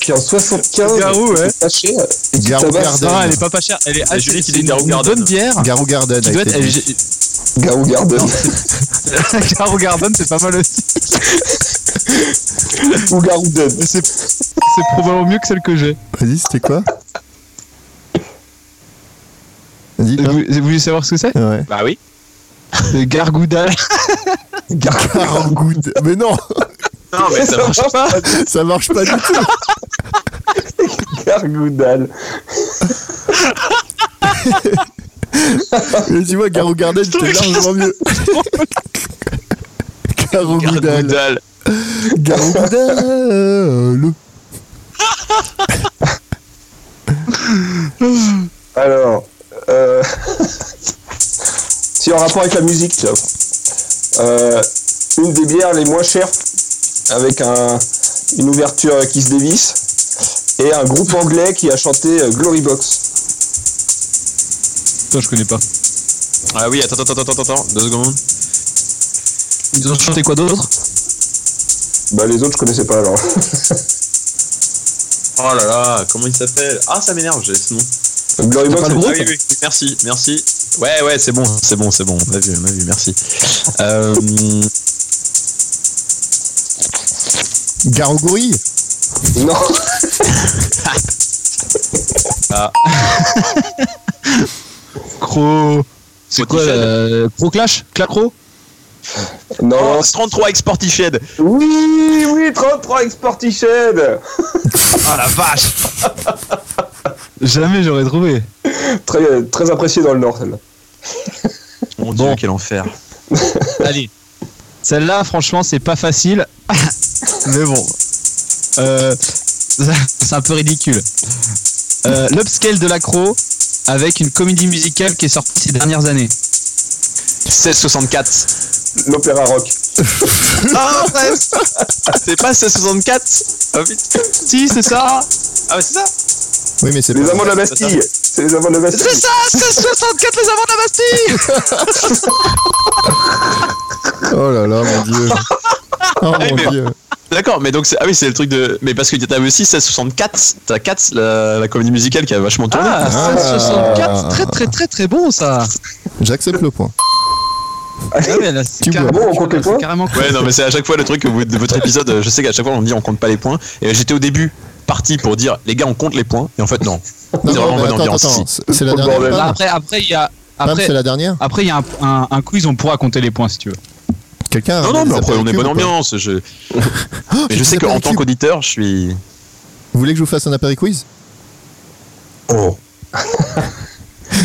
Qui en 75.
Garou, ouais.
c'est pas cher. Et qui
Garou
tabasse.
Garden.
Non, elle est pas pas chère. Elle est
La Julie qui
c'est Bah,
dit
une,
Garou
une
Garden.
bonne bière.
Garou Garden.
Qui
a
doit
été
être-
dit.
j'ai-
Garou Garden.
[laughs] Garou Garden, c'est pas mal aussi.
Ou Garou Den.
Mais C'est c'est probablement mieux que celle que j'ai.
Vas-y, c'était quoi Vas-y,
Vous,
Pam.
vous voulez savoir ce que c'est
hein Ouais.
Bah oui.
Le Gargouda.
[laughs]
Garou Good. Mais non, [laughs]
Non, mais ça marche pas.
ça marche pas du tout.
Gargoudal.
Mais tu vois, Garou Garden, c'était largement
[laughs]
mieux. Garou Goudal.
Goudal.
Garou Goudal.
Alors, euh... [laughs] si en rapport avec la musique, tiens. Euh, une des bières les moins chères, avec un, une ouverture qui se dévisse, et un groupe anglais qui a chanté euh, Glory Box.
Putain, je connais pas.
Ah oui, attends, attends, attends, attends, attends, deux secondes.
Ils ont chanté quoi d'autre
Bah les autres je connaissais pas alors. [laughs]
Oh là là, comment il s'appelle Ah, ça m'énerve, j'ai ce nom.
Glory Box,
Ah
c'est-
oui, oui, oui, merci, merci. Ouais, ouais, c'est bon, c'est bon, c'est bon. On a vu, on a vu, merci. Euh,
Garou Gourille.
Non, [laughs]
Cro. C'est quoi
Spotify.
euh, Cro Clash Clacro
Oh,
non.
33 Exportiched.
Oh.
Oui, oui, 33 Exportiched.
Ah la vache
[laughs] Jamais j'aurais trouvé.
Très, très apprécié dans le Nord, celle-là.
Mon
Bon.
dieu, quel enfer.
Allez. Celle-là, franchement, c'est pas
[laughs]
facile. Mais bon. Euh, c'est un peu ridicule. Euh, L'upscale de l'accro avec une comédie musicale qui est sortie ces dernières années.
1664.
L'opéra rock.
Ah, bref C'est pas 1664 Ah vite
Si, c'est ça
Ah ouais, c'est ça
Oui, mais c'est
Les
pas.
amants de la Bastille. C'est les amants de la
C'est
Bastille.
ça 1664, les amants de la Bastille
Oh là là, mon
[laughs]
dieu. Oh mon
mais-
dieu.
D'accord, mais donc c'est. Ah oui, c'est le truc de. Mais parce que t'avais aussi 1664, t'as 4, la, la comédie musicale qui a vachement tourné.
Ah,
Ah.
1664, très très très très bon ça
J'accepte le point.
Ah ouais, là, c'est
Tu
carrément-
bois. Bon, on compte les points
c'est carrément cool.
Ouais, non, mais c'est à chaque fois le truc que vous- de votre épisode. euh, Je sais qu'à chaque fois on dit on compte pas les points. Et j'étais au début parti pour dire les gars on compte les points. Et en fait non. C'est
Non, non,
vraiment
mais
bonne
attends,
ambiance.
attends.
ici.
C'est c'est la
Oh,
dernière.
bordel.
Là,
Pam
après, après, il y a.
Pam,
Après,
c'est la dernière
après, il y a un, un- un quiz, on pourra compter les points si tu veux.
Quelqu'un a
Non, non,
ramené
mais
des
après on est
apéricubes
bonne
ou pas Ah,
ambiance. Je... mais je
des
sais qu'en tant
apéricubes.
qu'auditeur, je suis.
Vous voulez que je vous fasse un apéri quiz
Oh.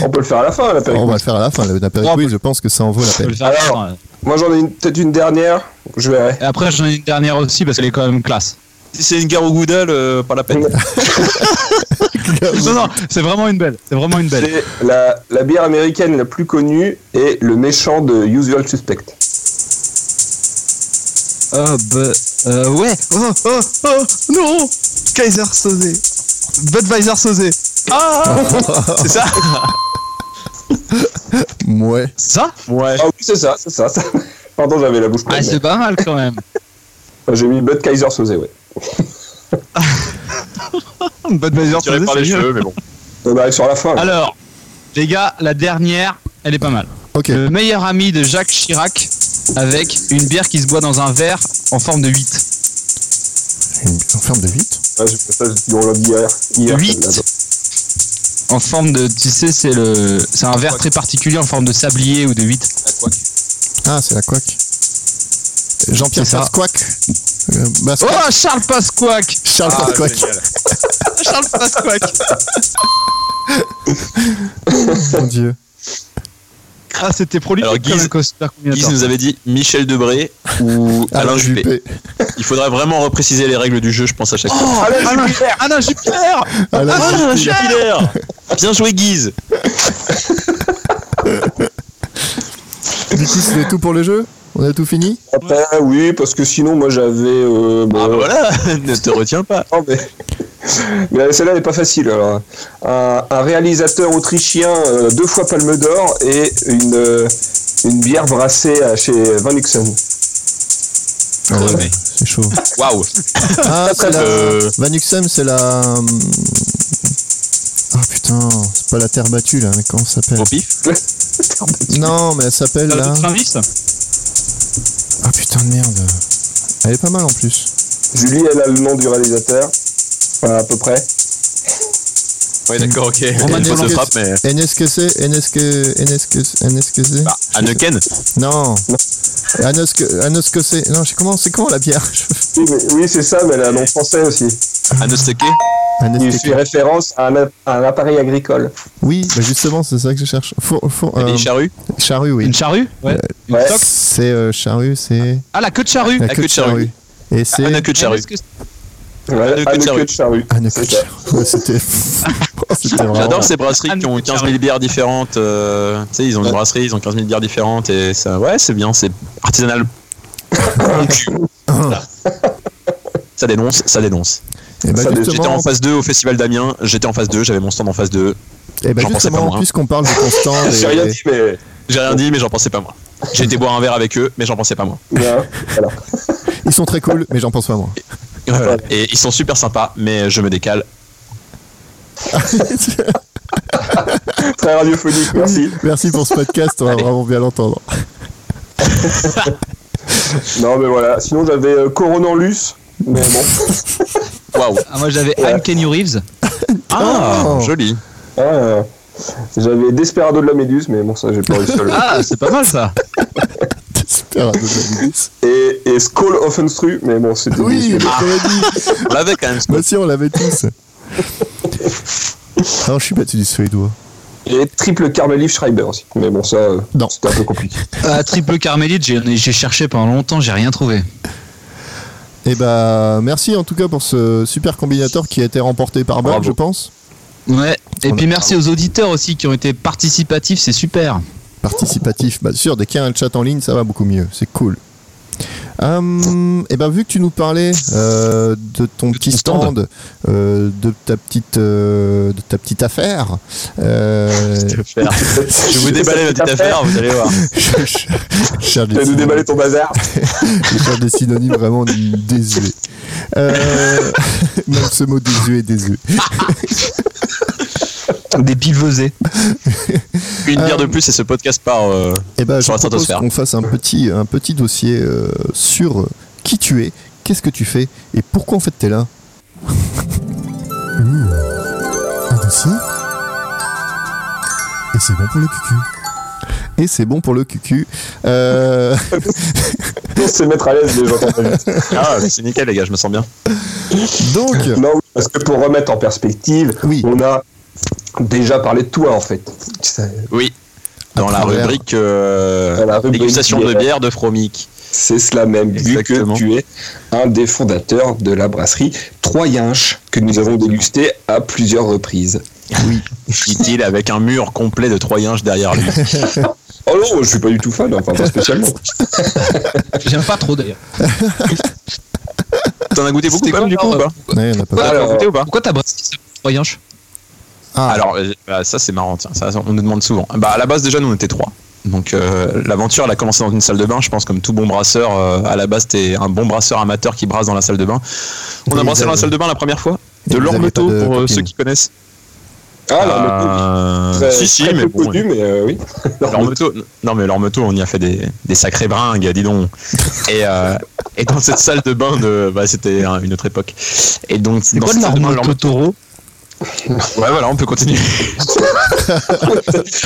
On peut le faire à la fin, la
On
période.
va le faire à la fin. L'apéri
Oh,
quiz, je pense que ça en vaut la
Je peux
peine.
le faire
Alors.
avant, euh.
Moi, j'en ai une- peut-être une dernière. Je verrai.
Et après, j'en ai une dernière aussi parce qu'elle est quand même classe.
Si c'est une Garou Goudal, euh, pas la peine.
Non, non, c'est vraiment une belle. C'est vraiment une belle.
[laughs] C'est la, la bière américaine la plus connue et le méchant de Usual Suspect.
Oh, bah, euh, ouais. Oh, oh, oh, non Kaiser Sosé. Budweiser Sosé. Ah
c'est ça
Ouais.
Ça
Ouais.
Ah oui, c'est ça, c'est ça. [laughs] ça. Pardon, j'avais la bouche pleine.
Ah, c'est pas mal quand même.
J'ai mis Bud Kaiser Sosé, ouais.
[laughs] Budweiser
Tiré
Ah,
Sosé,
par les
c'est mieux.
cheveux, mais bon.
On arrive sur la fin. là.
Alors, les gars, la dernière, elle est pas mal.
Ok.
Euh,
Le meilleur ami de Jacques Chirac avec une bière qui se boit dans un verre en forme de 8.
On ferme de 8
Ah,
Ouais, je- ça, je- on l'a dit hier. hier,
8
celle-là.
En forme de. Tu sais, c'est le. C'est un verre très particulier en forme de sablier ou de 8.
Ah, c'est la couac. Jean-Pierre
C'est ça.
Pasquac. Euh,
Oh,
Basquac.
Charles Pasquac
Charles
Ah,
Pasquac.
[laughs] Charles Pasquac
Mon dieu.
Ah, c'était prolifique
Alors, Guise-
comme un coaster combinator.
Guy nous avait dit Michel Debré ou
[laughs] Ah,
Alain Juppé. Il faudrait vraiment repréciser les règles du jeu, je pense, à
Oh,
chaque fois.
Allez,
Alain Juppé Alain Juppé
Alain Juppé.
Ah, Jupiter Bien joué, Guise
Du coup, c'est tout pour le jeu On a tout fini
Après, oui, parce que sinon, moi, j'avais. euh, bon,
[laughs] Ah bah voilà, ne te retiens pas.
non, mais [laughs] Mais euh, celle-là n'est pas facile. alors. Un, un réalisateur autrichien, euh, deux fois Palme d'Or, et une, euh, une bière brassée à- chez Van Nixon.
Ouais, mais-
Ah C'est chaud.
Waouh
Ah, c'est la.
Euh,
Van Uxem, c'est la. hum, Ah putain, c'est pas la terre battue là, mais comment ça s'appelle
Au pif
Non, mais elle s'appelle
T'as
là.
d'autres indices
Ah putain de merde. Elle est pas mal en plus.
Julie, elle a le nom du réalisateur, Enfin, à peu près.
Ouais, d'accord, ok.
Roman
Une fois, ça
Polanski.
frappe, mais.
NSKC, NSK, NSK, NSKC
Bah, Hanneken
Non. Anosk, Anoskc. Non, je sais comment, c'est comment la [laughs] bière
Oui, mais- oui, c'est ça, mais elle a un nom français aussi.
Hanosteke
Euh,
Ah,
Il
Anoskc.
fait référence à un, a- à un appareil agricole.
Oui, bah justement, c'est ça que je cherche. Four- four-
La vieille
euh,
charrue
charrue, oui.
Une charrue Ouais. Une
Ouais.
soque
C'est euh, charrue, c'est
Ah, la queue de charrue
queue de charrue.
Et
Ah,
c'est.
on a que de charrue.
Est-ce que c'est-
Voilà,
de
à
queue de
nos
charrue.
queues de charrue.
Ah, ne
C'est
coûte
ça.
cher. Ouais, [laughs] c'était. c'était [laughs] vraiment-
J'adore ces brasseries
Anne
qui ont 15 000 bières différentes. euh, tu sais, ils ont une brasserie, ils ont 15 000 bières différentes et ça, ouais, c'est bien, c'est
[coughs]
artisanal. Mon cul. Voilà. Ça dénonce, ça dénonce.
Eh ben,
Ça, mais
J'étais en
justement,
phase 2 au festival d'Amiens, j'étais en phase 2, j'avais mon stand en phase 2.
eh ben,
j'en pensais pas
justement
moins.
puisqu'on parle de Constant
Ah,
[laughs]
J'ai rien
et,
dit, mais.
J'ai rien dit, mais j'en pensais pas moi. J'ai été boire un verre avec eux, mais j'en pensais pas moi.
Non, voilà.
ils sont très cool, mais j'en pense pas
[laughs]
moi.
Et voilà. Et ils sont super sympas, mais je me décale.
Très radiophonique, merci.
Merci pour ce podcast, on va
Allez.
vraiment bien l'entendre. [laughs]
Non, mais voilà. Sinon, j'avais euh, Coronanlus, mais bon.
Waouh!
Ah, moi j'avais Anne Kenny Reeves.
Ah,
Oh.
joli!
Ah, euh, j'avais Desperado de la Méduse, mais bon, ça, j'ai pas réussi à le.
Ah, c'est pas mal [laughs] ça.
Super. Adobe Magnus.
Et, et Skull Offenstru, mais bon, c'était.
Oui, mais on l'avait dit.
On l'avait quand [laughs] même, ce
Moi aussi, Bah on l'avait tous. Alors, je suis battu du suédois.
Et triple Carmelif Schreiber aussi. Mais bon, ça, euh,
Non.
c'était un
[laughs]
peu compliqué.
Euh, triple Carmélite, j'ai j'ai cherché pendant longtemps, j'ai rien trouvé.
Et bah, merci en tout cas pour ce super combinateur qui a été remporté par Bob,
Bravo.
je pense.
Ouais. Et
On
puis
a-
merci aux auditeurs aussi qui ont été participatifs, c'est super.
Participatif, bah sûr, dès qu'il y a un chat en ligne, ça va beaucoup mieux, c'est cool. Hum, et ben vu que tu nous parlais euh, de ton petit
ton stand.
stand, euh, de ta petite, euh, de ta petite affaire, euh, [laughs]
Je vais vous déballer la petite affaire, vous allez voir.
je, je- je cherche des
Tu vas nous
synonymes.
déballer ton bazar.
Je cherche des synonymes vraiment désuets. Euh, [laughs] même ce mot désuet est désuet.
Des pilvesés.
Une bière de plus et ce podcast part. euh,
Eh ben, je
Sur la
propose
stratosphère.
qu'on fasse un petit, un petit dossier euh, sur euh, qui tu es, qu'est-ce que tu fais et pourquoi en fait t'es [laughs] là. Mmh. un dossier Et c'est bon pour le cucu. Et c'est bon pour le cucu. Euh,
On se mettre à l'aise, les gens. quand même.
Ah, c'est nickel, les gars, je me sens bien. [laughs]
donc,
Non, oui, parce que pour remettre en perspective,
Oui.
on a déjà parlé de toi, en fait. C'est
Oui. Dans
À
la
travers-
rubrique euh,
Dans la rubrique
dégustation de
bière.
bière de Fromic.
c'est cela même,
Exactement.
vu que tu es un des fondateurs de la brasserie Troyenche, que nous avons dégusté à plusieurs reprises.
Dit-il avec un mur complet de troyens derrière lui.
Oh non, je suis pas du tout fan, enfin pas spécialement.
J'aime pas trop d'ailleurs.
T'en as goûté beaucoup
C'était
quand même du coup
quoi,
ou pas
Ouais, on a pas-
Ouais.
T'en as
Alors,
goûté ou pas
Pourquoi t'as brassé ce troyanche
Ah,
Alors euh, bah, ça c'est marrant, tiens, ça, on nous demande souvent. Bah à la base déjà nous on était trois. Donc euh, l'aventure elle a commencé dans une salle de bain, je pense comme tout bon brasseur, euh, à la base t'es un bon brasseur amateur qui brasse dans la salle de bain. On
Et
a brassé
vous
dans la
avez-
salle de bain la première fois,
et
de
vous avez
l'ormeto
pas de
pour euh,
copine.
ceux qui connaissent.
Ah, l'ormeto,
Euh,
très-
si si
très
mais
peu
bon,
connu, mais euh, oui.
L'ormeto, non mais l'ormeto, on y a fait des, des sacrés bringues,
[laughs]
dis donc. Et, euh, et dans cette salle de bain de, bah, c'était hein, une autre époque. Et donc
C'est
dans
quoi
cette salle de bain,
l'ormeto taureau
l'ormeto- Ouais voilà, on peut continuer.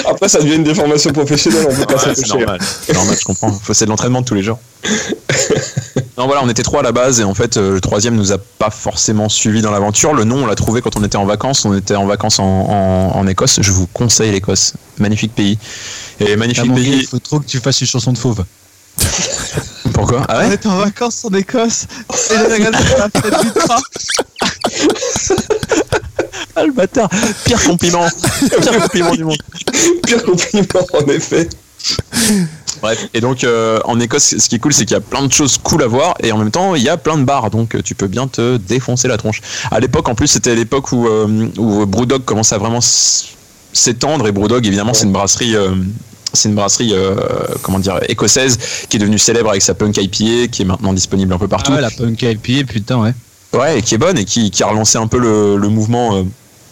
Après, ça devient une déformation professionnelle, on peut pas
Ouais, c'est
s'empêcher.
normal. C'est normal, je comprends. Faut c'est de l'entraînement de tous les jours. [laughs] non voilà, on était trois à la base et en fait euh, le troisième nous a pas forcément suivi dans l'aventure. Le nom on l'a trouvé quand on était en vacances. On était en vacances en, en- en Écosse. Je vous conseille l'Écosse, magnifique pays. Et magnifique
Il
pays.
faut trop que tu fasses une chanson de fauve.
Pourquoi Ah ouais
est en vacances en Écosse et les regarde la fête du train.
Ah le bâtard Pire compliment Pire compliment du monde
Pire compliment, en effet.
Bref, et donc euh, en Écosse, ce qui est cool, c'est qu'il y a plein de choses cool à voir et en même temps, il y a plein de bars, donc euh, tu peux bien te défoncer la tronche. À l'époque, en plus, c'était l'époque où, euh, où Brewdog commençait à vraiment s- s'étendre et Brewdog, évidemment, c'est une brasserie. euh, c'est une brasserie, euh, comment dire, écossaise qui est devenue célèbre avec sa punk IPA qui est maintenant disponible un peu partout.
Ah ouais, la punk IPA, putain, ouais.
Ouais, et qui est bonne et qui, qui a relancé un peu le, le mouvement euh,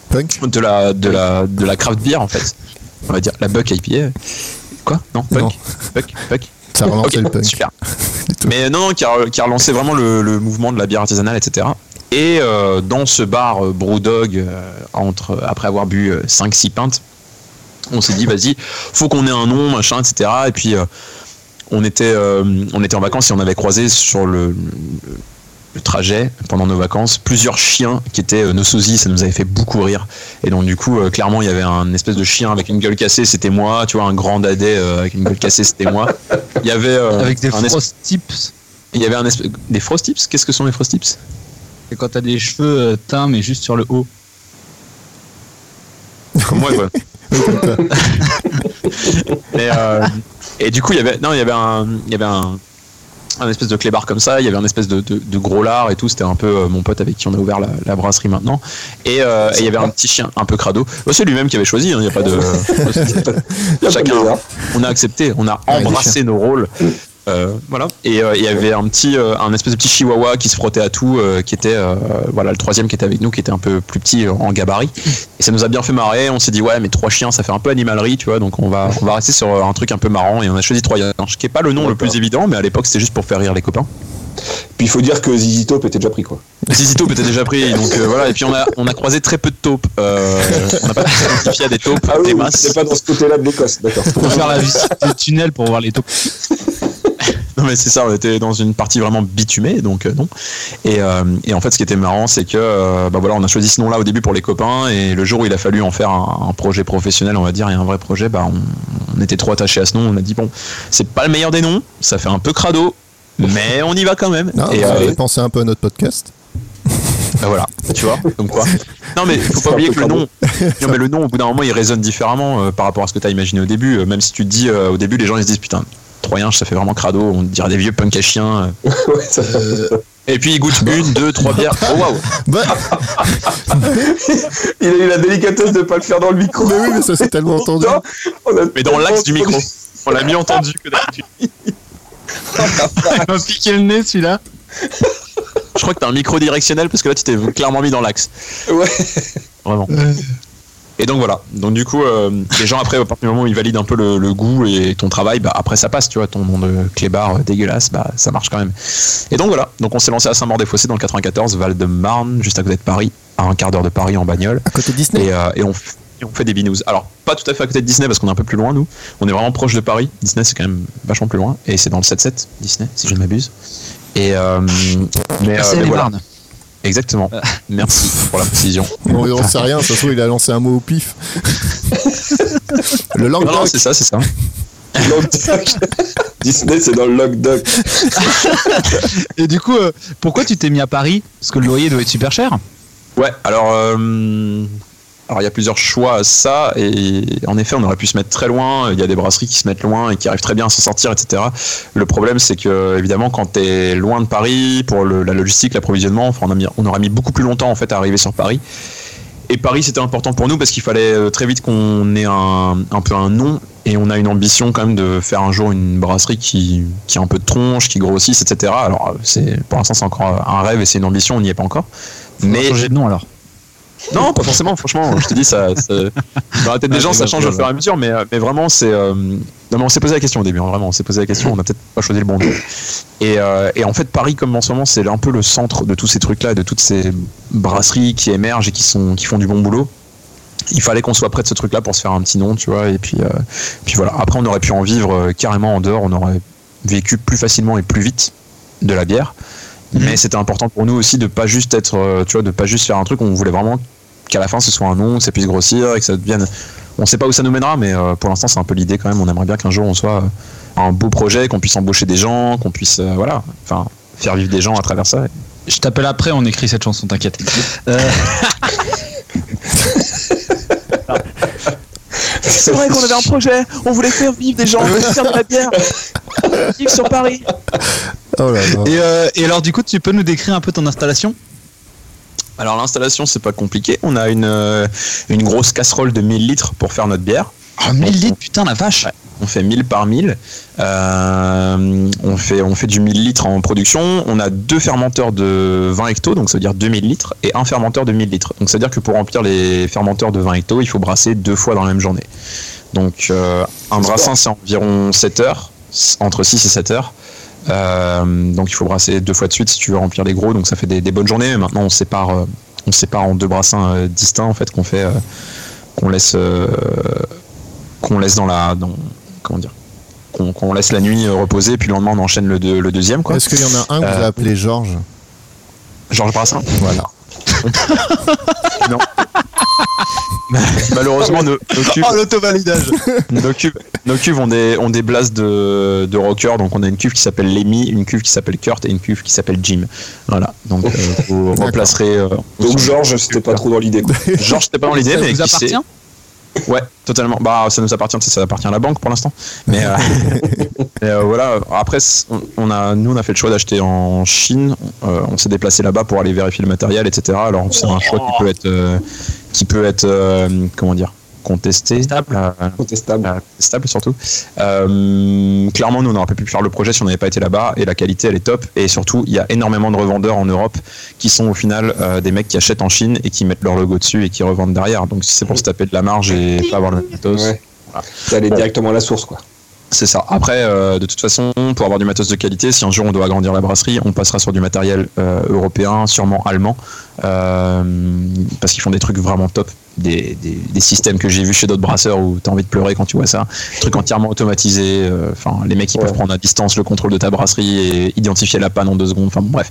Punk
de la, de la, de la craft beer en fait. On va dire la Buck IPA. Quoi Non, Buck,
Non.
Buck, Buck.
Ça relance
Ok,
le punk. [laughs]
Super.
tout.
Mais non, non, qui a, qui a relancé vraiment le, le mouvement de la bière artisanale, etc. Et euh, dans ce bar euh, Brewdog, euh, entre, après avoir bu 5-6 pintes, on s'est dit, vas-y, faut qu'on ait un nom, machin, etc. Et puis, euh, on, était, euh, on était en vacances et on avait croisé sur le, le trajet, pendant nos vacances, plusieurs chiens qui étaient euh, nos sosies. Ça nous avait fait beaucoup rire. Et donc, du coup, euh, clairement, il y avait un espèce de chien avec une gueule cassée, c'était moi. Tu vois, un grand dadais euh, avec une gueule cassée, c'était moi. Il y avait. euh,
Avec des
un espèce-
frost tips.
il y avait un espèce... des frost tips. Qu'est-ce que sont les frost tips
C'est quand t'as des cheveux euh, teints, mais juste sur le [laughs] haut.
Comme moi, [laughs] quoi. et, euh, et du coup, il y avait non, il y avait un, il y avait un, un espèce de clébard comme ça. Il y avait un espèce de, de, de gros lard et tout. C'était un peu euh, mon pote avec qui on a ouvert la, la brasserie maintenant. Et euh, et il y avait un petit chien, un peu crado. Bah, c'est lui-même qui avait choisi. hein, [laughs] Il n'y a pas de. Chacun. On a accepté. On a
Ouais, des
embrassé nos rôles.
Mm.
Euh, voilà. Et euh, il y avait un petit, euh, un espèce de petit chihuahua qui se frottait à tout, euh, qui était, euh, voilà, le troisième qui était avec nous, qui était un peu plus petit euh, en gabarit. Et ça nous a bien fait marrer. On s'est dit, ouais, mais trois chiens, ça fait un peu animalerie, tu vois. Donc on va, on va rester sur euh, un truc un peu marrant. Et on a choisi trois chiens, qui est pas le nom le plus évident, mais à l'époque c'était juste pour faire rire les copains.
Puis il faut dire que Zizi Top était déjà pris quoi.
Zizi Taupe était déjà pris, donc euh, voilà. Et puis on a, on a croisé très peu de taupes. Euh, on
[laughs]
n'a pas identifié à des taupes,
Ah oui,
des
oui,
masses.
c'est pas dans ce côté-là de l'Écosse,
[laughs]
d'accord.
Faut faire la visite des tunnels pour voir les taupes.
Non mais c'est ça, on était dans une partie vraiment bitumée, donc euh, non. Et, euh, et en fait, ce qui était marrant, c'est que euh, bah voilà, on a choisi ce nom-là au début pour les copains, et le jour où il a fallu en faire un, un projet professionnel, on va dire, et un vrai projet, bah on, on était trop attachés à ce nom. On a dit bon, c'est pas le meilleur des noms, ça fait un peu crado, mais on y va quand même.
Non,
et
vous
euh,
avez pensé un peu à notre podcast.
bah voilà, tu vois, comme quoi. Non mais faut
C'est
pas
un
oublier
peu
que le nom, non, mais le nom, au bout d'un moment, il résonne différemment euh, par rapport à ce que t'as imaginé au début. Euh, même si tu te dis euh, au début, les gens ils se disent putain, Troyen, ça fait vraiment crado, on dirait des vieux punks à chiens. euh.
Ouais, ça-
Et puis il goûte une, deux, trois [laughs] bières. Oh waouh
Bah, [laughs]
Il a eu la délicatesse de pas le faire dans le
[laughs]
micro.
mais bah oui, mais ça c'est tellement entendu.
Pourtant, on a
Mais dans l'axe du micro. Oh, On [laughs] l'a mieux entendu que d'habitude.
Il m'a piqué le nez, celui-là.
Je crois que t'as un micro directionnel parce que là tu t'es clairement mis dans l'axe.
Ouais.
Vraiment. Et donc voilà. Donc du coup, euh, les gens après, à partir du moment où ils valident un peu le, le goût et ton travail, bah après ça passe, tu vois, ton nom de clébard euh, dégueulasse, bah ça marche quand même. Et donc voilà. Donc on s'est lancé à Saint-Maur-des-Fossés dans le 94, Val-de-Marne, juste à côté de Paris, à un quart d'heure de Paris en bagnole.
À côté Disney.
et, euh, et on, f- et on fait des binous. Alors, pas tout à fait à côté de Disney parce qu'on est un peu plus loin, nous. On est vraiment proche de Paris. Disney, c'est quand même vachement plus loin. Et c'est dans le 7-7, Disney, si je ne m'abuse. Et euh, mais, euh,
C'est
mais
les
voilà,
Marnes.
exactement. Merci pour la précision.
Bon, mais on sait rien, ça se trouve, il a lancé un mot au pif. le
Non, non,
langage.
c'est ça, c'est ça.
[laughs] Disney, c'est dans le Lockdown.
Et du coup, euh, pourquoi tu t'es mis à Paris Parce que le loyer doit être super cher.
Ouais, alors euh, alors il y a plusieurs choix à ça et en effet, on aurait pu se mettre très loin, il y a des brasseries qui se mettent loin et qui arrivent très bien à s'en sortir etc. Le problème c'est que évidemment quand tu es loin de Paris pour le- la logistique, l'approvisionnement, enfin on a mis on aurait mis beaucoup plus longtemps en fait à arriver sur Paris. Et Paris, c'était important pour nous parce qu'il fallait euh, très vite qu'on ait un, un peu un nom et on a une ambition quand même de faire un jour une brasserie qui, qui a un peu de tronche, qui grossisse, etc. Alors, euh, c'est, pour l'instant, c'est encore un rêve et c'est une ambition, on n'y est pas encore.
Faut
Mais
changer de nom alors.
non, pas forcément, franchement, je te dis, ça, ça- dans la tête des gens, ça change au fur et à mesure, mais, euh, mais vraiment, c'est. euh, non, mais on s'est posé la question au début, hein, vraiment, on s'est posé la question, on a peut-être pas choisi le bon nom. Et, euh, et en fait, Paris, comme en ce moment, c'est un peu le centre de tous ces trucs-là, de toutes ces brasseries qui émergent et qui, sont, qui font du bon boulot. Il fallait qu'on soit près de ce truc-là pour se faire un petit nom, tu vois, et puis, euh, puis voilà. Après, on aurait pu en vivre euh, carrément en dehors, on aurait vécu plus facilement et plus vite de la bière. Mais c'était important pour nous aussi de pas juste être, euh, tu vois, de pas juste faire un truc. On voulait vraiment qu'à la fin ce soit un nom, que ça puisse grossir et que ça devienne. On sait pas où ça nous mènera, mais euh, pour l'instant c'est un peu l'idée quand même. On aimerait bien qu'un jour on soit euh, un beau projet, qu'on puisse embaucher des gens, qu'on puisse, euh, voilà, enfin faire vivre des gens à travers ça.
Je t'appelle après, on écrit cette chanson, t'inquiète. Euh,
C'est vrai qu'on avait un projet, on voulait faire vivre des gens, on voulait faire de la bière. Vivre sur Paris.
Oh là là.
Et, euh, et alors, du coup, tu peux nous décrire un peu ton installation
Alors l'installation c'est pas compliqué, on a une, euh, une grosse casserole de 1000 litres pour faire notre bière.
Ah, 1000 litres, putain, la vache
On fait 1000 par 1000. Euh, on, fait, on fait du 1000 litres en production. On a deux fermenteurs de 20 hecto, donc ça veut dire 2000 litres, et un fermenteur de 1000 litres. Donc ça veut dire que pour remplir les fermenteurs de 20 hecto, il faut brasser deux fois dans la même journée. Donc euh, un brassin c'est environ 7 heures, entre 6 et 7 heures. Euh, donc il faut brasser deux fois de suite si tu veux remplir les gros, donc ça fait des, des bonnes journées. Maintenant on sépare, euh, on sépare en deux brassins euh, distincts en fait qu'on fait, euh, qu'on laisse, euh, qu'on laisse dans la, dans, comment dire, qu'on qu'on laisse la nuit euh, reposer, puis le lendemain on enchaîne le, deux- le deuxième quoi.
Est-ce qu'il y en a un que
Euh,
vous avez appelé Georges
Georges Brassin.
Voilà.
non. Malheureusement, nos, nos cubes,
Oh, l'autovalidage
nos cubes, nos cubes ont des, ont des blasts de, de rocker. Donc, on a une cuve qui s'appelle Lemmy, une cuve qui s'appelle Kurt et une cuve qui s'appelle Jim. Voilà. Donc, euh, vous replacerez. euh,
Donc Georges, c'était pas trop dans l'idée. quoi.
Georges, c'était pas dans l'idée,
Ça
mais
vous
qui sait.
appartient
Ouais, totalement. Bah, ça nous appartient, tu sais, ça appartient à la banque pour l'instant. Mais, euh, mais, euh, voilà, après, c'est- on- on a, nous, on a fait le choix d'acheter en Chine. Euh, on s'est déplacé là-bas pour aller vérifier le matériel, etc. Alors, c'est un choix qui peut être, euh, qui peut être euh, comment dire, contesté. Euh,
Contestable.
euh, stable surtout. Euh, clairement, nous, on n'aurait pas pu faire le projet si on n'avait pas été là-bas. Et la qualité, elle est top. Et surtout, il y a énormément de revendeurs en Europe qui sont au final euh, des mecs qui achètent en Chine et qui mettent leur logo dessus et qui revendent derrière. Donc, si c'est pour se taper de la marge et pas avoir le matos,
Ouais.
Ah.
T'es allé directement à la source, quoi.
c'est ça. Après, euh, de toute façon, pour avoir du matos de qualité, si un jour on doit agrandir la brasserie, on passera sur du matériel euh, européen, sûrement allemand, euh, parce qu'ils font des trucs vraiment top. Des, des- des systèmes que j'ai vus chez d'autres brasseurs où t'as envie de pleurer quand tu vois ça. Des trucs entièrement automatisés. euh, Enfin, les mecs qui
Ouais.
peuvent prendre à distance le contrôle de ta brasserie et identifier la panne en deux secondes. Enfin, bon, bref.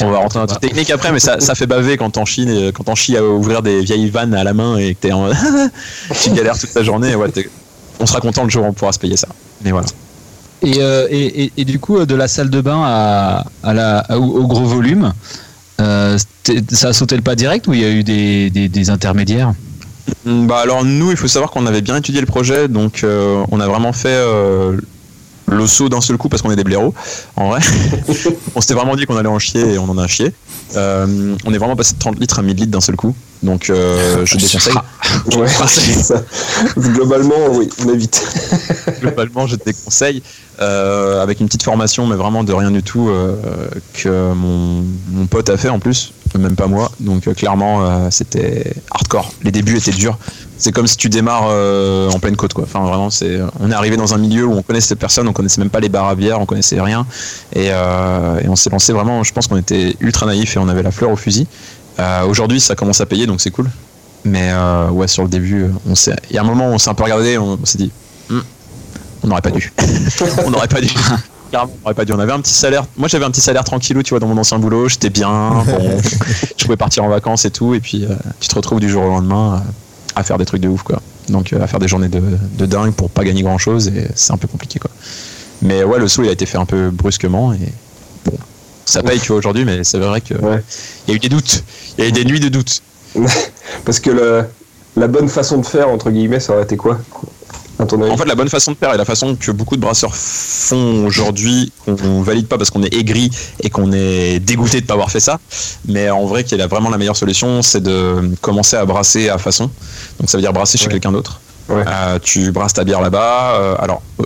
On va rentrer dans la toute technique après, mais ça, ça fait baver quand on chine, et- quand on chie à ouvrir des vieilles vannes à la main et que t'es en. [laughs] tu galères toute la journée. ouais, t'es- on sera content le jour où on pourra se payer ça. Mais voilà.
Et, euh, et, et- et du coup, euh, de la salle de bain à, à la, à- au au gros volume, euh, c'était- ça a sauté le pas direct ou il y a eu des, des, des intermédiaires
Mm, Bah alors nous, il faut savoir qu'on avait bien étudié le projet, donc euh, on a vraiment fait euh, le saut d'un seul coup parce qu'on est des blaireaux. En vrai, on s'était vraiment dit qu'on allait en chier et on en a chié. Euh, on est vraiment passé de 30 litres à 1000 litres d'un seul coup, donc euh, je déconseille.
Ouais, [laughs] c'est ça. Globalement, oui, on évite.
[laughs] globalement, je te déconseille, euh, avec une petite formation, mais vraiment de rien du tout, euh, que mon, mon pote a fait en plus, même pas moi. Donc euh, clairement, euh, c'était hardcore. Les débuts étaient durs. C'est comme si tu démarres euh, en pleine côte, quoi. Enfin, vraiment, c'est. On est arrivé dans un milieu où on connaissait personne, on connaissait même pas les bars à bière, on connaissait rien, et, euh, et on s'est lancé vraiment. Je pense qu'on était ultra naïf et on avait la fleur au fusil. Euh, Aujourd'hui, ça commence à payer, donc c'est cool. Mais euh, ouais, sur le début, on s'est. Il y a un moment, où on s'est un peu regardé, on, on s'est dit, on n'aurait pas dû. on n'aurait pas dû. Carrément, on n'aurait pas dû. On avait un petit salaire. Moi, j'avais un petit salaire tranquillou, tu vois, dans mon ancien boulot. J'étais bien. bon, je pouvais partir en vacances et tout. Et puis, euh, tu te retrouves du jour au lendemain euh, à faire des trucs de ouf, quoi. Donc, euh, à faire des journées de, de dingue pour pas gagner grand chose. Et c'est un peu compliqué, quoi. Mais ouais, le saut, il a été fait un peu brusquement. Et bon, ça paye, tu vois, aujourd'hui. Mais c'est vrai que.
Ouais.
Il y a eu des doutes. Il y a eu des nuits de doutes.
Parce que le- la bonne façon de faire, entre guillemets, ça aurait été quoi À ton avis
En fait, la bonne façon de faire et la façon que beaucoup de brasseurs font aujourd'hui, qu'on valide pas parce qu'on est aigri et qu'on est dégoûté de pas avoir fait ça, mais en vrai, qui est la- vraiment la meilleure solution, c'est de commencer à brasser à façon. Donc ça veut dire brasser chez
Ouais.
quelqu'un d'autre.
Ouais.
Euh, tu brasses ta bière là-bas. euh, alors, euh,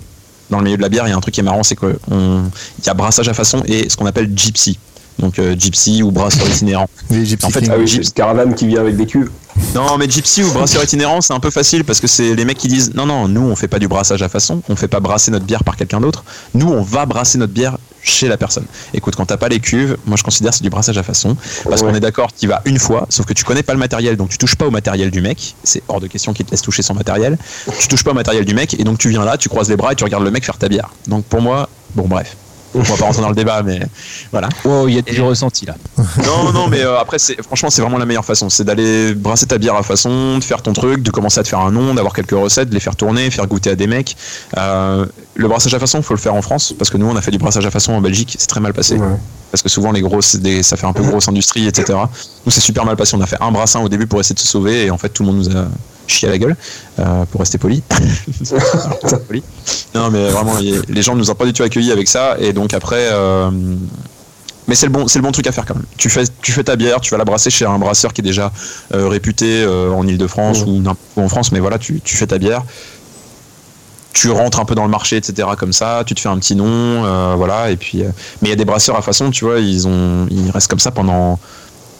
dans le milieu de la bière, il y a un truc qui est marrant, c'est qu'il y a brassage à façon et ce qu'on appelle gypsy. Donc euh, gypsy ou brasseur itinérant.
Les gypsy
En fait,
kings.
Ah oui,
Jeep.
c'est Caravane qui vient avec des cuves.
Non, mais gypsy ou brasseur itinérant, c'est un peu facile parce que c'est les mecs qui disent non, non, nous on fait pas du brassage à façon, on fait pas brasser notre bière par quelqu'un d'autre, nous on va brasser notre bière chez la personne. Écoute, quand t'as pas les cuves, moi je considère que c'est du brassage à façon parce
Ouais.
qu'on est d'accord, tu vas une fois, sauf que tu connais pas le matériel donc tu touches pas au matériel du mec, c'est hors de question qu'il te laisse toucher son matériel, tu touches pas au matériel du mec et donc tu viens là, tu croises les bras et tu regardes le mec faire ta bière. Donc pour moi, bon, bref, on va pas rentrer dans le débat, mais voilà.
Oh, il y a du ressenti là.
[laughs] Non, non, mais euh, après, c'est, franchement, c'est vraiment la meilleure façon. C'est d'aller brasser ta bière à façon, de faire ton truc, de commencer à te faire un nom, d'avoir quelques recettes, de les faire tourner, faire goûter à des mecs. Euh, le brassage à façon, faut le faire en France, parce que nous, on a fait du brassage à façon en Belgique, c'est très mal passé.
Ouais.
Parce que souvent, les grosses, des- ça fait un peu grosse industrie, etc. Nous, c'est super mal passé. On a fait un brassin au début pour essayer de se sauver, et en fait, tout le monde nous a, chier à la gueule, euh, pour rester poli. Poli. non, mais vraiment, il- les gens ne nous ont pas du tout accueillis avec ça. Et donc après. euh, mais c'est le, bon, c'est le bon truc à faire quand même. Tu fais, tu fais ta bière, tu vas la brasser chez un brasseur qui est déjà euh, réputé euh, en Ile-de-France ou, n'importe où en France, mais voilà, tu, tu fais ta bière. Tu rentres un peu dans le marché, etc. Comme ça, tu te fais un petit nom, euh, voilà. Et puis, euh, mais il y a des brasseurs à façon, tu vois, ils ont, ils restent comme ça pendant,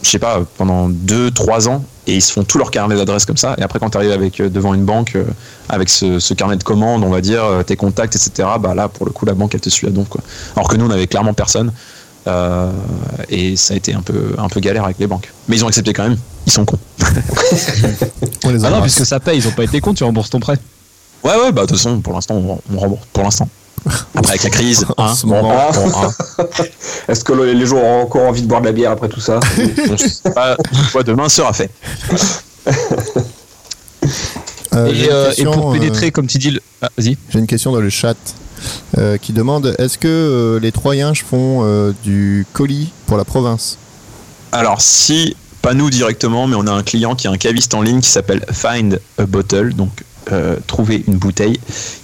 je sais pas, pendant 2-3 ans et ils se font tout leur carnet d'adresses comme ça. Et après, quand tu arrives avec, euh, devant une banque, euh, avec ce, ce carnet de commandes, on va dire, euh, tes contacts, etc., bah là, pour le coup, la banque, elle te suit à donc. Quoi. Alors que nous, on avait clairement personne. Euh, et ça a été un peu, un peu galère avec les banques. Mais ils ont accepté quand même. Ils sont cons.
On les
Ah non,
embrasse.
puisque ça paye, ils ont pas été cons, tu rembourses ton prêt.
Ouais, ouais, bah de toute façon, pour l'instant, on, on rembourse. Pour l'instant. Après, avec la crise,
[laughs] En
hein,
ce
on,
moment.
rembourse, on- hein,
Est-ce que le- les gens ont encore envie de boire de la bière après tout
[laughs]
ça
on sait pas quoi Bah, demain sera fait.
Euh, j'ai
et,
une
euh, et
question,
pour
euh,
pénétrer, comme tu dis, le... ah, vas-y.
J'ai une question dans le chat euh, qui demande est-ce que euh, les Troyens font euh, du colis pour la province
Alors, si, pas nous directement, mais on a un client qui est un caviste en ligne qui s'appelle Find a Bottle, donc euh, trouver une bouteille,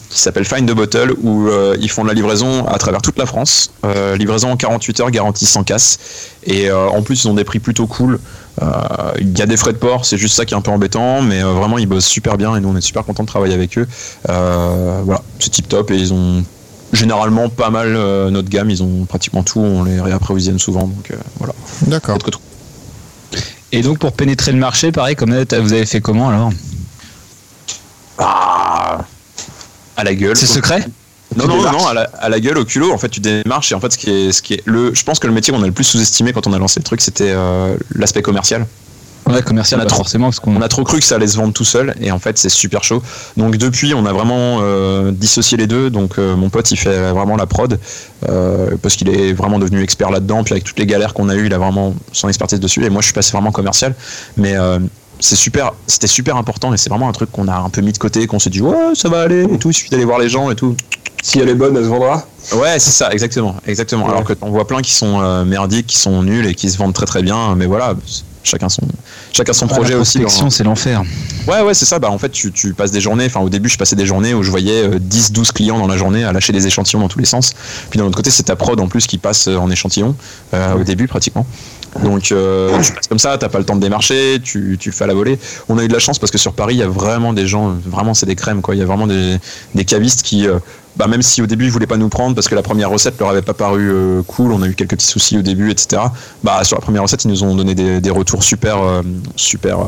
qui s'appelle Find a Bottle, où euh, ils font de la livraison à travers toute la France. Euh, livraison en 48 heures, garantie sans casse. Et euh, en plus, ils ont des prix plutôt cool. Euh, Il y a des frais de port, c'est juste ça qui est un peu embêtant, mais euh, vraiment, ils bossent super bien et nous, on est super contents de travailler avec eux. Euh, voilà, c'est tip top et ils ont. Généralement, pas mal euh, notre gamme, ils ont pratiquement tout, on les réapprovisionne souvent, donc euh, voilà.
D'accord.
Peut-être que
Et donc, pour pénétrer le marché, pareil, comme Nat, vous avez fait comment alors
Ah à la gueule.
C'est secret
Non, non, non, à la, à la gueule, au culot. En fait, tu démarches et en fait, ce qui est, ce qui est le, je pense que le métier qu'on a le plus sous-estimé quand on a lancé le truc, c'était euh, l'aspect commercial.
Ouais, commercial,
On a
bah,
trop-
forcément, parce qu'on
On a trop cru que ça allait se vendre tout seul et en fait, c'est super chaud. Donc depuis, on a vraiment euh, dissocié les deux. Donc euh, mon pote, il fait vraiment la prod euh, parce qu'il est vraiment devenu expert là-dedans. Puis avec toutes les galères qu'on a eues, il a vraiment son expertise dessus. Et moi, je suis passé vraiment commercial, mais euh, c'est super, c'était super important et c'est vraiment un truc qu'on a un peu mis de côté, qu'on s'est dit ouais, ça va aller et tout. Il suffit d'aller voir les gens et tout.
Si elle est bonne, elle se vendra
Ouais, c'est ça, exactement, exactement. Alors que t'en vois plein qui sont euh, merdiques, qui sont nuls et qui se vendent très très bien, mais voilà, chacun son, chacun son projet aussi. dans-
c'est l'enfer.
Ouais, ouais, c'est ça. Bah, en fait, tu, tu passes des journées. Enfin, au début, je passais des journées où je voyais euh, 10, 12 clients dans la journée à lâcher des échantillons dans tous les sens. Puis d'un autre côté, c'est ta prod en plus qui passe euh, en échantillon euh, au début, pratiquement. Donc, euh, tu passes comme ça, t'as pas le temps de démarcher, tu, tu fais à la volée. On a eu de la chance parce que sur Paris, il y a vraiment des gens, euh, vraiment, c'est des crèmes, quoi. Il y a vraiment des, des cavistes qui, euh, bah, même si au début, ils voulaient pas nous prendre parce que la première recette leur avait pas paru euh, cool, on a eu quelques petits soucis au début, etc. Bah, sur la première recette, ils nous ont donné des, des retours super, euh, super. euh,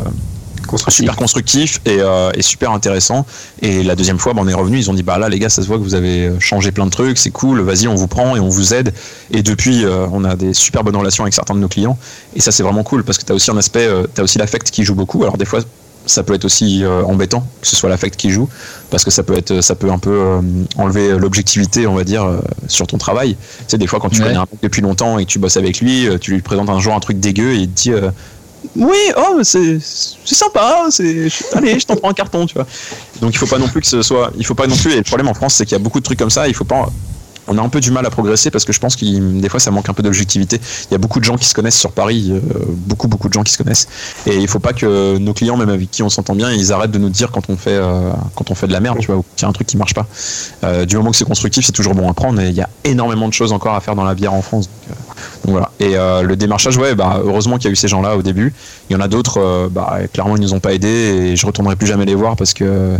super constructif et, euh, et super intéressant. Et la deuxième fois, bah, on est revenu, ils ont dit bah là les gars, ça se voit que vous avez euh, changé plein de trucs, c'est cool, vas-y, on vous prend et on vous aide. Et depuis, euh, on a des super bonnes relations avec certains de nos clients. Et ça, c'est vraiment cool parce que tu as aussi un aspect, tu as aussi l'affect qui joue beaucoup. Alors des fois, ça peut être aussi euh, embêtant que ce soit l'affect qui joue parce que ça peut être ça peut un peu euh, enlever l'objectivité on va dire euh, sur ton travail tu sais des fois quand tu
Ouais.
connais un mec depuis longtemps et que tu bosses avec lui euh, tu lui présentes un jour un truc dégueu et il te dit euh, oui, oh, c'est c'est sympa, c'est allez, je t'en prends un carton, tu vois. Donc il faut pas non plus que ce soit, il faut pas non plus. Et le problème en France, c'est qu'il y a beaucoup de trucs comme ça. Il faut pas, on a un peu du mal à progresser parce que je pense qu'il des fois ça manque un peu d'objectivité. Il y a beaucoup de gens qui se connaissent sur Paris, euh, beaucoup beaucoup de gens qui se connaissent. Et il faut pas que nos clients, même avec qui on s'entend bien, ils arrêtent de nous dire quand on fait euh, quand on fait de la merde, tu vois, ou qu'il y a un truc qui marche pas. Euh, du moment que c'est constructif, c'est toujours bon à prendre. Et il y a énormément de choses encore à faire dans la bière en France. Donc, euh, donc voilà. Et euh, le démarchage, ouais, bah, heureusement qu'il y a eu ces gens-là au début. Il y en a d'autres, euh, bah, clairement, ils nous ont pas aidés et je retournerai plus jamais les voir parce que,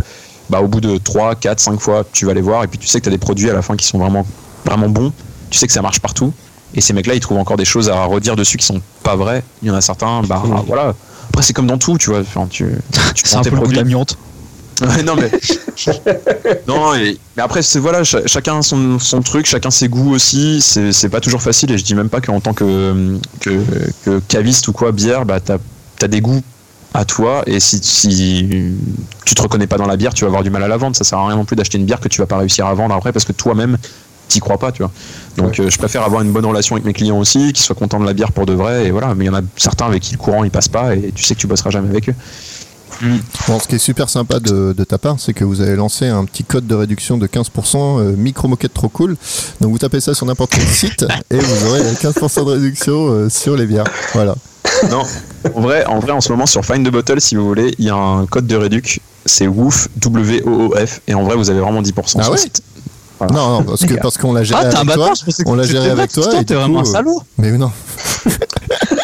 bah, au bout de 3, 4, 5 fois, tu vas les voir et puis tu sais que tu as des produits à la fin qui sont vraiment, vraiment bons. Tu sais que ça marche partout. Et ces mecs-là, ils trouvent encore des choses à redire dessus qui sont pas vraies. Il y en a certains, bah, voilà. Après, c'est comme dans tout, tu vois. Enfin, tu, tu prends tes produits.
l'amiante.
Ouais, non mais non et- mais après c'est voilà cha- chacun son, son truc chacun ses goûts aussi c'est c'est pas toujours facile et je dis même pas qu'en tant que, que que caviste ou quoi bière bah t'as as des goûts à toi et si, si tu te reconnais pas dans la bière tu vas avoir du mal à la vendre ça sert à rien non plus d'acheter une bière que tu vas pas réussir à vendre après parce que toi-même t'y crois pas tu vois donc euh, je préfère avoir une bonne relation avec mes clients aussi qu'ils soient contents de la bière pour de vrai et voilà mais il y en a certains avec qui le courant il passe pas et tu sais que tu bosseras jamais avec eux
Bon, ce qui est super sympa de, de ta part, c'est que vous avez lancé un petit code de réduction de 15%, euh, micro moquette trop cool. Donc vous tapez ça sur n'importe quel site et vous aurez 15% de réduction euh, sur les bières. Voilà.
Non, en vrai, en vrai, en ce moment, sur Find the Bottle, si vous voulez, il y a un code de réduc. C'est WOOF, W-O-O-F. Et en vrai, vous avez vraiment 10%
Ah
sur
ouais
le site.
Non, non, parce que parce qu'on l'a géré
Ah, t'es un
avec toi.
bâtard, je pensais que
On l'a
tu
géré
étais
avec
bête,
toi.
putain,
et
T'es
du
vraiment un
coup, euh,
salaud.
Mais non.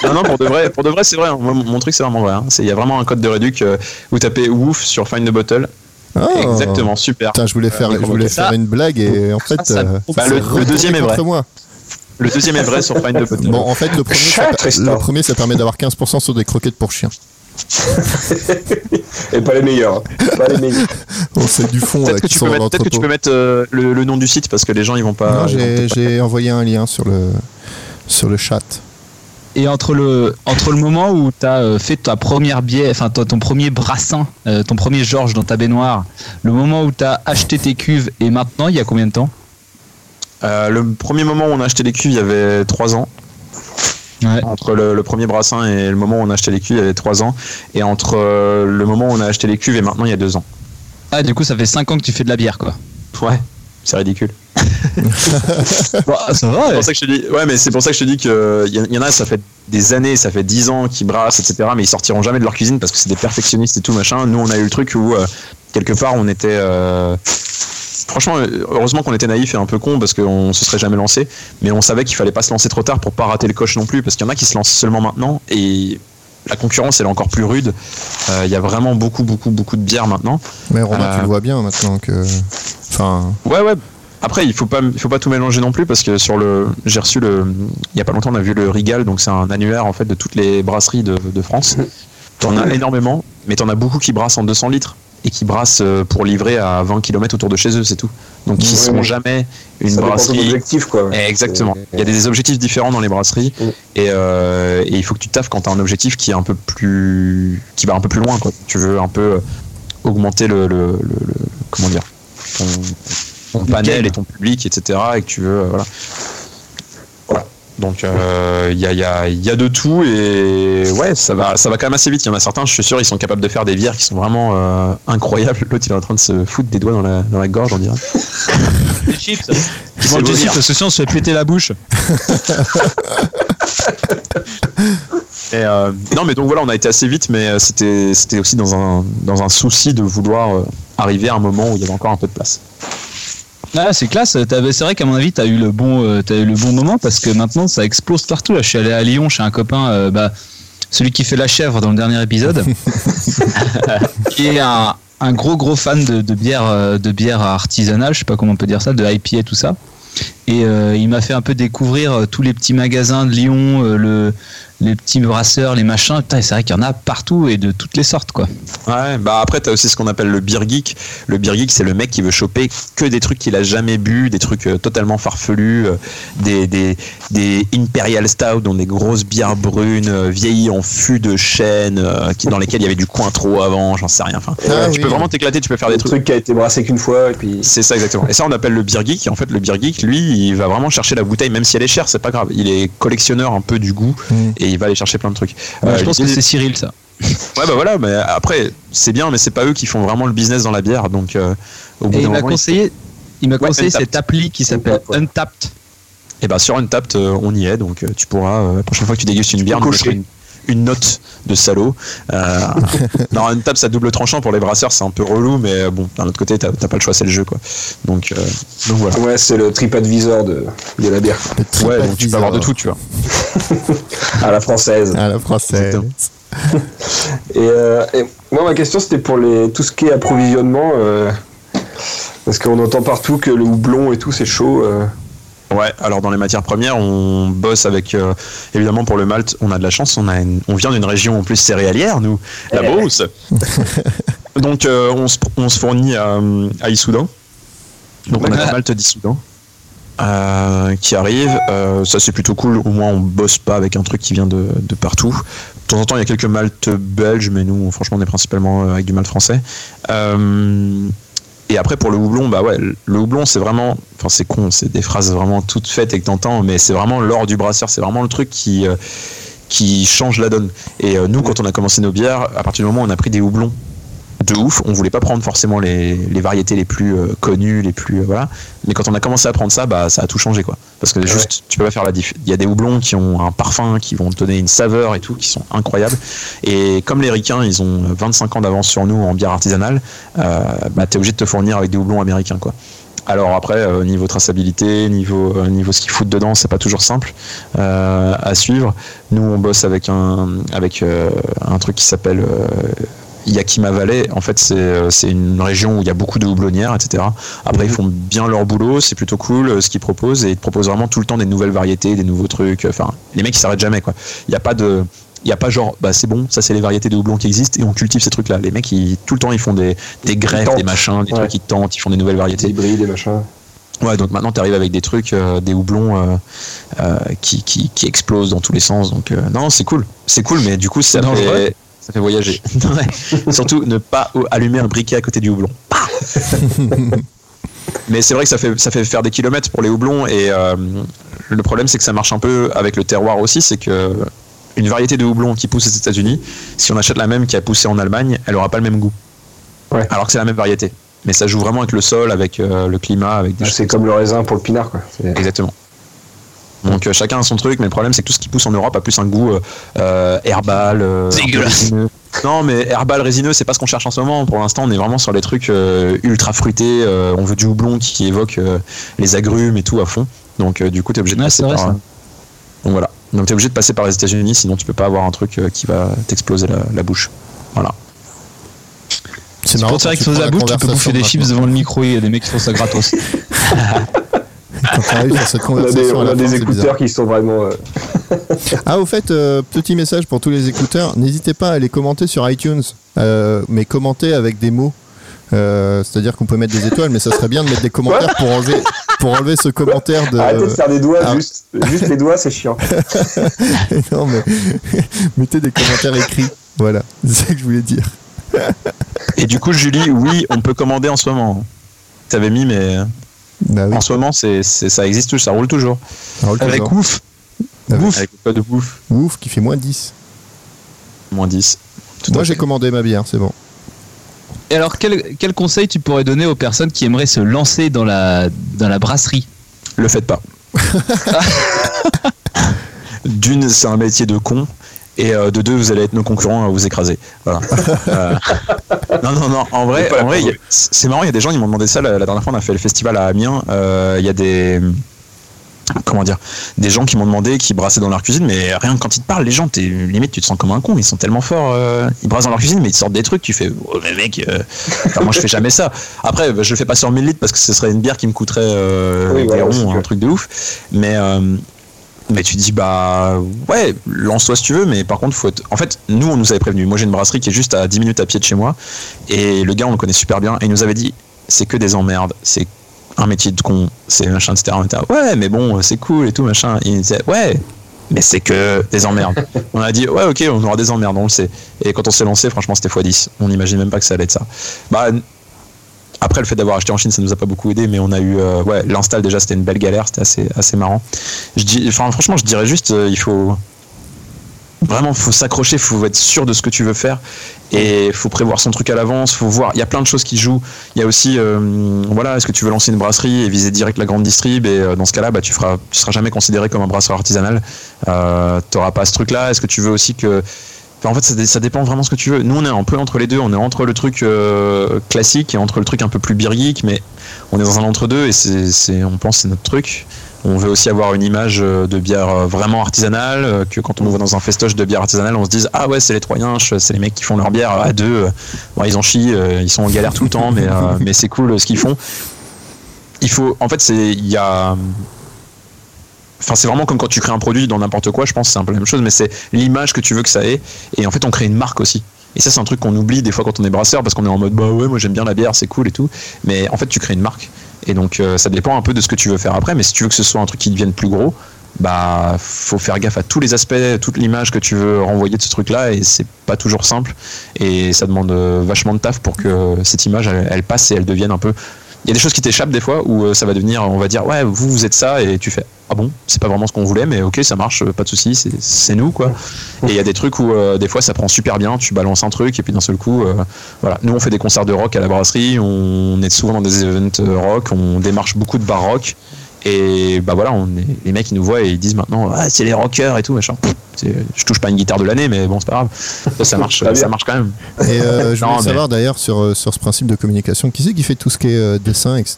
Non, non, pour de vrai, pour de vrai c'est vrai. Moi, mon mon truc, c'est vraiment vrai. hein. C'est- Il y a vraiment un code de réduc. euh, vous tapez WOOF sur Find the Bottle.
Ah.
Exactement, super.
Putain, je voulais faire,
mais
je
comment
voulais
on fait
faire
ça
une blague et en fait,
ça
euh,
me-
Bah,
c'est
le- le
retourné
deuxième est
contre
vrai.
Moi.
Le deuxième est vrai sur Find the Bottle.
Bon, en fait, le premier, ça,
Chat,
per-
Tristan.
le premier, ça permet d'avoir 15% sur des croquettes pour chiens.
Et pas les meilleurs. hein. Pas les meilleurs.
Bon, Oh, c'est du fond là,
Peut-être que,
qui
tu
sont
peux
dans
mettre, peut-être que tu
l'entrepôt.
peux mettre euh, le, le nom du site parce que les gens ils vont pas.
Non,
ils vont
j'ai-
peut-être pas-
j'ai envoyé un lien sur le sur le chat.
Et entre le, entre le moment où tu as fait ta première bière, enfin ton, ton premier brassin, euh, ton premier Georges dans ta baignoire, le moment où tu as acheté tes cuves et maintenant, il y a combien de temps
Euh, le premier moment où on a acheté les cuves, il y avait 3 ans.
Ouais.
Entre le, le premier brassin et le moment où on a acheté les cuves, il y avait 3 ans. Et entre euh, le moment où on a acheté les cuves et maintenant, il y a 2 ans.
Ah, du coup, ça fait 5 ans que tu fais de la bière, quoi.
Ouais, c'est ridicule.
Bah, ça va,
C'est
ouais.
pour ça que je te dis, ouais, mais c'est pour ça que je te dis que il y, en- il y en a, ça fait des années, ça fait 10 ans qu'ils brassent, etc. Mais ils sortiront jamais de leur cuisine parce que c'est des perfectionnistes et tout machin. Nous, on a eu le truc où euh, quelque part, on était. euh, Franchement, euh, heureusement qu'on était naïf et un peu con parce qu'on se serait jamais lancé, mais on savait qu'il fallait pas se lancer trop tard pour pas rater le coche non plus, parce qu'il y en a qui se lancent seulement maintenant et la concurrence elle est encore plus rude. Euh, Il y a vraiment beaucoup, beaucoup, beaucoup de bières maintenant.
Mais Romain,
Euh,
tu le vois bien maintenant que. Enfin,
Ouais, ouais. Après, il faut pas, il faut pas tout mélanger non plus parce que sur le, j'ai reçu le, il y a pas longtemps, on a vu le Rigal, donc c'est un annuaire en fait de toutes les brasseries de,
[laughs]
de France. T'en as énormément, mais t'en as beaucoup qui brassent en 200 litres et qui brassent euh, pour livrer à 20 km autour de chez eux, c'est tout. Donc ils
Ouais,
seront
ouais.
jamais une
Ça dépend de ton
brasserie.
objectif, quoi.
Eh, Exactement.
C'est-
Il y a des objectifs différents dans les brasseries
Mm.
et, euh, et il faut que tu taffes quand t'as un objectif qui est un peu plus, qui va un peu plus loin. Quoi. Tu veux un peu euh, augmenter le, le- le- le- comment dire, ton, ton panel et ton public, etc. Et que tu veux, euh, voilà. Voilà. Donc euh, il y, a, il y a- il y a de tout et ouais, ça va, ça va quand même assez vite. Il y en a certains, je suis sûr, ils sont capables de faire des bières qui sont vraiment euh, incroyables. L'autre, il est en train de se foutre des doigts dans la, dans la gorge, on dirait.
Des chips. Je
[laughs] C'est
mange des
bon,
chips, parce que sinon, on se fait péter la bouche.
Et, euh, non, mais donc voilà, on a été assez vite, mais euh, c'était c'était aussi dans un, dans un souci de vouloir euh, arriver à un moment où il y avait encore un peu de place.
Ah, c'est classe. T'avais- C'est vrai qu'à mon avis, t'as eu le bon, euh, t'as eu le bon moment parce que maintenant, ça explose partout. Là, je suis allé à Lyon chez un copain, euh, bah, celui qui fait la chèvre dans le dernier
[laughs]
épisode, qui est un, un gros gros fan de, de bière, euh, de bière artisanale. Je sais pas comment on peut dire ça, de IPA et tout ça. Et euh, il m'a fait un peu découvrir euh, tous les petits magasins de Lyon, euh, le, les petits brasseurs, les machins. Putain, et c'est vrai qu'il y en a partout et de toutes les sortes, quoi.
Ouais, bah après, t'as aussi ce qu'on appelle le beer geek. Le beer geek, c'est le mec qui veut choper que des trucs qu'il a jamais bu, des trucs euh, totalement farfelus, euh, des, des, des Imperial Stout, dont des grosses bières brunes, euh, vieillies en fût de chêne, euh, qui- dans lesquelles il y avait du cointreau avant, j'en sais rien. Enfin,
Ah
tu
oui.
peux vraiment t'éclater, tu peux faire
Le
des trucs
truc qui a été brassé qu'une fois et puis.
C'est ça exactement. Et ça on appelle le beer geek. Et en fait le beer geek, lui, il va vraiment chercher la bouteille, même si elle est chère, c'est pas grave. Il est collectionneur un peu du goût
Mm.
et il va aller chercher plein de trucs.
Bah,
Euh,
je pense que
l'idée-
c'est Cyril, ça.
Ouais bah voilà, mais après c'est bien, mais c'est pas eux qui font vraiment le business dans la bière. Donc euh, au bout
Et
d'un
il m'a
moment, ils-
conseillé, il m'a
Ouais,
conseillé
Untapped.
cette appli qui s'appelle
Untapped, ouais.
Untapped.
Et bah sur Untapped, euh, on y est. Donc euh, tu pourras euh, la prochaine fois que tu dégustes une bière,
peux
nous
cocher.
mettre une, une note de salaud.
[laughs]
Euh, non, Untapped, ça double tranchant pour les brasseurs, c'est un peu relou, mais euh, bon d'un autre côté, t'as t'as pas le choix, c'est le jeu quoi. Donc, euh, donc voilà.
Ouais, c'est le TripAdvisor de, de la bière
le trip
Ouais, donc tu
advisor
peux avoir de tout, tu vois.
à la française.
À Ah, la française.
Exactement.
Et, euh, et moi, ma question, c'était pour les, tout ce qui est approvisionnement. euh, parce qu'on entend partout que le houblon et tout, c'est chaud. euh.
Ouais, alors dans les matières premières, on bosse avec euh, évidemment pour le malt, on a de la chance, on a une- on vient d'une région en plus céréalière, nous, la Beauce. Donc euh, on, se, on se fournit à, à Issoudun. Donc on a du malt d'Issoudun euh, qui arrive. Euh, ça c'est plutôt cool. Au moins on bosse pas avec un truc qui vient de, de partout. De temps en temps il y a quelques maltes belges, mais nous franchement on est principalement euh, avec du malt français. Euh, et après pour le houblon, bah ouais, le houblon c'est vraiment, enfin c'est con, c'est des phrases vraiment toutes faites et que t'entends, mais c'est vraiment l'or du brasseur, c'est vraiment le truc qui euh, qui change la donne. Et euh, nous quand on a commencé nos bières, à partir du moment où on a pris des houblons de ouf. On voulait pas prendre forcément les, les variétés les plus euh, connues, les plus euh, voilà. Mais quand on a commencé à prendre ça, bah ça a tout changé quoi. Parce que juste, tu peux pas faire la diff. Il y a des houblons qui ont un parfum, qui vont te donner une saveur et tout, qui sont incroyables. Et comme les Ricains, ils ont 25 ans d'avance sur nous en bière artisanale, euh, bah t'es obligé de te fournir avec des houblons américains quoi. Alors après, euh, niveau traçabilité, niveau, euh, niveau ce qu'ils foutent dedans, c'est pas toujours simple euh, à suivre. Nous, on bosse avec un, avec, euh, un truc qui s'appelle euh, Yakima Valley. En fait, c'est euh, c'est une région où il y a beaucoup de houblonnières, etc. Après, ils font bien leur boulot, c'est plutôt cool euh, ce qu'ils proposent et ils te proposent vraiment tout le temps des nouvelles variétés, des nouveaux trucs. euh, Enfin, les mecs, ils s'arrêtent jamais, quoi. Il n'y a pas de. Il n'y a pas genre, bah c'est bon, ça c'est les variétés de houblon qui existent et on cultive ces trucs-là. Les mecs, ils, tout le temps, ils font des, des greffes, des
tentent.
machins, des
Ouais.
trucs, ils tentent, ils font des nouvelles variétés.
Des bris, des machins.
Ouais, donc maintenant tu arrives avec des trucs, euh, des houblons euh, euh, qui, qui, qui explosent dans tous les sens. Donc euh, non, c'est cool, c'est cool, mais du coup ça
dangereux.
fait, ça fait voyager. [laughs] Ouais. Surtout ne pas o- allumer un briquet à côté du houblon. Pah [laughs] mais c'est vrai que ça fait ça fait faire des kilomètres pour les houblons et euh, le problème c'est que ça marche un peu avec le terroir aussi, c'est que une variété de houblon qui pousse aux États-Unis, si on achète la même qui a poussé en Allemagne, elle aura pas le même goût.
Ouais.
Alors que c'est la même variété. Mais ça joue vraiment avec le sol, avec euh, le climat, avec des choses
Ah, C'est comme le raisin pour le pinard, quoi. C'est-
Exactement. Donc euh, chacun a son truc, mais le problème c'est que tout ce qui pousse en Europe a plus un goût euh, euh, herbal. euh,
Dégueulasse.
résineux. Non, mais herbal résineux, c'est pas ce qu'on cherche en ce moment. Pour l'instant, on est vraiment sur les trucs euh, ultra fruités. euh, on veut du houblon qui évoque euh, les agrumes et tout à fond. Donc euh, du coup, t'es obligé de
Ouais,
passer
c'est vrai,
par.
ça.
Donc voilà. Donc t'es obligé de passer par les États-Unis, sinon tu peux pas avoir un truc euh, qui va t'exploser la, la bouche. Voilà.
C'est pour ça
quand
que
tu
sans
prends la
la bouche, tu peux
conversation
bouffer des chips
maintenant.
devant le micro. Il y a des mecs qui font ça gratos.
Quand on arrive sur cette
On a des,
conversation à
on
la
a
fin,
des
c'est bizarre.
écouteurs qui sont vraiment. euh,
Ah, au fait, euh, petit message pour tous les écouteurs n'hésitez pas à les commenter sur iTunes, euh, mais commenter avec des mots. Euh, C'est-à-dire qu'on peut mettre des étoiles, mais ça serait bien de mettre des commentaires pour enlever, pour enlever ce commentaire de.
Arrêtez de faire des doigts,
Euh, ah.
juste, juste les doigts, c'est
[laughs]
chiant.
non, mais [laughs] mettez des commentaires écrits. Voilà, [laughs] c'est ça que je voulais dire.
Et du coup, Julie, oui, on peut commander en ce moment. T'avais mis, mais euh,
Bah oui,
en ce moment, c'est c'est- ça existe, ça roule toujours.
Raoul Tozor.
ouf.
Avec-
Bouffe. Avec le code bouffe.
Ouf, qui fait moins 10.
Moins 10. Tout
Moi,
à fait.
j'ai commandé ma bière, c'est bon.
Et alors, quel, quel conseil tu pourrais donner aux personnes qui aimeraient se lancer dans la, dans la brasserie
Le
[laughs]
faites pas. D'une, c'est un métier de con. Et euh, de deux, vous allez être nos concurrents à vous écraser.
[laughs]
Voilà. Euh, non, non, non. En vrai, en vrai, il y a- c'est marrant. Il y a des gens qui m'ont demandé ça la, la dernière fois. On a fait le festival à Amiens. Euh, Il y a des comment dire des gens qui m'ont demandé qui brassaient dans leur cuisine mais rien que quand ils te parlent les gens t'es limite tu te sens comme un con ils sont tellement forts euh, ils brassent dans leur cuisine mais ils te sortent des trucs tu fais oh, mais mec euh, enfin, moi je fais jamais ça après bah, je le fais pas sur 1000 litres parce que ce serait une bière qui me coûterait euh,
Oui,
des
voilà,
ronds,
c'est
un
clair.
truc de ouf mais euh, mais tu dis bah ouais lance-toi si tu veux mais par contre faut être en fait nous on nous avait prévenu moi j'ai une brasserie qui est juste à 10 minutes à pied de chez moi et le gars on le connaît super bien et il nous avait dit c'est que des emmerdes c'est un métier de con c'est machin etc, etc. ouais mais bon c'est cool et tout machin et il disait ouais mais c'est que des emmerdes on a dit ouais ok on aura des emmerdes on le sait et quand on s'est lancé franchement c'était x10 on n'imagine même pas que ça allait être ça bah après, le fait d'avoir acheté en Chine, ça nous a pas beaucoup aidé, mais on a eu, euh, ouais, l'install déjà, c'était une belle galère, c'était assez, assez marrant. Je dis, enfin, franchement, je dirais juste, euh, il faut vraiment, faut s'accrocher, faut être sûr de ce que tu veux faire, et faut prévoir son truc à l'avance, faut voir. Il y a plein de choses qui jouent. Il y a aussi, euh, voilà, est-ce que tu veux lancer une brasserie et viser direct la grande distrib, et euh, dans ce cas-là, bah, tu feras, tu seras jamais considéré comme un brasseur artisanal. Euh, T'auras pas ce truc-là. Est-ce que tu veux aussi que Enfin, en fait, ça, dé- ça dépend vraiment ce que tu veux. Nous, on est un peu entre les deux. On est entre le truc euh, classique et entre le truc un peu plus birgique, mais on est dans un entre-deux et c'est, c'est- on pense que c'est notre truc. On veut aussi avoir une image euh, de bière euh, vraiment artisanale, euh, que quand on nous voit dans un festoche de bière artisanale, on se dise Ah ouais, c'est les Troyens, c'est les mecs qui font leur bière euh, à deux. Bon, ils en chient, euh, ils sont en galère tout le temps, mais, euh, mais c'est cool euh, ce qu'ils font. Il faut. En fait, c'est. Il y a. Enfin, c'est vraiment comme quand tu crées un produit dans n'importe quoi, je pense que c'est un peu la même chose, mais c'est l'image que tu veux que ça ait. Et en fait, on crée une marque aussi. Et ça, c'est un truc qu'on oublie des fois quand on est brasseur parce qu'on est en mode bah ouais, moi j'aime bien la bière, c'est cool et tout. Mais en fait, tu crées une marque. Et donc, euh, ça dépend un peu de ce que tu veux faire après. Mais si tu veux que ce soit un truc qui devienne plus gros, bah faut faire gaffe à tous les aspects, toute l'image que tu veux renvoyer de ce truc-là. Et c'est pas toujours euh, simple. Et ça demande euh, vachement de taf pour que cette image elle, elle passe et elle devienne un peu. Il y a des choses qui t'échappent des fois où euh, ça va devenir, on va dire, ouais, vous, vous êtes ça, et tu fais, ah bon, c'est pas vraiment ce qu'on voulait, mais ok, ça marche, euh, pas de souci, c'est- c'est nous, quoi. Et il y a des trucs où, euh, des fois, ça prend super bien, tu balances un truc, et puis d'un seul coup, euh, voilà. Nous, on fait des concerts de rock à la brasserie, on est souvent dans des events euh, rock, on démarche beaucoup de bars rock. Et bah voilà, on est- les mecs ils nous voient et ils disent maintenant ah, c'est les rockers et tout machin. Pff, c'est- Je touche pas une guitare de l'année, mais bon c'est pas grave. Ça, ça marche, ça marche quand même.
Et
[laughs]
euh, je voulais
Non, mais-
savoir d'ailleurs sur, euh, sur ce principe de communication, qui c'est qui fait tout ce qui est euh, dessin, etc.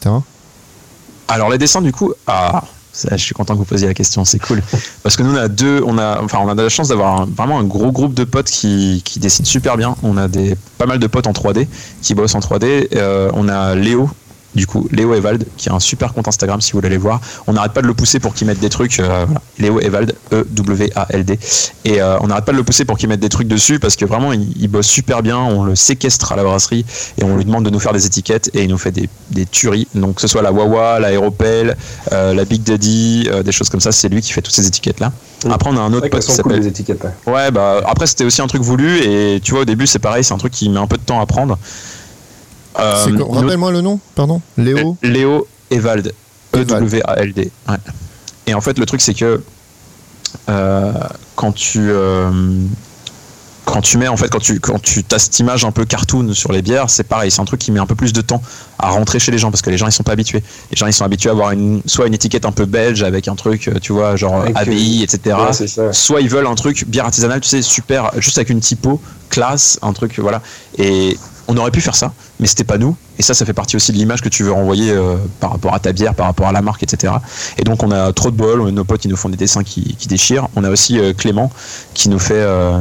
Alors les dessins du coup, ah, ça, je suis content que vous posiez la question, c'est cool. Parce que nous on a deux, on a, enfin on a de la chance d'avoir un- vraiment un gros groupe de potes qui, qui dessinent super bien. On a des pas mal de potes en 3D qui bossent en 3D. Euh, on a Léo. Du coup, Léo Evald, qui a un super compte Instagram si vous voulez aller voir. On n'arrête pas de le pousser pour qu'il mette des trucs. euh, voilà. Léo E Evald, E-W-A-L-D. Et euh, on n'arrête pas de le pousser pour qu'il mette des trucs dessus parce que vraiment, il, il bosse super bien. On le séquestre à la brasserie et on lui demande de nous faire des étiquettes et il nous fait des, des tueries. Donc, que ce soit la Wawa, la Aéropel, euh, la Big Daddy, euh, des choses comme ça, c'est lui qui fait toutes ces étiquettes-là. Après, on a un autre pote qui
sont cool
s'appelle.
les étiquettes. hein. ouais.
Ouais, bah après, c'était aussi un truc voulu et tu vois, au début, c'est pareil, c'est un truc qui met un peu de temps à prendre. Euh,
C'est quoi-
une autre-
Rappelle-moi le nom, pardon Léo
Léo Evald. E
Evald.
E-W-A-L-D. ouais. Et en fait, le truc, c'est que euh, quand tu. euh, quand tu mets en fait quand tu quand tu as cette image un peu cartoon sur les bières c'est pareil c'est un truc qui met un peu plus de temps à rentrer chez les gens parce que les gens ils sont pas habitués les gens ils sont habitués à avoir une soit une étiquette un peu belge avec un truc euh, tu vois genre
Avec,
ABI etc
Ouais, c'est ça.
soit ils veulent un truc bière artisanale, tu sais, super, juste avec une typo, classe, un truc, voilà. Et on aurait pu faire ça, mais c'était pas nous. Et ça, ça fait partie aussi de l'image que tu veux renvoyer euh, par rapport à ta bière, par rapport à la marque, etc. Et donc, on a trop de bol, on a nos potes, ils nous font des dessins qui, qui déchirent. On a aussi euh, Clément qui nous fait, euh,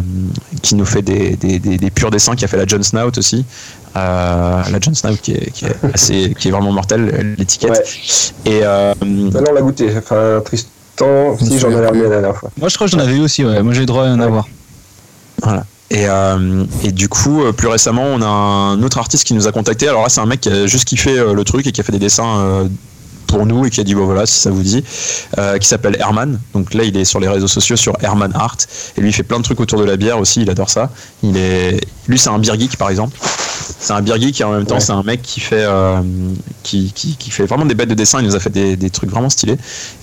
qui nous fait des, des, des- des purs dessins, qui a fait la John Snout aussi. Euh, la John Snout qui est, qui est assez, qui est vraiment mortelle, l'étiquette. Et euh,
Ah non, on l'a goûté. Enfin, Tristan,
Je me
si j'en ai
souviens
remis
plus.
la dernière fois.
Moi, je crois que j'en avais eu aussi, ouais. Moi, j'ai le droit à en
Ouais.
avoir.
Et, euh, et du coup, euh, plus récemment, on a un autre artiste qui nous a contacté. Alors là, c'est un mec qui a juste kiffé euh, le truc et qui a fait des dessins euh, pour nous et qui a dit bon voilà si ça vous dit, euh, qui s'appelle Herman. Donc là, il est sur les réseaux sociaux sur Herman Art et lui il fait plein de trucs autour de la bière aussi. Il adore ça. Il est lui c'est un beer geek par exemple. C'est un beer geek et en même temps c'est un mec qui fait euh, qui, qui, qui fait vraiment des bêtes de dessin. Il nous a fait des, des trucs vraiment stylés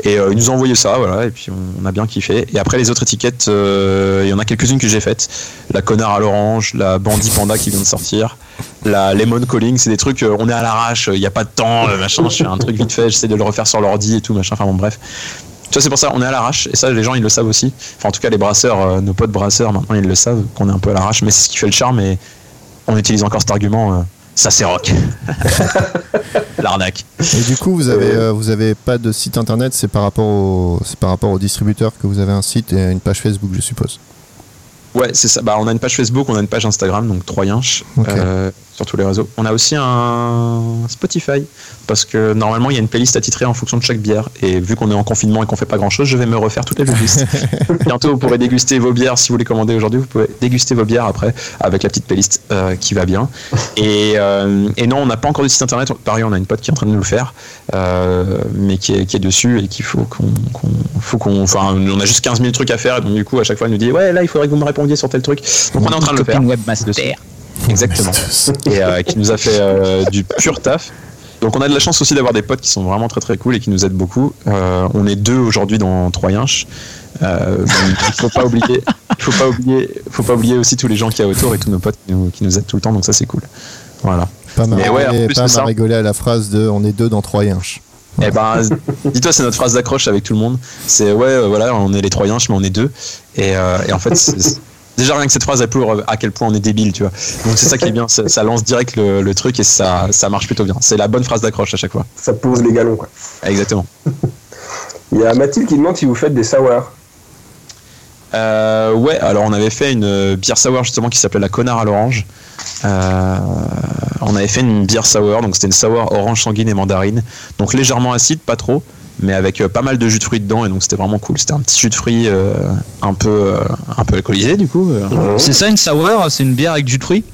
et euh, il nous a envoyé ça voilà et puis on, on a bien kiffé. Et après les autres étiquettes, euh, il y en a quelques-unes que j'ai faites la connard à l'orange, la bandit panda qui vient de sortir, la lemon calling, c'est des trucs, euh, on est à l'arrache, il n'y a pas de temps, euh, machin, je fais un truc vite fait, j'essaie de le refaire sur l'ordi et tout, machin, enfin bon, bref. Tu vois, c'est pour ça, on est à l'arrache, et ça, les gens, ils le savent aussi. Enfin, en tout cas, les brasseurs, euh, nos potes brasseurs, maintenant, ils le savent, qu'on est un peu à l'arrache, mais c'est ce qui fait le charme, et on utilise encore cet argument, euh, ça c'est rock. [laughs] L'arnaque.
Et du coup, vous avez, euh, vous avez pas de site internet, c'est par rapport au, c'est par rapport au distributeur que vous avez un site et une page Facebook, je suppose.
Ouais, c'est ça. Bah, on a une page Facebook, on a une page Instagram, donc Troyenche,
Ok.
euh, sur tous les réseaux. On a aussi un Spotify, parce que normalement, il y a une playlist attitrée en fonction de chaque bière. Et vu qu'on est en confinement et qu'on fait pas grand chose, je vais me refaire toutes les playlists. Bientôt, vous pourrez déguster vos bières. Si vous les commandez aujourd'hui, vous pouvez déguster vos bières après, avec la petite playlist euh, qui va bien. Et, euh, et non, on n'a pas encore de site internet. Pareil, on a une pote qui est en train de nous le faire, euh, mais qui est, qui est dessus et qu'il faut qu'on. qu'on- faut qu'on- enfin, on a juste 15 000 trucs à faire, et donc du coup, à chaque fois, elle nous dit Ouais, là, il faudrait que vous me répondiez sur tel truc. Donc on est en train de le faire.
Copine webmaster.
Exactement. Et euh, qui nous a fait euh, du pur taf. Donc on a de la chance aussi d'avoir des potes qui sont vraiment très très cool et qui nous aident beaucoup. Euh, on est deux aujourd'hui dans Troyenche. Euh, donc, il faut pas oublier, il faut pas oublier, faut pas oublier aussi tous les gens qu'il y a autour et tous nos potes qui nous, qui nous aident tout le temps. Donc ça c'est cool. Voilà.
Pas mal
Mais ouais, en
rigolé-
plus
pas
de
mal
ça-
rigolé à la phrase de on est deux dans trois yinches.
Eh ben, dis-toi, c'est notre phrase d'accroche avec tout le monde. C'est ouais, euh, voilà, on est les Troyens, mais on est deux. Et, euh, et en fait, c'est- c'est- déjà rien que cette phrase, elle prouve à quel point on est débile, tu vois. Donc c'est ça qui est bien, ça, ça lance direct le, le truc et ça, ça marche plutôt bien. C'est la bonne phrase d'accroche à chaque fois.
Ça pose les galons, quoi.
Exactement.
Il y a Mathilde qui demande si vous faites des savoirs.
Euh, ouais, alors on avait fait une euh, bière sour justement qui s'appelait la connard à l'orange. Euh, on avait fait une bière sour, donc c'était une sour orange sanguine et mandarine. Donc légèrement acide, pas trop, mais avec euh, pas mal de jus de fruits dedans et donc c'était vraiment cool. C'était un petit jus de fruits euh, un peu euh, un peu alcoolisé du coup. euh.
C'est ça, une sour C'est une bière avec du de fruits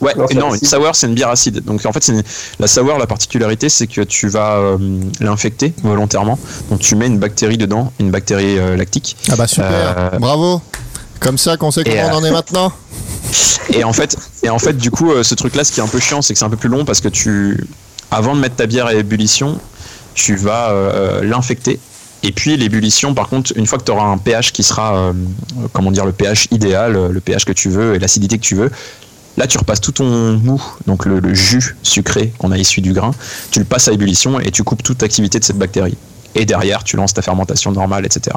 Ouais,
Non,
non,
c'est
une
acide.
sour c'est une bière acide. Donc en fait, c'est une- la sour, la particularité c'est que tu vas euh, l'infecter volontairement. Donc tu mets une bactérie dedans, une bactérie euh, lactique.
Ah bah super,
Euh,
bravo. Comme ça qu'on sait
et,
comment on
euh,
en est
[laughs]
maintenant.
Et en fait, et en fait, du coup, euh, ce truc-là, ce qui est un peu chiant, c'est que c'est un peu plus long parce que tu avant de mettre ta bière à ébullition, tu vas euh, l'infecter. Et puis l'ébullition, par contre, une fois que tu auras un pH qui sera, euh, comment dire, le pH idéal, euh, le pH que tu veux et l'acidité que tu veux, là tu repasses tout ton mou, donc le, le jus sucré qu'on a issu du grain, tu le passes à ébullition et tu coupes toute activité de cette bactérie. Et derrière, tu lances ta fermentation normale, etc.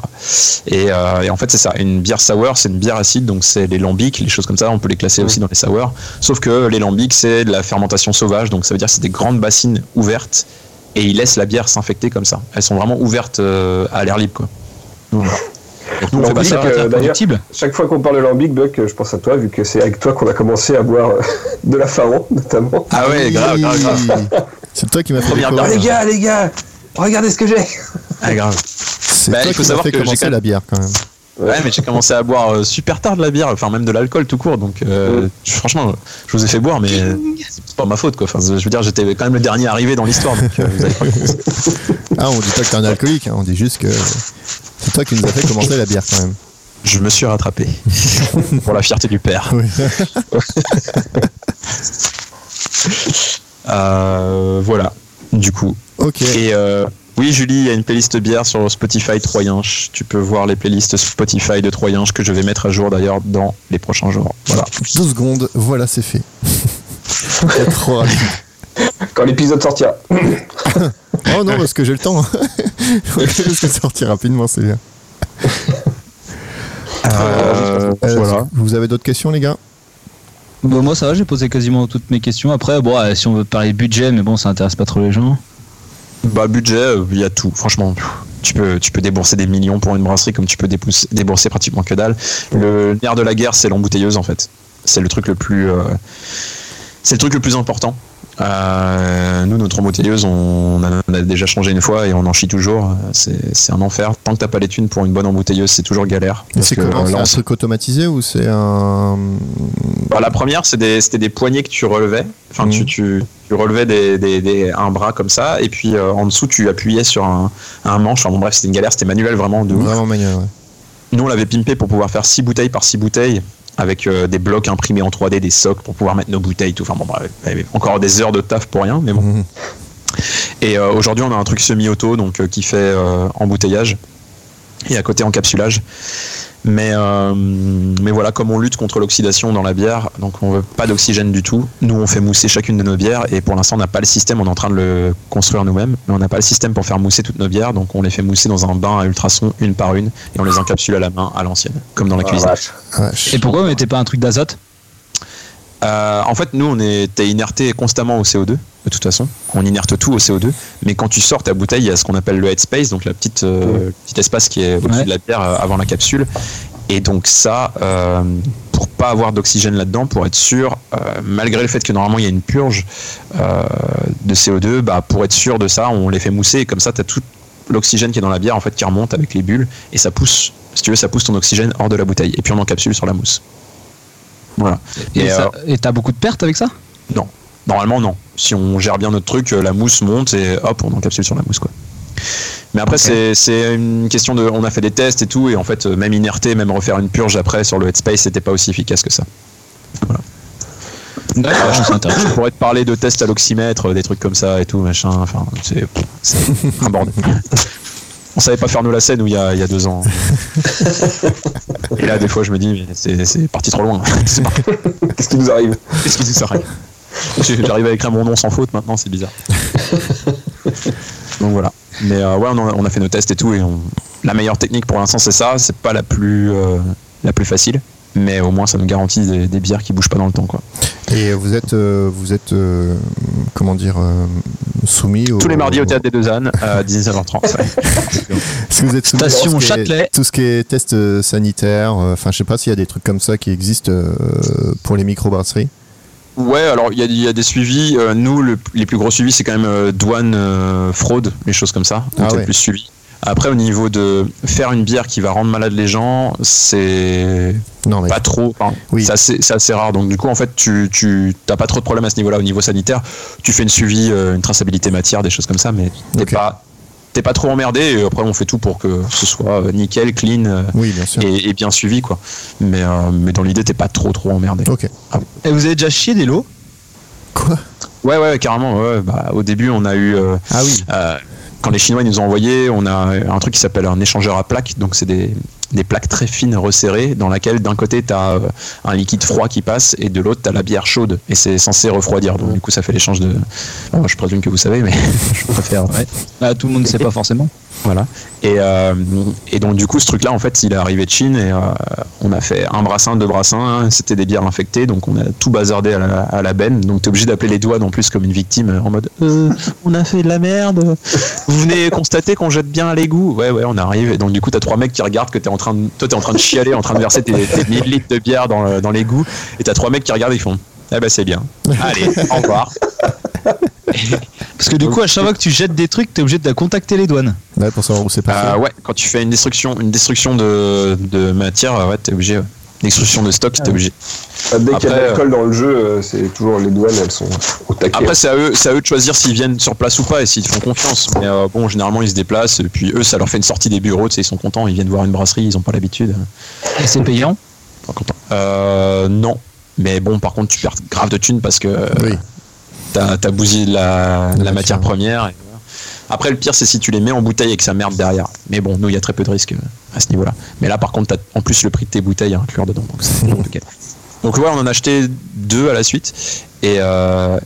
Et, euh, et en fait, c'est ça. Une bière sour, c'est une bière acide, donc c'est les lambics, les choses comme ça. On peut les classer aussi dans les sour. Sauf que les lambics, c'est de la fermentation sauvage, donc ça veut dire que c'est des grandes bassines ouvertes et ils laissent la bière s'infecter comme ça. Elles sont vraiment ouvertes euh, à l'air libre, quoi. Donc, voilà. Donc, nous, on fait pas
Lambic,
ça.
euh, d'ailleurs,
Productible.
chaque fois qu'on parle de lambic, Buck, euh, je pense à toi, vu que c'est avec toi qu'on a commencé à boire euh, de la Faron, notamment.
Ah ouais, grave, grave, grave.
[laughs] C'est toi qui m'as fait
Première
Oh,
découvrir.
les gars, les gars, regardez ce que j'ai
Ah, grave.
C'est
Bah,
toi
il faut
qui m'as
savoir
fait
que j'ai quand
commencer
même-
la bière quand même.
Ouais, mais j'ai commencé à boire euh, super tard de la bière, enfin même de l'alcool tout court. Donc euh,
Mm.
je- franchement, je vous ai fait boire, mais c'est pas ma faute quoi. Enfin, je veux dire, j'étais quand même le dernier arrivé dans l'histoire. donc,
[laughs]
euh, vous avez pas-
Ah, on dit pas que t'es un alcoolique, hein, on dit juste que c'est toi qui nous as fait commencer la bière quand même.
Je me
[laughs]
suis rattrapé pour la fierté du père.
Oui.
[laughs] Euh, voilà, du coup.
Ok.
Et euh, oui, Julie, il y a une playlist bière sur Spotify Troyenche. Tu peux voir les playlists Spotify de Troyenche que je vais mettre à jour d'ailleurs dans les prochains jours. Voilà.
Deux secondes, voilà, c'est fait. [laughs] C'est trop rapide.
Quand l'épisode sortira.
Ah,
oh non, parce que j'ai le temps. [laughs] On va juste sortir rapidement, c'est bien. Ah,
Euh,
Euh,
voilà.
Vous avez d'autres questions, les gars
Bon, moi ça va, j'ai posé quasiment toutes mes questions. Après, bon, euh, si on veut parler budget, mais bon, ça intéresse pas trop les gens.
Bah budget, euh, il y a tout. Franchement, pff, tu peux, tu peux débourser des millions pour une brasserie comme tu peux dépousser- débourser pratiquement que dalle. Le nerf de la guerre, c'est l'embouteilleuse en fait. C'est le truc le plus, euh, c'est le truc le plus important. Euh, nous, notre embouteilleuse, on, en a- on a déjà changé une fois et on en chie toujours. Euh, C'est c'est un enfer. Tant que t'as pas les thunes pour une bonne embouteilleuse, c'est toujours galère. Parce
C'est
que,
comment
euh,
C'est
là, on
un
se-
truc automatisé ou c'est un.
bah, la première, c'est des- c'était des, poignées que tu relevais. Enfin,
Mhm.
tu, tu, tu relevais des, des- des- un bras comme ça, et puis euh, en dessous, tu appuyais sur un, un manche. Enfin, bon, bref, c'était une galère, c'était manuel vraiment de ouf.
Vraiment manuel, ouais.
Nous, on l'avait pimpé pour pouvoir faire 6 bouteilles par 6 bouteilles, avec euh, des blocs imprimés en 3D, des socles pour pouvoir mettre nos bouteilles, tout. Enfin, bon, bref, il y avait encore des heures de taf pour rien, mais bon.
Mhm.
Et euh, aujourd'hui, on a un truc semi-auto, donc euh, qui fait euh, embouteillage et à côté encapsulage. Mais, euh, mais voilà, comme on lutte contre l'oxydation dans la bière, donc on veut pas d'oxygène du tout. Nous, on fait mousser chacune de nos bières et pour l'instant, on n'a pas le système. On est en train de le construire nous-mêmes, mais on n'a pas le système pour faire mousser toutes nos bières. Donc, on les fait mousser dans un bain à ultrasons une par une et on les encapsule à la main à l'ancienne, comme dans la cuisine.
Ah, je-
Et pourquoi vous mettez pas un truc d'azote
Euh, en fait, nous, on était inerté constamment au CO2, de toute façon. On inerte tout au CO2. Mais quand tu sors ta bouteille, il y a ce qu'on appelle le headspace, donc la petite, euh, petit espace qui est au-dessus
Ouais.
de la bière euh, avant la capsule. Et donc, ça, euh, pour pas avoir d'oxygène là-dedans, pour être sûr, euh, malgré le fait que normalement il y a une purge euh, de CO2, bah, pour être sûr de ça, on les fait mousser. Et comme ça, tu as tout l'oxygène qui est dans la bière en fait qui remonte avec les bulles et ça pousse si tu veux ça pousse ton oxygène hors de la bouteille et puis on encapsule sur la mousse voilà
Et
euh,
ça- et t'as beaucoup de pertes avec ça
Normalement, non. Si on gère bien notre truc, euh, la mousse monte et hop, on encapsule sur la mousse, quoi. Mais après, c'est- c'est une question de. On a fait des tests et tout, et en fait, euh, même inerter, même refaire une purge après sur le headspace, c'était pas aussi efficace que ça. Voilà. Euh,
D'accord, je trouve ça intéressant.
Je pourrais te parler de tests à l'oxymètre, euh, des trucs comme ça et tout, machin. Enfin, c'est c'est un bordel. On savait pas faire nous la scène où il y a, il y a deux ans. Et là, des fois, je me dis, mais c'est c'est parti trop loin. C'est parti
Qu'est-ce qui nous arrive
Qu'est-ce qui dit ça [laughs] arrive J'arrive à écrire mon nom sans faute maintenant, c'est bizarre. Donc voilà. Mais euh, ouais, on en a, on a fait nos tests et tout. Et on- La meilleure technique pour l'instant, c'est ça. C'est pas la plus, euh, la plus facile. Mais au moins, ça nous garantit des, des bières qui bougent pas dans le temps. Quoi.
Et vous êtes, euh, vous êtes, euh, comment dire, euh, soumis au...
Tous les mardis au théâtre des Deux Ânes à 19h30. ouais.
Est-ce que vous êtes soumis à
Station
tout ce qui est-
Châtelet.
Tout ce qui est test euh, sanitaire. euh, Enfin, je sais pas s'il y a des trucs comme ça qui existent euh, pour les microbrasseries.
Ouais, alors il y a, il y a des suivis. Euh, nous, le- les plus gros suivis, c'est quand même euh, douane, euh, fraude, les choses comme ça.
Ah
Donc, c'est
ouais.
le plus suivi. Après, au niveau de faire une bière qui va rendre malade les gens, c'est
Non mais.
pas trop. Enfin,
Oui.
C'est assez, c'est assez rare. Donc, du coup, en fait, tu tu- t'as pas trop de problèmes à ce niveau-là, au niveau sanitaire. Tu fais une suivi, euh, une traçabilité matière, des choses comme ça, mais t'es
Ok.
pas. T'es pas trop emmerdé et après on fait tout pour que ce soit euh, nickel, clean euh,
Oui, bien sûr.
et, et bien suivi quoi. Mais, euh, mais dans l'idée t'es pas trop trop emmerdé.
Ok.
Et vous avez déjà chié des lots
Quoi
Ouais, ouais, carrément. ouais, bah, au début, on a eu. euh,
Ah oui.
euh, quand les Chinois ils nous ont envoyé, on a un truc qui s'appelle un échangeur à plaques. Donc, c'est des, des plaques très fines resserrées dans laquelle d'un côté tu as un liquide froid qui passe et de l'autre tu as la bière chaude et c'est censé refroidir. Donc, du coup, ça fait l'échange de. Bon, je présume que vous savez, mais je préfère.
Ah, tout le monde ne sait pas forcément.
Voilà. Et, euh, et donc, du coup, ce truc-là, en fait, il est arrivé de Chine et euh, on a fait un brassin, deux brassins. hein. C'était des bières infectées, donc on a tout bazardé à la, à la benne. Donc, t'es obligé d'appeler les douanes en plus comme une victime euh, en mode Euh, On a fait de la merde. Vous venez [laughs] constater qu'on jette bien à l'égout. Ouais, ouais, on arrive. Et donc, du coup, t'as trois mecs qui regardent que t'es en train de. Toi, t'es en train de chialer, en train de verser tes, tes 1000 litres de bière dans, le- dans l'égout. Et t'as trois mecs qui regardent et ils font Ah bah, c'est bien. Allez, au revoir.
Parce
[laughs]
que du coup, à chaque fois que tu jettes des trucs, t'es obligé de contacter les douanes.
Ouais, pour savoir où c'est passé.
Euh, ouais, quand tu fais une destruction, une destruction de, de matière, euh, ouais, t'es obligé. ouais. Destruction de stock, t'es obligé.
Bah, Dès qu'il y a
Après,
de l'alcool dans le jeu, euh, c'est toujours les douanes, elles sont au taquet.
Après, c'est à eux, c'est à eux de choisir s'ils viennent sur place ou pas et s'ils te font confiance. Mais euh, bon, généralement, ils se déplacent. Et puis eux, ça leur fait une sortie des bureaux. Tu sais, ils sont contents. Ils viennent voir une brasserie. Ils ont pas l'habitude. hein.
Et c'est payant.
Ils sont contents. Euh, non. Mais bon, par contre, tu perds grave de thunes parce que euh,
Oui.
t'as, t'as bousillé de la, de la
matière.
matière première. et voilà. Après, le pire, c'est si tu les mets en bouteille et que ça merde derrière. Mais bon, nous, il y a très peu de risques euh, à ce niveau-là. Mais là, par contre, t'as en plus le prix de tes bouteilles à inclure dedans. Donc, c'est compliqué. Donc, ouais, on en a acheté deux à la suite. Et, euh,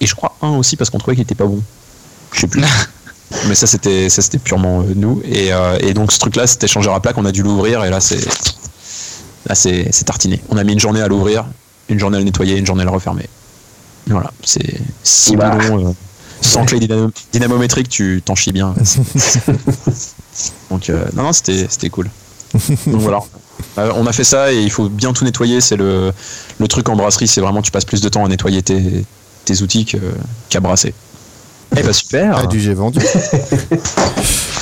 et je crois un aussi parce qu'on trouvait qu'il était pas bon. Je sais plus. Mais ça, c'était, ça, c'était purement euh, nous. Et, euh, et donc, ce truc-là, c'était échangeur à plaque. On a dû l'ouvrir et là, c'est. Là, c'est c'est tartiné. On a mis une journée à l'ouvrir, une journée à le nettoyer, une journée à le refermer. Voilà, c'est si
Bah.
ballons, euh, sans clé dynamo- dynamométrique, tu t'en
[laughs]
chies bien. Donc, euh, non, non, c'était c'était cool. Donc voilà. Euh, on a fait ça et il faut bien tout nettoyer. C'est le, le truc en brasserie, c'est vraiment tu passes plus de temps à nettoyer tes, tes outils que- qu'à brasser. Eh bah super
Ah, du j'ai
[laughs]
vendu.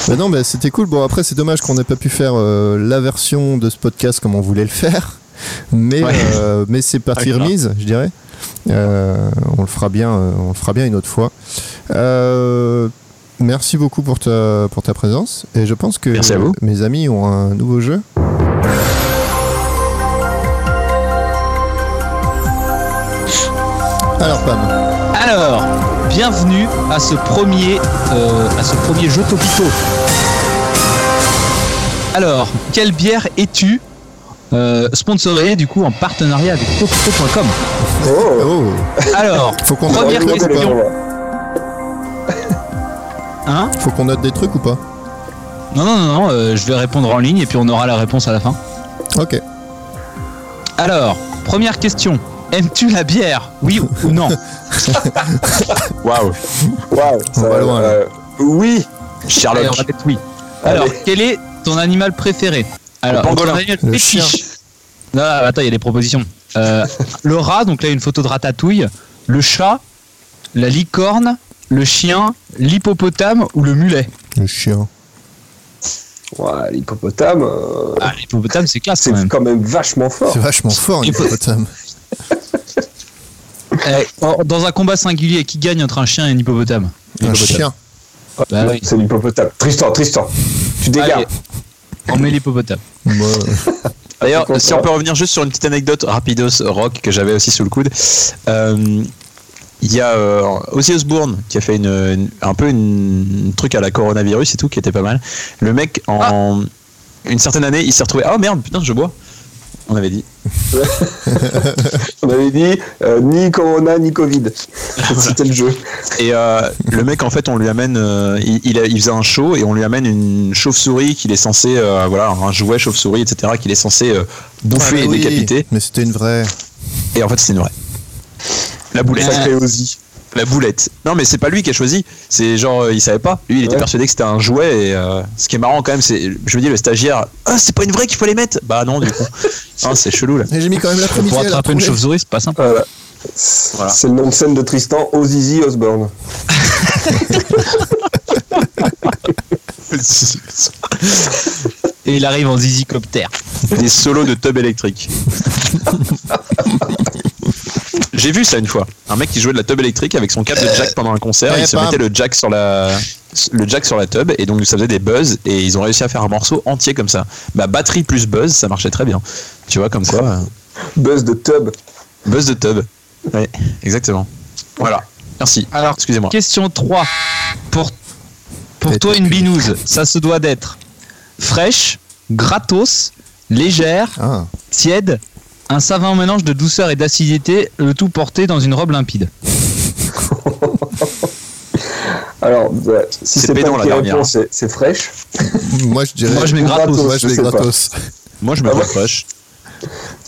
mais non, mais c'était cool. Bon, après, c'est dommage qu'on n'ait pas pu faire euh, la version de ce podcast comme on voulait le faire. Mais,
Ouais.
euh, mais c'est partie
Avec ça.
remise, je dirais. Euh, on le fera bien, euh, on le fera bien une autre fois. Euh, merci beaucoup pour ta, pour ta présence. Et je pense que
Merci à vous.
mes amis ont un nouveau jeu. Alors Pam,
Alors, bienvenue à ce premier, euh, à ce premier jeu Topito. Alors, quelle bière es-tu Euh, Sponsoré du coup en partenariat avec Topito.com.
Oh,
oh,
Alors,
faut qu'on
Première
note des trucs ou
question.
pas
hein
Faut qu'on note des trucs ou pas
Non, non, non, non euh, je vais répondre en ligne et puis on aura la réponse à la fin.
Ok.
Alors, première question. Aimes-tu la bière Oui ou non
Waouh
waouh, ça,
va loin, là.
euh, Oui,
Allez, on
Sherlock
va mettre oui. Alors,
Allez.
quel est ton animal préféré Alors,
Le pangolin.
ton animal
Le
fétiche. Non, non, attends, il y a des propositions. Euh, le rat, donc là, une photo de ratatouille. Le chat, la licorne, le chien, l'hippopotame ou le mulet
Le chien.
Ouah, l'hippopotame, euh,
Ah, l'hippopotame, c'est classe
c'est
quand même.
quand même vachement fort.
C'est vachement fort,
Il faut-
hippopotame.
Eh, or, dans un combat singulier, qui gagne entre un chien et un hippopotame
Un chien.
Bah oui,
Ah C'est l'hippopotame. Tristan, Tristan, tu dégages.
Allez. on met l'hippopotame.
Moi,
D'ailleurs,
Contre-
si on peut revenir juste sur une petite anecdote rapidos rock que j'avais aussi sous le coude, euh, il y a euh, Ozzy Osbourne qui a fait une, une- un peu une, un truc à la coronavirus et tout qui était pas mal. Le mec, en
Ah.
une certaine année, il s'est retrouvé. Ah merde, putain, je bois. On avait dit.
On avait dit euh, ni Corona, ni
[laughs]
Covid. C'était le jeu.
[laughs]
Et euh, le mec, en fait, on lui amène. euh, il, il a- il faisait un show et on lui amène une chauve-souris qu'il est censé. euh, voilà, un jouet chauve-souris, etc. qu'il est censé euh, bouffer
mais
et
oui,
décapiter.
Mais c'était une vraie.
Et en fait, c'est une vraie. La boulette. Euh,
Sacré Ozzy.
La boulette. Non, mais c'est pas lui qui a choisi. C'est genre, euh, il savait pas. Lui, il était
Ouais.
persuadé que c'était un jouet. Et, euh, ce qui est marrant quand même, c'est, je me dis, le stagiaire, ah, c'est pas une vraie qu'il faut les mettre. Bah non, du
[laughs]
coup. Hein, c'est chelou là.
Mais j'ai mis quand même la
Pour
première.
attraper une chauve-souris, c'est pas simple.
Voilà.
Voilà.
C'est le nom de scène de Tristan, Ozzy Osbourne.
Et il arrive en zizicoptère.
Des solos de
[laughs]
tub électrique. J'ai vu ça une fois. Un mec qui jouait de la tub électrique avec son câble de jack pendant un concert.
Eh,
il se
pam.
mettait le jack sur la le jack sur la tub et donc ça faisait des buzz et ils ont réussi à faire un morceau entier comme ça. Bah batterie plus buzz, ça marchait très bien. Tu vois comme quoi. euh,
Buzz de Tub.
Buzz de tub. Ouais, exactement. Voilà. Merci.
Alors,
Excusez-moi.
Question 3. Pour, pour
Tête
toi,
à
une
cul.
binouse, ça se doit d'être fraîche, gratos, légère,
Ah.
tiède, un savant mélange de douceur et d'acidité, le tout porté dans une robe limpide.
Alors, bah, si
C'est
c'est
pédant,
pas
la
qui
dernière.
répond, c'est c'est fraîche.
Moi, je dirais.
Moi, je mets gratos.
Moi, je
je
mets
sais pas.
gratos.
Moi, je me
Ah ouais.
rapproche.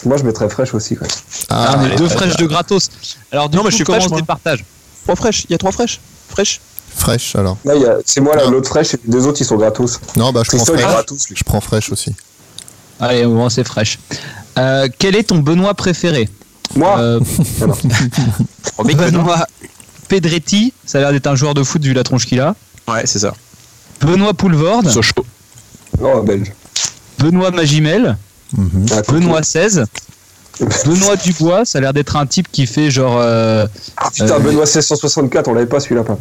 Moi, je mettrais fraîche aussi. Quoi.
Ah, mais
allez,
deux
très
fraîches de gratos. Alors, du
Non,
coup,
mais je suis
comment
fraîche,
on se
moi.
départage
Trois fraîches, il y a trois fraîches. Fraîche.
Fraîche, alors.
Non, il y a- c'est moi là,
Ah.
l'autre fraîche et les deux autres ils sont gratos.
Non, bah, je prends
Christophe il est
fraîche.
gratos lui.
Je prends fraîche aussi.
Allez, bon, c'est fraîche. Euh, quel est ton Benoît préféré
Ah,
Moi,
Euh,
Oh, mec, non.
Benoît Pedretti, ça a l'air d'être un joueur de foot vu la tronche qu'il a.
Ouais, c'est ça.
Benoît Poulvorde,
Sois chaud.
non, belge.
Benoît Magimel,
Mhm.
Ah, coquille.
Benoît 16, Benoît Dubois, ça a l'air d'être un type qui fait genre. euh,
Ah, putain,
Euh,
Benoît 1664, on l'avait pas celui-là. Pas.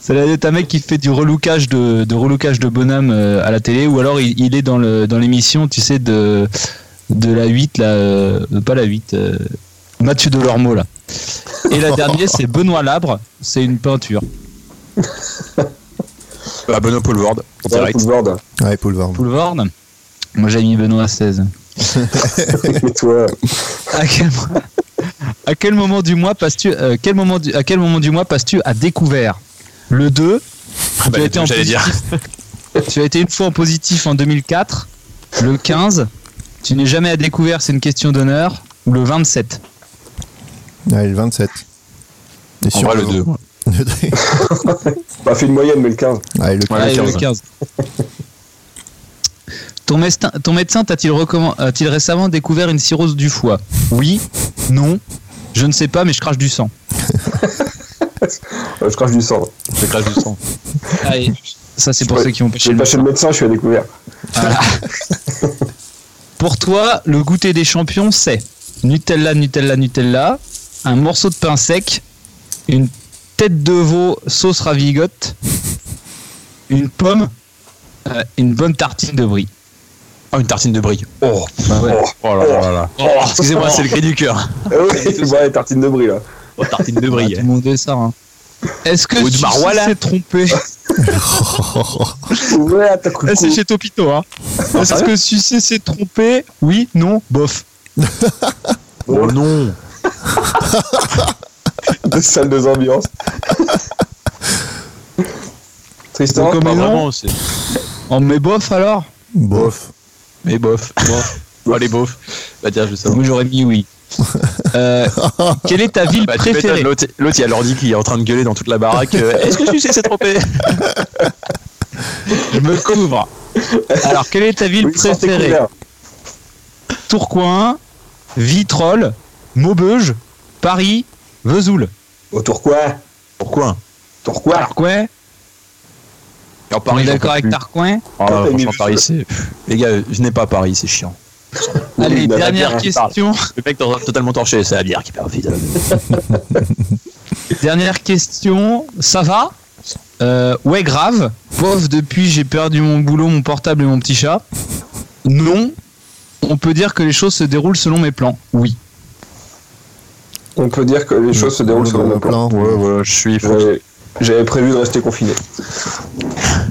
ça a l'air d'être un mec qui fait du relookage de, de, relookage de bonhomme euh, à la télé ou alors il, il est dans le dans l'émission, tu sais, de, de la 8, là, euh, pas la 8, euh, Mathieu Delormeau là. Et la dernière, c'est Benoît Labre, c'est une peinture.
Bah, Benoît Poulvord, en
Voilà,
direct.
Poulvord.
Ouais, Poulvard.
Poulvorde, moi j'ai mis Benoît 16.
Mais toi,
À quel, mo- à quel moment du mois passes-tu euh, quel moment du- à quel moment du mois passes-tu à découvert Le 2,
Ah, bah,
tu as été en
J'allais dire.
tu as été une fois en positif en 2004, le 15, tu n'es jamais à découvert, c'est une question d'honneur, ou le 27.
Ouais, le 27. Et
En vrai, le 2.
[laughs]
pas fait bah, une moyenne, mais le 15.
Allez, le
Ouais,
Allez,
le 15.
Ton, mestin- ton médecin t'a-t-il recommen- a-t-il récemment découvert une cirrhose du foie Oui, non, je ne sais pas, mais je crache du sang.
Euh, je crache du sang.
Je crache du sang.
Allez, ça c'est pour
Ouais,
ceux qui ont pêché
J'ai
le
pas chez le médecin, je suis à découvert.
Pour toi, le goûter des champions, c'est Nutella, Nutella, Nutella, un morceau de pain sec, une tête de veau sauce ravigote, une pomme, euh, une bonne tartine de brie.
Oh, une tartine de brie. Oh,
ouais.
oh, oh là là là là. Oh, excusez-moi, c'est le cri du [laughs] cœur.
Ah oui, ouais, tartine de brie là.
Oh, tartine de
Ah,
brie.
tout le monde est ça. hein. Est-ce que
Ou de
tu
Marois, là.
s'est
[laughs]
trompé
Ouais, t'as coucou.
Là, C'est Ah, chez Topito. Hein.
Ah,
Est-ce que Sucé s'est trompé Oui, non, bof.
Oh non.
[laughs] Deux salles, deux ambiances. Tristan,
Donc, euh,
Pas
mais non,
vraiment, c'est-
on met bof alors
Bof.
Mais bof. Oh, les bofs. Bah, tiens, je vais savoir.
Moi j'aurais mis oui. Euh, quelle est ta ville
Bah, tu m'étonnes,
préférée
l'autre, l'autre, il y a l'ordi qui est en train de gueuler dans toute la baraque. euh, Est-ce que tu sais, c'est trompé
Je me couvre. Alors, quelle est ta ville
oui, sortez
préférée
couvert.
Tourcoing, Vitrolles, Maubeuge, Paris, Vesoul.
Au Tourcoing.
Pourquoi Ah.
Tourcoing.
Tarcoing,
Et [laughs] En
on est
j'en
d'accord
peux
avec
plus.
Tarcoing.
Ah,
Quand t'as mis
franchement,
le-
Paris, c'est. pff, Les gars, je n'ai pas Paris, c'est chiant.
Oui,
Allez,
bah, la
dernière
bière, elle parle.
question.
Le mec t'en totalement torché, c'est la bière qui perd vite.
Dernière question. Ça va Euh, Ouais, grave. Pauvre, depuis j'ai perdu mon boulot, mon portable et mon petit chat. Non. On peut dire que les choses se déroulent selon mes plans. Oui.
On peut dire que les choses se déroulent sur le même plan.
Ouais, voilà, je suis.
J'avais- J'avais prévu de rester confiné.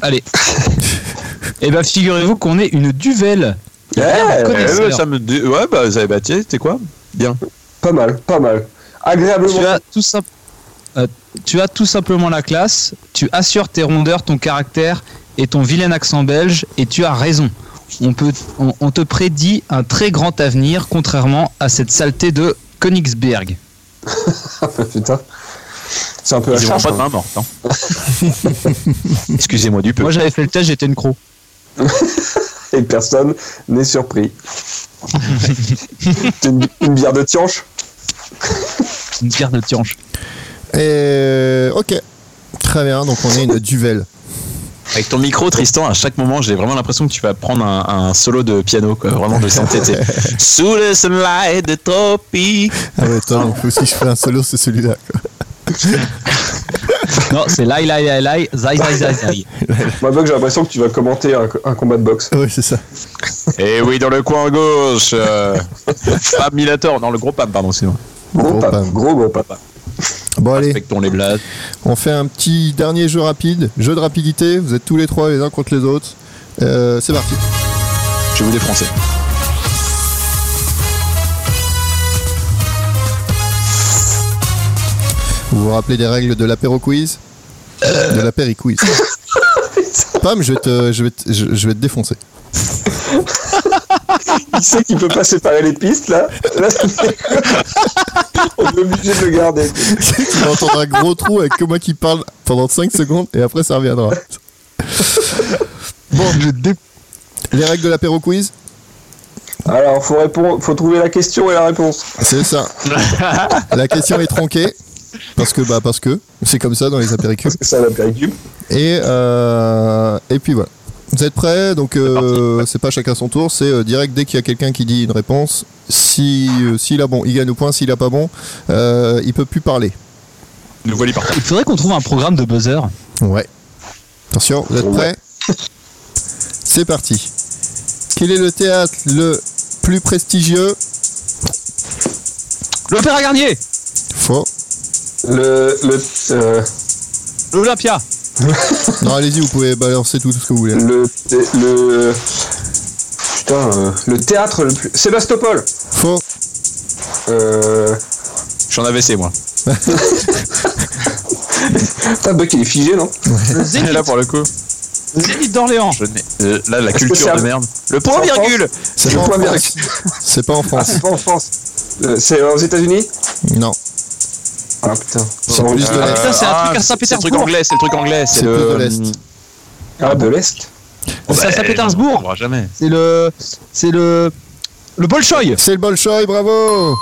Allez. [laughs] Eh ben, figurez-vous qu'on est une duvelle.
Eh,
Merde, connaisseur.
ça me dé- Ouais, bah, vous avez battu, c'était quoi Bien.
pas mal, pas mal.
Tu
Agréablement.
as tout simp- euh, tu as tout simplement la classe, tu assures tes rondeurs, ton caractère et ton vilain accent belge, et tu as raison. On, peut, on, on te prédit un très grand avenir, contrairement à cette saleté de Königsberg.
Putain. C'est un peu la
Ils auront
charge.
pas de
hein.
main morte. hein. [laughs] Excusez-moi du peu.
Moi j'avais fait le test, j'étais une croc.
Et personne n'est
[laughs]
surpris. C'est une, une bière de Tianche
Une pierre de tianche.
Et... Ok. Très bien, donc on est une duvel.
Avec ton micro, Tristan, à chaque moment, j'ai vraiment l'impression que tu vas prendre un, un solo de piano, quoi. Vraiment, [laughs] de santé. Sous le sunlight de tropique.
Ah ouais, toi, donc, si je fais un solo, c'est celui-là. quoi.
Non, c'est lai lai lai lai, zai zai zai zai.
Moi, Buck, j'ai l'impression que tu vas commenter un, un combat de boxe.
Ouais, c'est ça.
Et Eh oui, dans le coin gauche, euh, Fab Milator, non, le gros Pam, pardon, c'est moi.
Gros
Gros
papa,
pam.
gros gros papa.
Bon allez,
Respectons les blagues.
on fait un petit dernier jeu rapide. Jeu de rapidité, vous êtes tous les trois les uns contre les autres. Euh, c'est parti.
Je vous les Français.
Vous vous rappelez des règles de l'apéro quiz De l'apéri quiz. Pam, je vais, te, je, vais te- je- je vais te défoncer.
Il sait qu'il peut pas séparer les pistes là. Là, c'est- [laughs] on est obligé de le garder.
tu vas entendre un gros trou avec que moi qui parle pendant 5 secondes et après ça reviendra. bon, les règles de l'apéro quiz,
Alors, faut répondre, faut trouver la question et la réponse.
c'est ça. La question est tronquée. Parce que, bah, parce que, c'est comme ça dans les apéricubes.
Parce que ça va péricube.
Et, euh, et puis voilà. Vous êtes prêts Donc euh, c'est pas chacun son tour, c'est euh, direct dès qu'il y a quelqu'un qui dit une réponse. Si euh, s'il a bon, il gagne au point. S'il a pas bon, euh, il peut plus parler.
Nous voilà par
Il faudrait qu'on trouve un programme de buzzer.
Ouais. Attention, vous êtes prêts C'est parti. Quel est le théâtre le plus prestigieux
L'Opéra Garnier
Faux.
Le, le, euh,
L'Olympia
Non, allez-y, vous pouvez balancer tout, tout ce que vous voulez.
le, le, putain, euh, le théâtre le plus. Sébastopol.
Faux.
Euh,
Je suis en AVC, moi.
putain, Buck il est figé non
Le
[laughs] Et
Zénith,
là, pour le coup, oh,
Zénith d'Orléans
je n'ai- euh, là, la
c'est
culture
un-
de merde. Euh, Le point
en France
virgule
C'est
Le
pas, en
point
France.
virgule.
[laughs] C'est pas en
Ah,
France.
c'est pas en France. Euh, c'est aux États-Unis
Non.
Ah putain. Euh,
C'est plus de l'Est.
putain, c'est un
ah,
truc à
C'est le truc
Saint-Pétersbourg.
anglais, c'est le truc anglais.
C'est plus de l'Est.
Ah, de l'Est
C'est à Saint-Pétersbourg.
On verra jamais.
C'est le. C'est le. Le Bolchoï
C'est le Bolshoi, bravo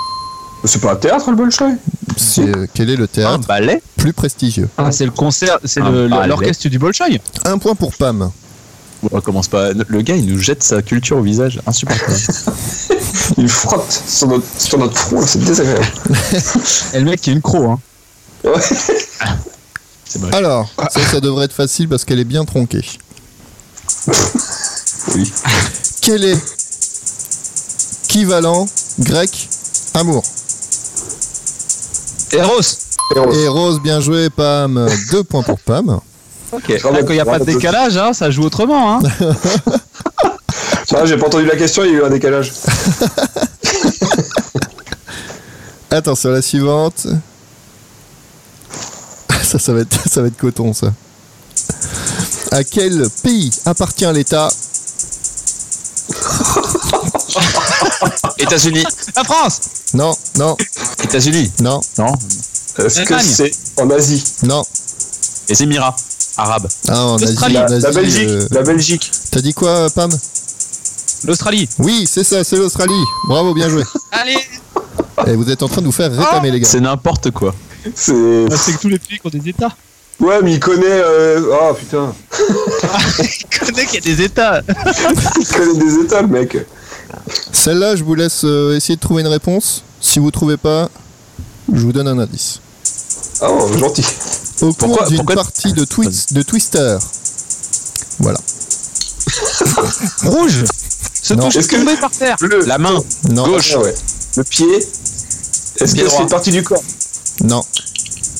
C'est pas un théâtre le Bolshoi
C'est, euh, Quel est le
Un
théâtre
ballet
plus prestigieux
Ah, c'est le concert, c'est
Ah,
le-
bah,
l'orchestre du Bolchoï
Un point pour Pam.
On recommence pas. Le gars, il nous jette sa culture au visage. Insupportable.
Il frotte sur notre, sur notre front, là, c'est désagréable.
Et le mec qui est une croc, hein.
Alors,
Ah.
ça, ça devrait être facile parce qu'elle est bien tronquée.
[laughs] Oui.
Quel est équivalent grec amour
Eros
Oh.
Et Rose, bien joué, Pam. Deux points pour Pam.
Ok. Là, quand il n'y a pas de décalage, hein, ça joue [laughs] autrement, hein.
Ah, j'ai pas entendu la question, il y a eu un décalage.
Attention, la suivante. Ah, Ça, ça va être, ça va être coton, ça. À quel pays appartient l'État
États-Unis.
La France
Non, non,
[laughs] États-Unis.
non,
Non.
Est-ce que
L'Allemagne.
c'est en Asie
non.
Les Émirats arabes.
Ah, en Asie,
L'Australie,
en
la,
Asie,
la Belgique
euh,
La Belgique
T'as dit quoi, Pam
L'Australie
Oui, c'est ça, c'est l'Australie. Bravo, bien joué.
Allez
Et vous êtes en train de vous faire rétamer, les gars.
C'est n'importe quoi.
C'est.
Bah, C'est que tous les pays qui ont des [laughs] états
Ouais, mais il connaît. euh, Ah putain
Je connais qu'il y a des états
Il connaît des états, le mec
Celle-là, je vous laisse euh, essayer de trouver une réponse. Si vous trouvez pas, je vous donne un indice.
Ah, oh, gentil
Au cours
Pourquoi-
d'une
pourquoi-
partie de, Twi- de Twister. Voilà.
Rouge Se
Non.
touche
Est-ce que-
tombé par terre
Bleu
La main.
Non,
Gauche ouais. Le pied Est-ce que
Pied
c'est
droit.
une partie du corps
non,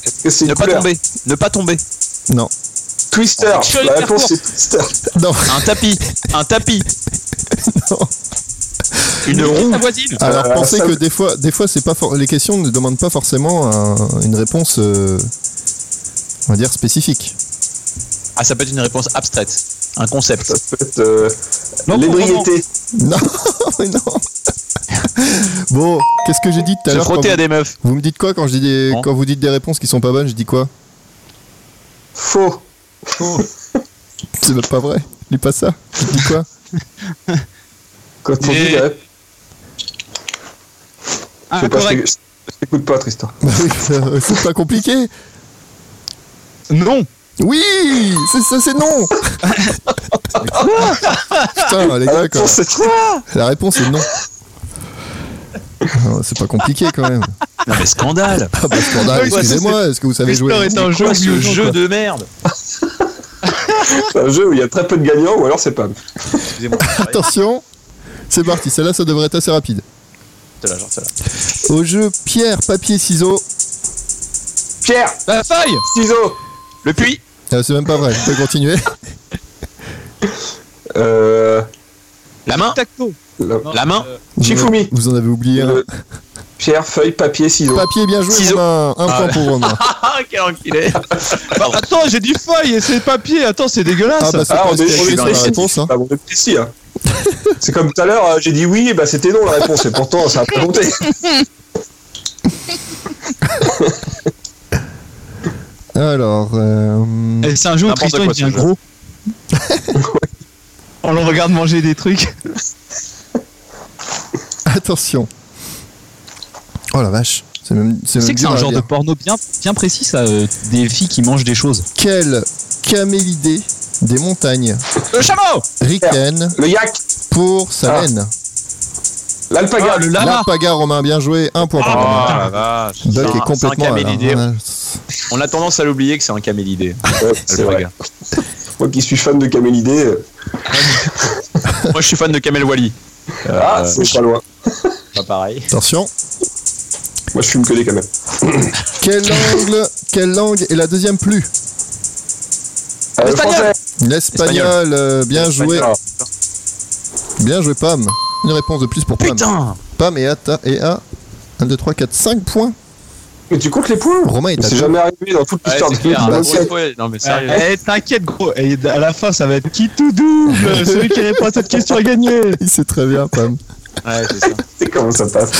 Est-ce que c'est
Ne
une
pas
couleur
tomber. Ne pas tomber.
non,
Twister
Je vais
La
faire
réponse
court.
c'est Twister
non.
Un tapis. Un tapis.
Non.
Une roue.
Ta voisine
Alors
Euh,
pensez
ça-
que des fois, des fois, c'est pas for- les questions ne demandent pas forcément un- une réponse, euh, on va dire spécifique. [laughs]
Ah, ça peut être une réponse abstraite. Un concept.
Ça peut être. Euh,
Non,
L'ébriété
Non, Oh, mais non. [laughs] Bon, qu'est-ce que j'ai dit tout à
Se
l'heure quand
frotter à
vous,
des meufs.
vous me dites quoi quand je dis des-
Non.
quand vous dites des réponses qui sont pas bonnes Je dis quoi
Faux
C'est même pas vrai. Dis pas ça. Je dis
[laughs]
quoi
Quand on
Et-
dit la-
Ah,
Je sais pas, je
Incorrect.
t'éc- je t'écoute pas, Tristan.
Bah oui, euh, c'est pas compliqué.
Non
Oui, c'est ça, c'est non. Putain, les gars, quoi.
Attends, [laughs] c'est toi
la réponse est non. Non, C'est pas compliqué quand même.
Non, mais scandale.
Ah bah scandale,
Ouais, ça,
excusez-moi, est-ce que vous savez jouer
L'histoire est un jeu
Quoi, ce
violent,
jeu
quoi.
de merde
C'est un jeu où il y a très peu de gagnants, ou alors c'est pas.
Excusez-moi.
[laughs] Attention, C'est parti, celle-là, ça devrait être assez rapide.
Celle-là, genre celle-là.
Au jeu pierre, papier, ciseaux.
Pierre,
La feuille
ciseaux.
Le puits
Ah, c'est même pas vrai, je peux continuer.
Euh,
La main
Tacto
La main
Shifumi.
Vous en avez oublié un.
Le- Pierre, feuille, papier, Euh, ciseaux.
Papier, bien joué,
Ciseaux.
Romain. Un
Ah,
point
ouais.
pour Romain.
Ah, quel enculé Pardon.
Attends, j'ai du feuille et c'est papier. Attends, c'est dégueulasse.
Ah, bah, c'est
Ah,
pas
on est-
escalé,
on est
c'est
dans
la
les-
réponse. hein.
Ah bon, depuis si, hein. [laughs] C'est comme tout à l'heure, euh, j'ai dit oui, et bah c'était non la réponse, et pourtant ça a pas compté.
Alors, euh,
Et Eh, c'est un jeu où
N'importe
Tristan il
quoi, ce
devient
jeu.
gros. [laughs] On le regarde manger des trucs.
attention. Oh la vache. C'est même, c'est
Tu
même
sais que c'est
dur
un
à
genre de
lire.
porno bien, bien précis, ça. euh, des filles qui mangent des choses.
Quelle camélidée des montagnes
Le chameau
ricaine
[laughs] Le yak,
pour sa
Ah.
laine
l'alpaga,
Ah, Le lama
L'alpaga, Romain, bien joué. Un point pour Romain.
Ah la vache
Buck
C'est
est
un-
complètement. euh,
c'est
à
un
la-
camélidé.
voilà.
On a tendance à l'oublier que c'est un camélidé.
Ouais, Ah, c'est vrai.
Alpaga.
Moi qui suis fan de Camélidé, euh,
Moi je suis fan de Kamel Wally.
ah, c'est pas loin.
Pas pareil.
Attention.
Moi je fume que des camels.
Quelle langue, quelle langue est la deuxième plus
Euh,
L'espagnol.
français,
L'espagnol. euh, bien joué. Bien joué, Pam. Une réponse de plus pour Pam.
Putain
Pam et à, ta- et à 1, 2, 3, 4, 5 points.
mais tu comptes les points
Romain est à
C'est
deux.
jamais arrivé dans toute
Ouais,
l'histoire
c'est
du club.
clair, hein.
Dans le
Pour une
ciel.
fois, Non mais
Eh,
sérieux.
t'inquiète, gros. Et à la fin, ça va être qui tout [laughs] double Celui qui répond à cette question a gagné.
Il sait très bien, Pam.
Ouais, c'est ça.
C'est comment ça passe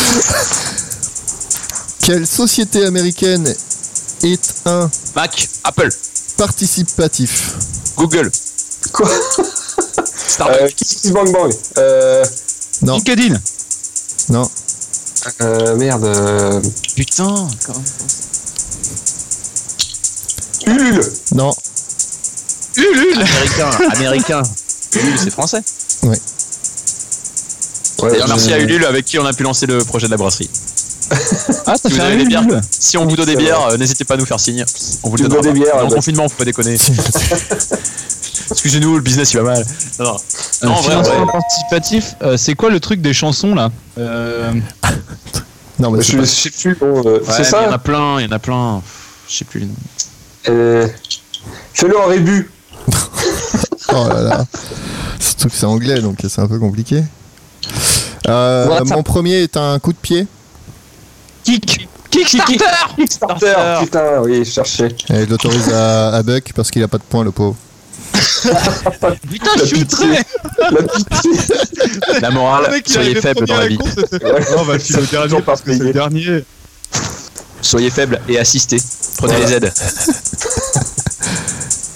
Quelle société américaine est un
Mac, Apple,
participatif
Google.
Quoi euh,
Starbucks.
Kiss Kiss Bang Bang. Euh,
Non.
LinkedIn.
Non.
euh, merde. euh,
Putain.
Ulule.
Non.
Ulule
Américain. [laughs] Américain. Ulule, c'est français.
Ouais,
D'ailleurs, merci à Ulule avec qui on a pu lancer le projet de la brasserie.
Ah, ça
Si vous
fait
avez
un
des bières,
Ulule.
si on vous donne des
C'est
bières, euh, n'hésitez pas à nous faire signe. On vous
Tu
le
nous
donnera.
donnes des
pas.
bières,
Ah,
Dans le
bah-
confinement, faut pas déconner. [laughs] Excusez-nous, le business il va mal. Non, non. Non, en vrai, en vrai.
Financement participatif, euh, c'est quoi le truc des chansons là Euh,
Non, mais c'est
Je je sais plus. bon, euh,
Ouais,
c'est
mais Il y en
ça
a plein, il y en a plein. Pff, Je sais plus. le nom.
Euh, Fais-le en rébut.
pas- Oh là là. Surtout que c'est anglais, donc c'est un peu compliqué. Euh,
What's
mon premier est un coup de pied.
Kick Kickstarter
Starter, putain, oui, je cherchais.
Et je l'autorise à, à Buck parce qu'il a pas de points, le pauvre.
Putain, je suis
pitié.
outré
La
[laughs]
pitié. Euh,
La morale, soyez faible dans la vie.
on va filer au dernier parce que c'est le dernier.
Soyez faible et assistez. Prenez les aides.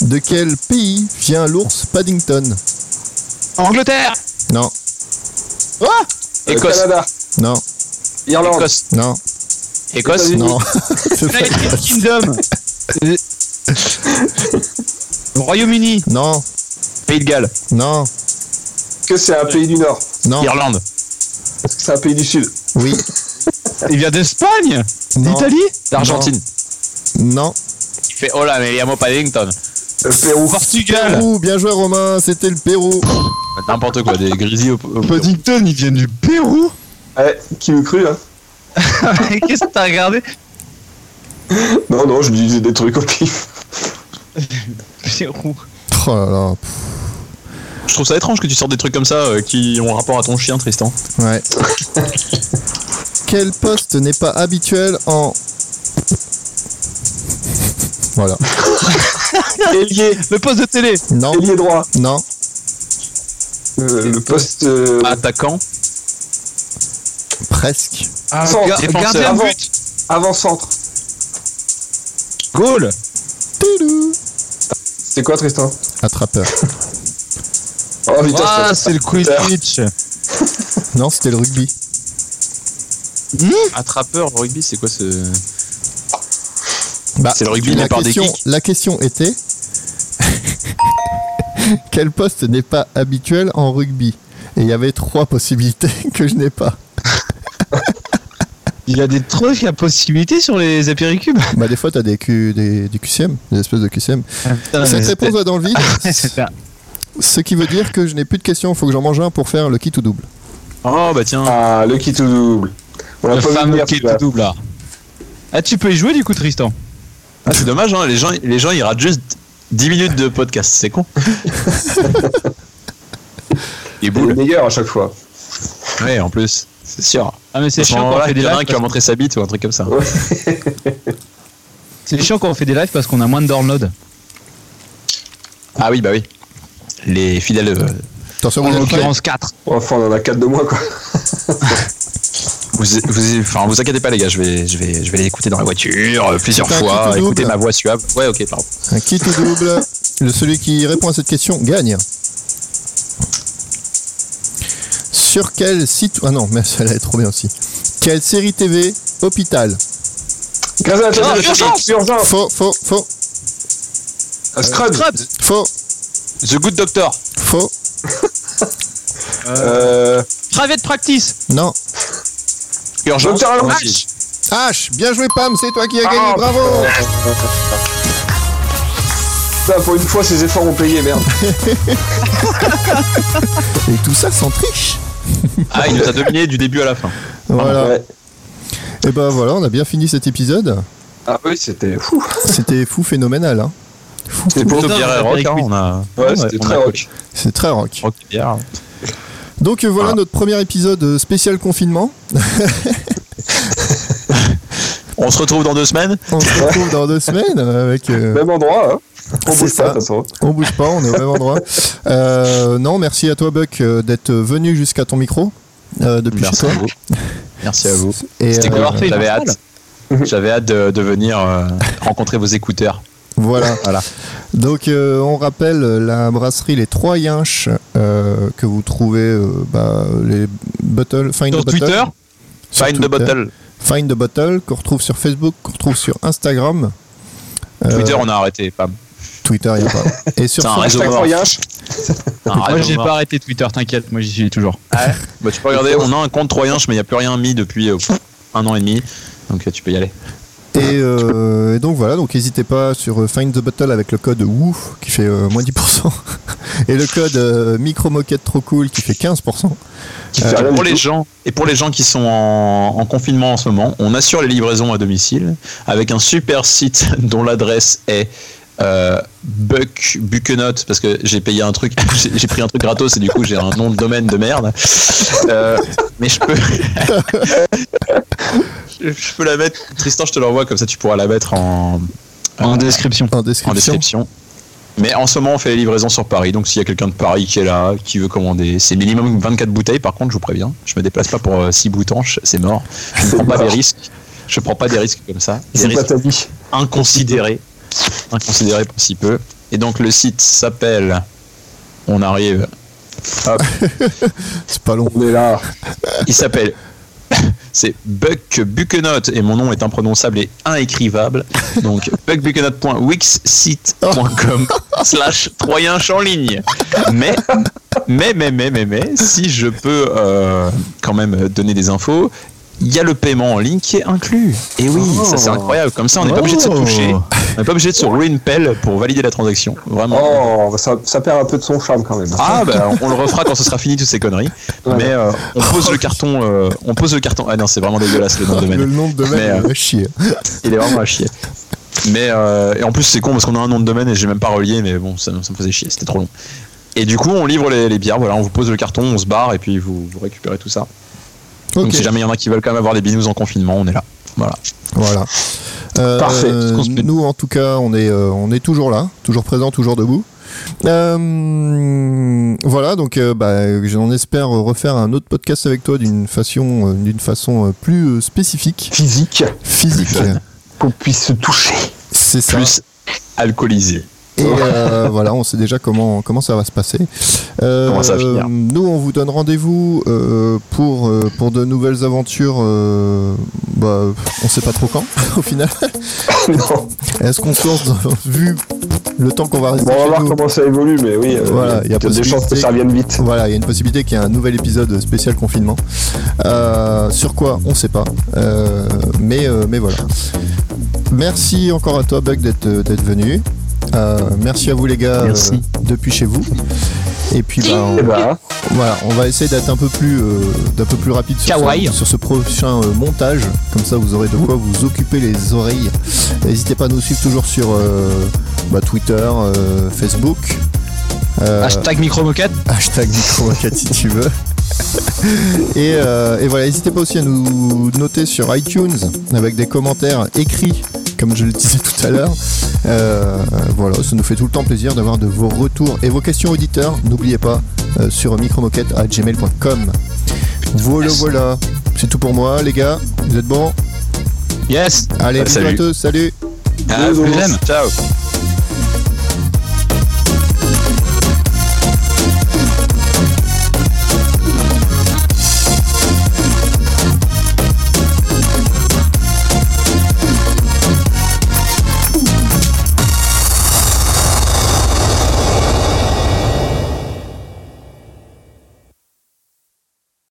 De quel pays vient l'ours Paddington
Angleterre
Non,
Écosse,
Canada.
non,
Irlande.
Écosse,
non,
Écosse.
États-Unis.
non. C'est pas-
United
[laughs]
Kingdom Royaume-Uni
non,
Pays de Galles,
non,
Est-ce que c'est un pays du Nord
non,
Irlande,
Est-ce que c'est un pays du Sud
oui,
Il vient d'Espagne
Non.
D'Italie
d'Argentine.
non.
Il fait hola, me llamo Paddington.
Le Euh, Pérou.
Portugal
Pérou, bien joué Romain, c'était le Pérou.
Oh,
N'importe quoi, des grisilles au. au-
Paddington, il vient du Pérou
Ouais, qui l'eût cru, hein
[laughs] Qu'est-ce que t'as regardé
Non, non, je disais des trucs au pif.
Pérou
Oh là là, pff,
Je trouve ça étrange que tu sortes des trucs comme ça euh, qui ont rapport à ton chien, Tristan.
ouais. [laughs] Quel poste n'est pas habituel en... Voilà.
Ailier,
Le poste de télé
Non,
ailier droit.
non,
Euh, le poste. euh,
Ah.
Attaquant,
presque.
Ah,
centre.
Gar-
défenseur.
Gardien de
Avant.
but
Avant-centre.
Goal
Toulou.
C'est quoi, Tristan
Attrapeur.
Oh putain,
Ah,
je
c'est le Quidditch
Non, c'était le rugby.
attrapeur, le rugby, c'est quoi ce.
Bah,
C'est le rugby, mais
la
par des
question,
kicks.
la question était... [laughs] Quel poste n'est pas habituel en rugby Et il y avait trois possibilités [laughs] que je n'ai pas.
Il y a des trucs à possibilité sur les apéricubes
Bah des fois t'as des, Q- des, des QCM, des espèces de QCM.
Ah,
Cette réponse va dans le vide.
[laughs] C'est ça.
Ce qui veut dire que je n'ai plus de questions, faut que j'en mange un pour faire le kit ou double.
Oh bah tiens,
Ah, le kit tout double. On l'a
Le
pas vu
fameux
venir,
qui est
celui-là.
tout double là. Ah, tu peux y jouer du coup, Tristan
Ah, c'est dommage, hein, les gens, les gens ils ratent juste 10 minutes de podcast,
[laughs]
c'est con. Et
Il est
boule,
meilleur à chaque fois.
ouais, en plus, c'est sûr.
Ah, mais c'est
Parce qu'en
chiant quand on
vrai,
fait
il
des
y en a
lives.
un qui va montrer sa bite ou un truc comme ça.
C'est chiant quand on fait des lives parce qu'on a moins de downloads.
Ah oui, bah oui. Les fidèles. euh,
Attention,
En
vous êtes prêts
l'occurrence 4.
Enfin, on en a 4 de moins, quoi.
Vous, vous, enfin, vous inquiétez pas, les gars, je vais, je vais, je vais les écouter dans la voiture euh, plusieurs
C'est un
fois,
petit double.
écouter ma voix suave. Ouais, ok, pardon.
Un kit ou double. Le- Celui qui répond à cette question gagne. Sur quel site. Ah non, mais celle-là est trop bien aussi. Quelle série TV Hôpital
Grâce à la télé,
urgence
Oh.
urgence
Faux, faux, faux,
Ah, Scrubs
faux,
The Good Doctor.
faux.
Euh.
Private Practice
Non.
Urgence.
Docteur
on
House.
dit.
H, bien joué Pam, c'est toi qui
Ah.
as
Ah.
gagné, bravo
Oh.
Ça, pour une fois, ses efforts ont payé, merde.
Et tout ça sans triche
Ah, il nous a dominé du début à la fin.
Ah.
Voilà.
Ouais.
Et ben voilà, on a bien fini cet épisode.
Ah oui, c'était fou.
C'était fou phénoménal. Hein. Fou,
C'est
fou.
plutôt
Putain,
bien
on a
rock,
fait
hein,
avec
on a.
Ouais,
on a-
c'était
on a
très rock.
C'est très rock.
Rock bière.
Donc euh, voilà
Voilà.
notre premier épisode euh, spécial confinement.
On se retrouve dans deux semaines.
On se retrouve dans deux semaines avec. euh,
Même endroit, hein. On
C'est
bouge
ça.
pas, de toute façon.
on bouge pas, on est au même endroit. Euh, non, merci à toi Buck euh, d'être venu jusqu'à ton micro euh, depuis chez
Merci
toi.
à vous. Merci à vous.
Et,
C'était
euh,
cool,
fait une
j'avais
install.
hâte. J'avais hâte de, de venir euh, rencontrer vos écouteurs.
Voilà.
Voilà.
Donc euh, on rappelle la brasserie Les Trois Yinches euh, que vous trouvez euh, bah, les Bottle, Find
Sur
the Bottle.
Twitter
Sur
Find the
Twitter.
bottle.
Find the Bottle qu'on retrouve sur Facebook, qu'on retrouve sur Instagram. Euh,
Twitter, on a arrêté. Pam.
Twitter, il n'y a pas. Et sur
C'est un
Facebook,
réseau
Hashtag
mort.
Foriache.
Un
Moi,
réseau
j'ai
mort.
pas arrêté Twitter, t'inquiète, moi j'y suis toujours.
Bah, tu peux regarder, on a un compte Troyenche, mais il n'y a plus rien mis depuis euh, pff, un an et demi. Donc euh, tu peux y aller.
Et, euh, et donc voilà, donc n'hésitez pas sur euh, Find the Bottle avec le code WOU qui fait euh, moins 10% [laughs] et le code euh, Micro Moquette Trop Cool qui fait 15%.
Qui
Euh,
fait rien
pour
du
les
tout.
gens et pour les gens qui sont en, en confinement en ce moment, on assure les livraisons à domicile avec un super site [laughs] dont l'adresse est euh, Buck Buckenote parce que j'ai payé un truc, [laughs] j'ai- j'ai pris un truc gratos et du coup j'ai un nom de domaine de merde. Euh, mais je peux, [laughs] je, je peux la mettre. Tristan, je te l'envoie comme ça, tu pourras la mettre en
En description.
En
en
description.
description. Mais en ce moment, on fait les livraisons sur Paris. Donc, s'il y a quelqu'un de Paris qui est là, qui veut commander, c'est minimum 24 bouteilles. Par contre, je vous préviens, je me déplace pas pour 6 boutanches, c'est mort. Je prends pas des risques. Je prends pas des risques comme ça. Des
C'est pas
risques
ta vie.
inconsidérés. Inconsidérés pour si peu. Et donc, le site s'appelle. On arrive.
C'est pas long.
On est là.
Il s'appelle. [laughs] C'est Buck Buckenote et mon nom est imprononçable et inécrivable. Donc buckbuckenote.wixsite.com slash troyenche en ligne. Mais, mais, mais, mais, mais, mais, si je peux euh, quand même donner des infos, il y a le paiement en ligne qui est inclus. Et oui, ça c'est incroyable. Comme ça, on n'est pas obligé de se toucher. On n'est pas obligé de se rouler une pelle pour valider la transaction. Vraiment.
Oh, bah, ça, ça perd un peu de son charme quand même.
Mm. Ah bah on le refera quand ce sera fini toutes ces conneries.
Ouais.
Mais euh, on pose le carton, euh, on pose le carton. Ah non c'est vraiment dégueulasse le nom de
Le
domaine.
nombre de
Mais,
domaines,
euh,
euh, chier.
Il est vraiment à chier. Mais euh, et en plus c'est con parce qu'on a un nom de domaine et j'ai même pas relié mais bon ça, ça me faisait chier c'était trop long. Et du coup on livre les, les bières voilà on vous pose le carton on se barre et puis vous, vous récupérez tout ça.
Ok,
Donc si jamais il y en a qui veulent quand même avoir des binous en confinement on est là. Voilà.
voilà. Euh,
Parfait.
Nous, en tout cas, on est, euh, on est toujours là, toujours présent, toujours debout. Euh, voilà, donc euh, bah, j'en espère refaire un autre podcast avec toi d'une façon, euh, d'une façon euh, plus euh, spécifique,
Physique.
physique.
Fun.
Qu'on puisse se toucher.
C'est ça.
Plus alcoolisé.
Et euh, voilà, on sait déjà comment, comment ça va se passer. Euh,
Comment ça va finir.
nous, on vous donne rendez-vous euh, pour, euh, pour de nouvelles aventures. euh, bah, on sait pas trop quand, [laughs] au final.
[laughs] Non.
Est-ce qu'on se lance, dans- vu le temps qu'on va rester
Bon, on va
chez
voir
nous
comment ça évolue, mais oui, euh,
Voilà,
il
y
y
a
a peut-être des
possibilité.
chances que ça revienne vite.
Voilà, il y a une possibilité qu'il y ait un nouvel épisode spécial confinement. Euh, sur quoi On sait pas. Euh, mais, euh, mais voilà. Merci encore à toi, Buck, d'être d'être venu. Euh, merci à vous, les gars,
Merci.
euh, depuis chez vous. Et puis, bah, on,
Et bah,
voilà, on va essayer d'être un peu plus, euh, d'un peu plus rapide sur,
Kawaii.
ce, sur ce prochain euh, montage. Comme ça, vous aurez de quoi vous occuper les oreilles. N'hésitez pas à nous suivre toujours sur euh, bah, Twitter, euh, Facebook. Euh,
Hashtag micromoquette.
Hashtag micro-moquette si tu veux. [laughs] Et, euh, et voilà, n'hésitez pas aussi à nous noter sur iTunes avec des commentaires écrits, comme je le disais tout à l'heure. Euh, voilà, ça nous fait tout le temps plaisir d'avoir de vos retours et vos questions auditeurs. N'oubliez pas euh, sur micromoquette à gmail.com. Voilà, voilà, c'est tout pour moi, les gars. Vous êtes bons
Yes.
Allez,
Ah,
bisous à
salut.
tous, salut
Ah,
Bisous.
plus. Ciao.